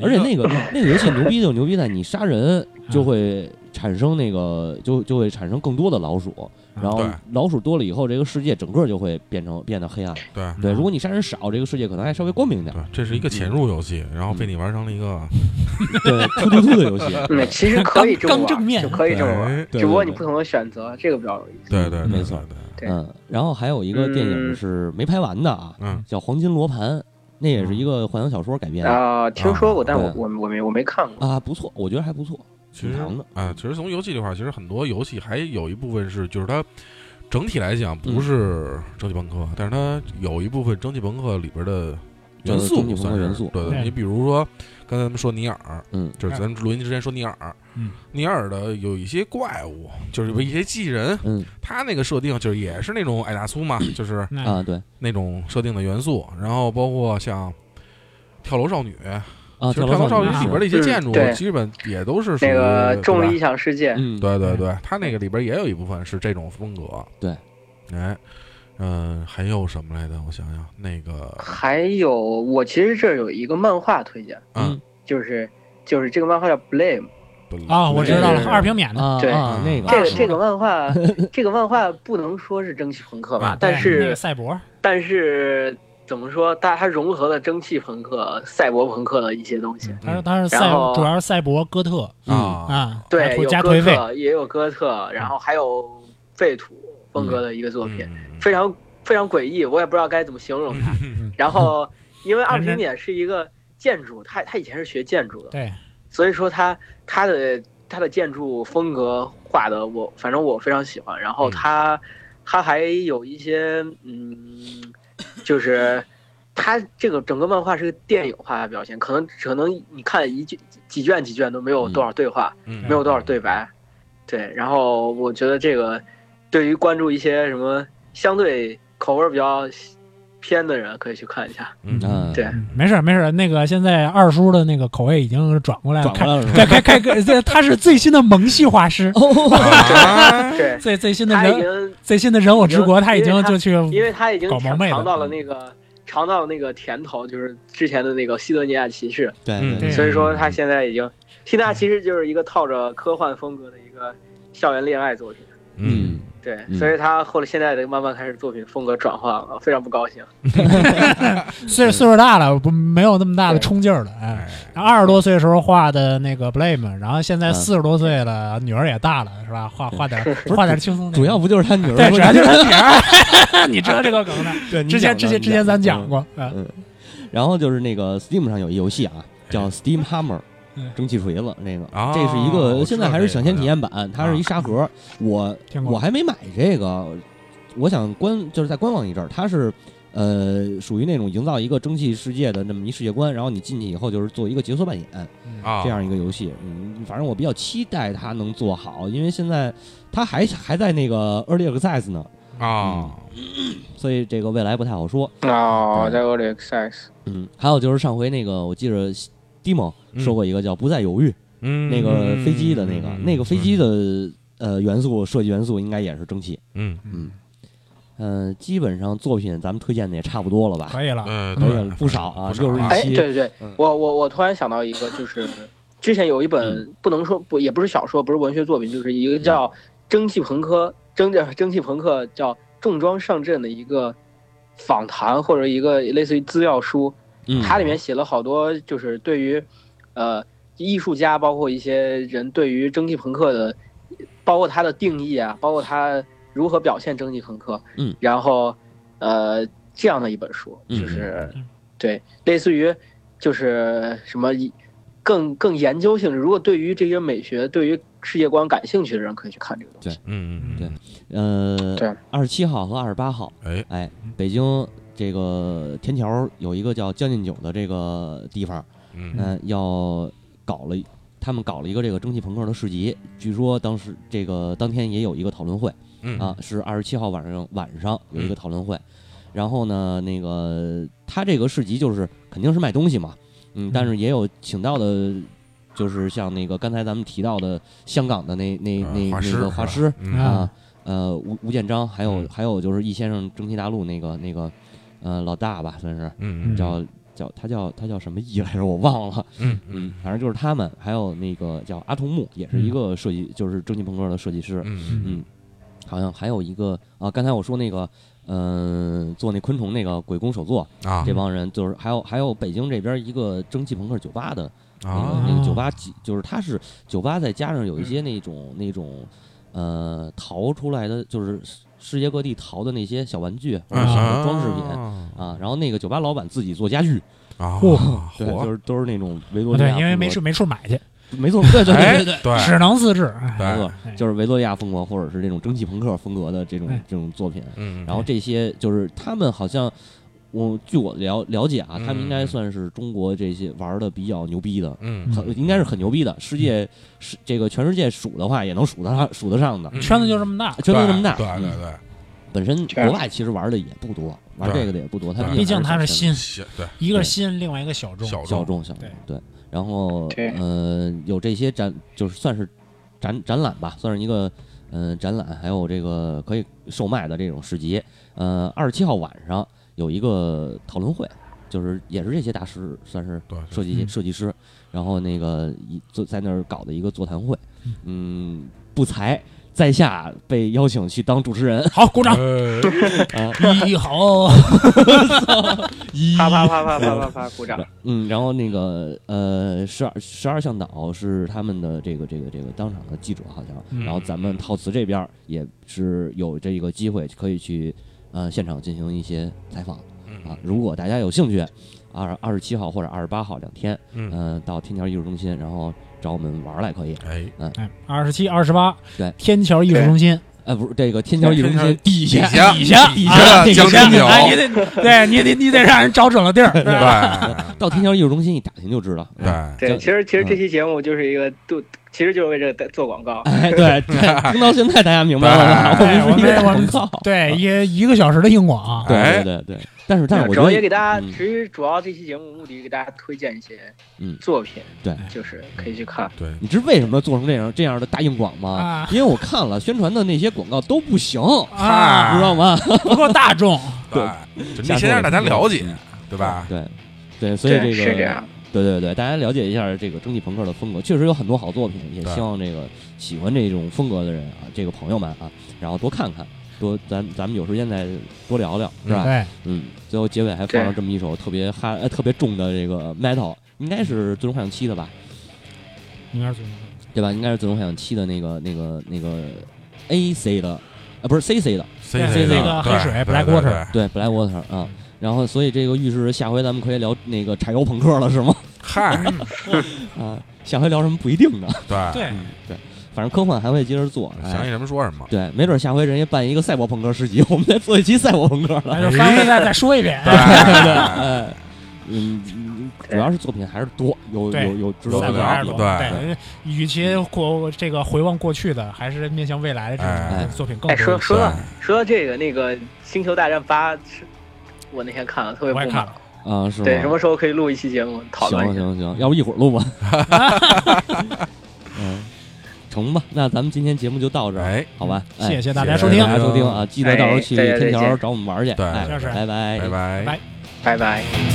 Speaker 2: 而且
Speaker 1: 一个嗯
Speaker 2: 那个那个游戏牛逼就牛逼在你杀人就会产生那个就就会产生更多的老鼠，然后
Speaker 1: 对
Speaker 2: 老鼠多了以后，这个世界整个就会变成变得黑暗。
Speaker 1: 对
Speaker 2: 对，如果你杀人少，这个世界可能还稍微光明点
Speaker 1: 对。，这
Speaker 2: 嗯
Speaker 1: 是一个潜入游戏，然后被你玩成了一个
Speaker 2: 对，突突突的游戏。
Speaker 4: 嗯，其嗯实可以这么
Speaker 3: 刚正面
Speaker 4: 玩，就可以这么玩，
Speaker 1: 哎
Speaker 2: 对
Speaker 4: 只不过你
Speaker 2: 对
Speaker 4: 不同的选择，这个比较有意思。
Speaker 1: 对对，对
Speaker 2: 没错，
Speaker 1: 对对
Speaker 4: 对嗯
Speaker 2: 嗯，然后还有一个电影是没拍完的啊，
Speaker 1: 嗯，
Speaker 2: 叫《黄金罗盘》，那也是一个幻想小说改编的
Speaker 4: 啊、听说过，
Speaker 1: 啊
Speaker 4: 但我
Speaker 2: 对
Speaker 4: 我我没我没看过。
Speaker 2: 啊，不错，我觉得还不错。
Speaker 1: 其实
Speaker 2: 挺长的
Speaker 1: 啊，其实从游戏这块儿，其实很多游戏还有一部分是，就是它整体来讲不
Speaker 2: 嗯
Speaker 1: 是蒸汽朋克，但是它有一部分蒸汽朋克里边的元素
Speaker 2: 蒸汽朋克
Speaker 1: 算是
Speaker 2: 元素
Speaker 1: 对对，
Speaker 3: 对
Speaker 1: 你比如说刚才咱们说尼尔，
Speaker 2: 嗯，
Speaker 1: 就是咱们录音之前说尼尔，
Speaker 3: 嗯，
Speaker 1: 尼尔的有一些怪物，就是有一些机器人，
Speaker 2: 嗯
Speaker 1: 它那个设定就是也是那种艾达苏 嘛，哎就是
Speaker 3: 那
Speaker 2: 啊，对
Speaker 1: 那种设定的元素，然后包括像。跳楼少女，
Speaker 2: 啊，
Speaker 1: 其实
Speaker 2: 跳
Speaker 1: 跳楼少女
Speaker 3: 女
Speaker 1: 里边的一些
Speaker 4: 嗯
Speaker 1: 建筑，
Speaker 4: 对
Speaker 1: 基本也都是属于
Speaker 4: 那个
Speaker 1: 对
Speaker 4: 《重
Speaker 1: 吧
Speaker 4: 力异想世界》
Speaker 2: 嗯，
Speaker 1: 对对对，它那个里边也有一部分是这种风格。
Speaker 2: 对，
Speaker 1: 哎，嗯、还有什么来着？我想想，那个，
Speaker 4: 还有我其实这儿有一个漫画推荐，
Speaker 1: 啊
Speaker 2: 嗯
Speaker 4: 就是就是这个漫画叫《Blame》，
Speaker 1: 不
Speaker 3: 啊，我知道了，
Speaker 1: 那个
Speaker 3: 二平免的，
Speaker 2: 啊
Speaker 4: 对
Speaker 2: 啊，那个
Speaker 4: 这个
Speaker 3: 啊
Speaker 4: 这个漫画这个漫画不能说是蒸汽朋克吧
Speaker 1: 啊，
Speaker 4: 但
Speaker 3: 对那个
Speaker 4: 是
Speaker 3: 赛博，
Speaker 4: 但是怎么说，它它融合了蒸汽朋克、赛博朋克的一些东西。
Speaker 2: 嗯
Speaker 3: 他说他是赛
Speaker 4: 然，后
Speaker 3: 主要是赛博哥特
Speaker 1: 啊，
Speaker 3: 啊，
Speaker 4: 对，有
Speaker 3: 加
Speaker 4: 哥
Speaker 3: 颓废，
Speaker 4: 特，也有哥特，然后还有废土风格的一个作品，
Speaker 1: 嗯
Speaker 4: 非常非常诡异，我也不知道该怎么 形容它。然后，因为二
Speaker 3: 人
Speaker 4: 平
Speaker 3: 生
Speaker 4: 点是一个建筑，他他以前是学建筑的，
Speaker 3: 对，
Speaker 4: 所以说他他的他的建筑风格画的我反正我非常喜欢。然后
Speaker 1: 嗯
Speaker 4: 他他还有一些嗯，就是 他这个整个漫画是个电影化的表现，可能可能你看一句几卷几卷都没有多少对话，
Speaker 1: 嗯
Speaker 4: 没有多少对白，对。然后我觉得这个对于关注一些什么相对口味比较偏的人可以去看一下。
Speaker 1: 嗯
Speaker 2: 嗯
Speaker 4: 对，
Speaker 3: 没事儿没事儿，那个现在二叔的那个口味已经转过来了，
Speaker 2: 转过
Speaker 3: 开
Speaker 2: 来了是吧哦
Speaker 3: 开开开个，这他是最新的萌系画师，
Speaker 1: 啊
Speaker 4: 对，
Speaker 3: 最最新的
Speaker 4: 他已
Speaker 3: 人
Speaker 4: 经，
Speaker 3: 最新的人我之国，他已
Speaker 4: 因为
Speaker 3: 经
Speaker 4: 他
Speaker 3: 就去
Speaker 4: 因为他已经
Speaker 3: 搞毛
Speaker 4: 尝
Speaker 3: 妹了嗯
Speaker 4: 尝到了那个尝到了那个甜头，就是之前的那个《西德尼亚骑士
Speaker 2: 对
Speaker 1: 嗯
Speaker 2: 对，》，
Speaker 1: 嗯
Speaker 4: 所以说他现在已经《西德尼亚骑士》就是一个套着科幻风格的一个校园恋爱作品。
Speaker 1: 嗯，
Speaker 4: 对，
Speaker 2: 嗯
Speaker 4: 所以他后来现在的慢慢开始作品风格转换了，非常不高兴。
Speaker 3: 岁岁数大了，不没有那么大的
Speaker 4: 对
Speaker 3: 冲劲儿了，哎。
Speaker 1: 哎，
Speaker 3: 二十多岁的时候画的那个 Blame，然后现在
Speaker 2: 嗯
Speaker 3: 四十多岁了，女儿也大了，是吧？画画点画点轻松的。
Speaker 2: 主要不就是他女儿
Speaker 3: 对，
Speaker 2: 吗
Speaker 3: 主 要就是他女儿。 你知道这个梗的？
Speaker 2: 对 你
Speaker 3: 之前
Speaker 2: 讲的嗯
Speaker 3: 之前
Speaker 2: 你
Speaker 3: 之前咱
Speaker 2: 讲
Speaker 3: 讲
Speaker 2: 的
Speaker 3: 过，啊，
Speaker 2: 然后就是那个 Steam 上有一游戏啊，叫 Steam Hammer，
Speaker 3: 嗯
Speaker 2: 蒸汽锤子那个
Speaker 1: 啊，
Speaker 2: 这是一
Speaker 1: 我知道
Speaker 2: 个现在还
Speaker 1: 这
Speaker 2: 是
Speaker 1: 个
Speaker 2: 抢先体验版，它是一沙盒。我
Speaker 3: 听过
Speaker 2: 我还没买这个，我想观就是在观望一阵儿。它是呃属于那种营造一个蒸汽世界的那么一世界观，然后你进去以后就是做一个角色扮演
Speaker 1: 啊，
Speaker 2: 这样一个游戏。嗯，反正我比较期待它能做好，因为现在它还还在那个 Early Access 呢，
Speaker 1: 啊，
Speaker 2: 嗯所以这个未来不太好说。
Speaker 3: 嗯
Speaker 4: 哦
Speaker 2: 在
Speaker 4: Early Access，
Speaker 2: 嗯，还有就是上回那个，我记着 Dimo 说过一个叫“不再犹豫”，
Speaker 1: 嗯，
Speaker 2: 那个飞机的那个，那个飞机
Speaker 1: 的，
Speaker 2: 的呃元素设计元素应该也是蒸汽。
Speaker 1: 嗯
Speaker 2: 嗯，呃，基本上作品咱们推荐的也差不多了吧？
Speaker 3: 可以了。
Speaker 1: 呃，
Speaker 2: 可以
Speaker 1: 对
Speaker 2: 了，不少啊，
Speaker 1: 不少
Speaker 2: 六十
Speaker 1: 啊
Speaker 4: 哎，
Speaker 2: 一
Speaker 4: 对
Speaker 2: 期。
Speaker 4: 对对
Speaker 2: 嗯，
Speaker 4: 我我我突然想到一个，就是之前有一本不能说不也不是小说，不是文学作品，就是一个叫《蒸汽朋克》蒸 蒸汽朋克叫重装上阵的一个访谈或者一个类似于资料书，
Speaker 2: 嗯，
Speaker 4: 它里面写了好多就是对于呃艺术家包括一些人对于蒸汽朋克的，包括它的定义啊，包括它如何表现蒸汽朋克，
Speaker 2: 嗯，
Speaker 4: 然后呃这样的一本书，
Speaker 2: 嗯
Speaker 4: 就是
Speaker 3: 嗯
Speaker 4: 对类似于就是什么一更更研究性质，如果对于这些美学、对于世界观感兴趣的人可以去看这个东西。
Speaker 1: 嗯嗯，
Speaker 2: 对呃
Speaker 4: 对，
Speaker 2: 二十七号和二十八号，
Speaker 1: 哎，
Speaker 2: 哎，北京这个天桥有一个叫将进酒的这个地方，
Speaker 1: 嗯
Speaker 2: 嗯、要搞了，他们搞了一个这个蒸汽朋克的市集，据说当时这个当天也有一个讨论会。
Speaker 1: 嗯
Speaker 2: 啊，是二十七号晚上晚上有一个讨论会，然后呢，那
Speaker 1: 嗯
Speaker 2: 个他这个市集就是肯定是卖东西嘛，嗯，但是也有请到的就是像那个刚才咱们提到的香港的那那那
Speaker 1: 嗯画
Speaker 2: 那
Speaker 1: 呃师
Speaker 2: 个画师
Speaker 1: 嗯
Speaker 3: 啊
Speaker 2: 啊，呃吴吴建章，还有
Speaker 1: 嗯
Speaker 2: 还有就是易先生《蒸汽大陆》那个那个呃老大吧，算是
Speaker 1: 嗯
Speaker 2: 叫叫他叫他叫什么易来着，我忘了。
Speaker 1: 嗯
Speaker 2: 嗯
Speaker 1: 嗯，
Speaker 2: 反正就是他们，还有那个叫阿童木，也是一个设计，就是蒸汽朋克的设计师。
Speaker 1: 嗯
Speaker 2: 嗯，好像还有一个啊，刚才我说那个，嗯、做那昆虫那个鬼工手作，
Speaker 1: 啊
Speaker 2: 这帮人就是还有还有北京这边一个蒸汽朋克酒吧的那个、
Speaker 1: 啊
Speaker 2: 那个酒吧几，就是它是酒吧，再加上有一些那种、那种呃淘出来的，就是世界各地淘的那些小玩具
Speaker 1: 啊
Speaker 2: 或者小的装饰品。啊，然后那个酒吧老板自己做家具，
Speaker 1: 啊，
Speaker 3: 哇
Speaker 2: 对，
Speaker 1: 火
Speaker 2: 就是都是那种维多利亚
Speaker 3: 啊对，
Speaker 2: 风格，
Speaker 3: 因为没事没处买去，
Speaker 2: 没错，对对
Speaker 1: 嗯哎
Speaker 2: 对对
Speaker 1: 对
Speaker 3: 只能自制。
Speaker 2: 没
Speaker 3: 哎
Speaker 1: 对
Speaker 2: 错，就是维多利亚风格或者是这种蒸汽朋克风格的这种
Speaker 3: 哎
Speaker 2: 这种作品。
Speaker 1: 嗯，
Speaker 2: 然后这些就是他们好像，我据我了了解啊，
Speaker 1: 嗯
Speaker 2: 他们应该算是中国这些玩的比较牛逼的，
Speaker 1: 嗯
Speaker 2: 很应该是很牛逼的，世界是这个全世界数的话也能数得上数得上的，
Speaker 1: 嗯
Speaker 3: 圈子就这么大，
Speaker 2: 圈子这么大。
Speaker 1: 对对
Speaker 2: 嗯
Speaker 1: 对，
Speaker 2: 本身
Speaker 4: 圈子
Speaker 2: 国外其实玩的也不多，玩这个的也不多，他们
Speaker 1: 对
Speaker 3: 毕竟它
Speaker 2: 它
Speaker 3: 是
Speaker 2: 新
Speaker 3: 新，
Speaker 1: 小嗯对
Speaker 3: 一个是新，另外一个小众。
Speaker 1: 小
Speaker 2: 小
Speaker 1: 众
Speaker 2: 众小众
Speaker 3: 对
Speaker 2: 对，然后
Speaker 4: 对
Speaker 2: 呃有这些展就是算是展展览吧，算是一个嗯、呃展览，还有这个可以售卖的这种市集。呃，二十七号晚上有一个讨论会，就是也是这些大师算是
Speaker 1: 对
Speaker 2: 设计、
Speaker 3: 嗯
Speaker 2: 设计师，然后那个一坐在那儿搞的一个座谈会，嗯，不才在下被邀请去当主持人，
Speaker 3: 好，鼓 掌！
Speaker 1: 呃
Speaker 3: 一好，
Speaker 4: 啪啪啪啪啪啪啪，鼓掌！
Speaker 2: 嗯，然后那个呃，十二十二向导是他们的这个这个这个当场的记者好像，
Speaker 1: 嗯
Speaker 2: 然后咱们套词这边儿也是有这个机会可以去呃现场进行一些采访
Speaker 1: 嗯
Speaker 2: 啊。如果大家有兴趣，二二十七号或者二十八号两天，
Speaker 1: 嗯
Speaker 2: 呃，到天桥艺术中心，然后找我们玩儿来可以。
Speaker 1: 哎，
Speaker 3: 哎，二十七、二十八，
Speaker 2: 对
Speaker 3: 天桥艺术中心
Speaker 2: 哎，不是这个天桥艺术中心
Speaker 1: 底
Speaker 2: 底下，
Speaker 1: 下
Speaker 3: 底下
Speaker 2: 底
Speaker 1: 下
Speaker 3: 啊底
Speaker 1: 将近有
Speaker 3: 下，哎你得对你得你得让人找准了地儿。对吧
Speaker 1: 哎对
Speaker 2: 到天桥艺术中心一打听就知道。
Speaker 1: 对，
Speaker 4: 对，
Speaker 2: 就
Speaker 4: 其实其实
Speaker 2: 嗯
Speaker 4: 这期节目就是一个度，其实就是为这个做广告。
Speaker 2: 哎，对，对听到现在大家明白了吧？
Speaker 3: 对
Speaker 2: 我们是一个
Speaker 3: 我们
Speaker 2: 广告，
Speaker 3: 对，一一个小时的硬广，
Speaker 2: 对
Speaker 1: 哎
Speaker 2: 对对对。但是但是我觉
Speaker 4: 主要
Speaker 2: 得
Speaker 4: 也给大家，
Speaker 2: 嗯
Speaker 4: 其实主要这期节目目的是给大家推荐一些
Speaker 2: 嗯
Speaker 4: 作品，
Speaker 2: 对
Speaker 4: 就是可以去看。
Speaker 1: 对，
Speaker 2: 你知为什么做成这样这样的大硬广吗？
Speaker 3: 啊
Speaker 2: 因为我看了宣传的那些广告都不行，
Speaker 3: 啊
Speaker 2: 知道吗？
Speaker 3: 不够大众。
Speaker 1: 对，你先让大家了解，对吧？
Speaker 2: 对，对，所以
Speaker 4: 对，
Speaker 2: 这个
Speaker 4: 是这样。
Speaker 2: 对对对，大家了解一下这个蒸汽朋克的风格，确实有很多好作品，也
Speaker 1: 对
Speaker 2: 希望这个喜欢这种风格的人啊，这个朋友们啊，然后多看看，多咱咱们有时间再多聊聊，是吧？
Speaker 3: 对，
Speaker 2: 嗯，最后结尾还放了
Speaker 4: 对
Speaker 2: 这么一首特别哈、呃、特别重的这个 metal，应该是《最终幻想七》的吧？
Speaker 3: 应该是
Speaker 2: 对吧？应该是《最终幻想七》的那个那个那个 A C 的，啊，不是 C C 的。
Speaker 1: C
Speaker 2: 这
Speaker 1: 的
Speaker 2: 个
Speaker 3: 黑水 Black Water
Speaker 2: 对，Black Water 啊。然后，所以这个预示着下回咱们可以聊那个柴油朋克了，是 吗？
Speaker 1: 嗨，
Speaker 2: 啊，下回聊什么不一定呢。
Speaker 1: 嗯对，
Speaker 3: 对，
Speaker 2: 嗯，对，反正科幻还会接着做。
Speaker 1: 想起
Speaker 2: 哎，
Speaker 1: 什么说什么，
Speaker 2: 对，没准下回人家办一个赛博朋克市集，我们再做一期赛博朋克了。
Speaker 3: 那就翻回来再说一遍。
Speaker 1: 对，
Speaker 2: 哎，嗯，嗯主要是作品还是多，有
Speaker 3: 对
Speaker 2: 有有值得
Speaker 1: 有
Speaker 3: 赛
Speaker 1: 的
Speaker 3: 博
Speaker 1: 聊
Speaker 3: 二
Speaker 2: 聊
Speaker 3: 十多，
Speaker 1: 对
Speaker 3: 对，嗯与其过这个回望过去的，还是面向未来的这
Speaker 1: 哎
Speaker 3: 种作品更
Speaker 4: 哎，
Speaker 2: 嗯
Speaker 3: 多一
Speaker 4: 说
Speaker 3: 些。
Speaker 4: 说到说到这个，那个《星球大战八》是，我那天看了，特别
Speaker 3: 我也
Speaker 4: 不
Speaker 3: 看
Speaker 4: 满。
Speaker 3: 了，
Speaker 2: 啊，是吗？
Speaker 4: 对，什么时候可以录一期节目讨论
Speaker 2: 行
Speaker 4: 一下？
Speaker 2: 行行，要不一会儿录吧。 嗯，成吧，那咱们今天节目就到这儿，
Speaker 1: 哎，
Speaker 2: 好吧？哎
Speaker 3: 嗯谢谢大家
Speaker 1: 谢谢
Speaker 3: 收
Speaker 2: 谢谢
Speaker 3: 听，
Speaker 2: 大
Speaker 3: 哎
Speaker 2: 家收听啊！记得到时候去
Speaker 4: 哎大家再
Speaker 2: 天桥
Speaker 4: 见
Speaker 2: 找我们玩去。
Speaker 1: 对
Speaker 2: 哎
Speaker 3: 是是
Speaker 2: 拜拜
Speaker 1: 拜拜。
Speaker 4: 拜拜。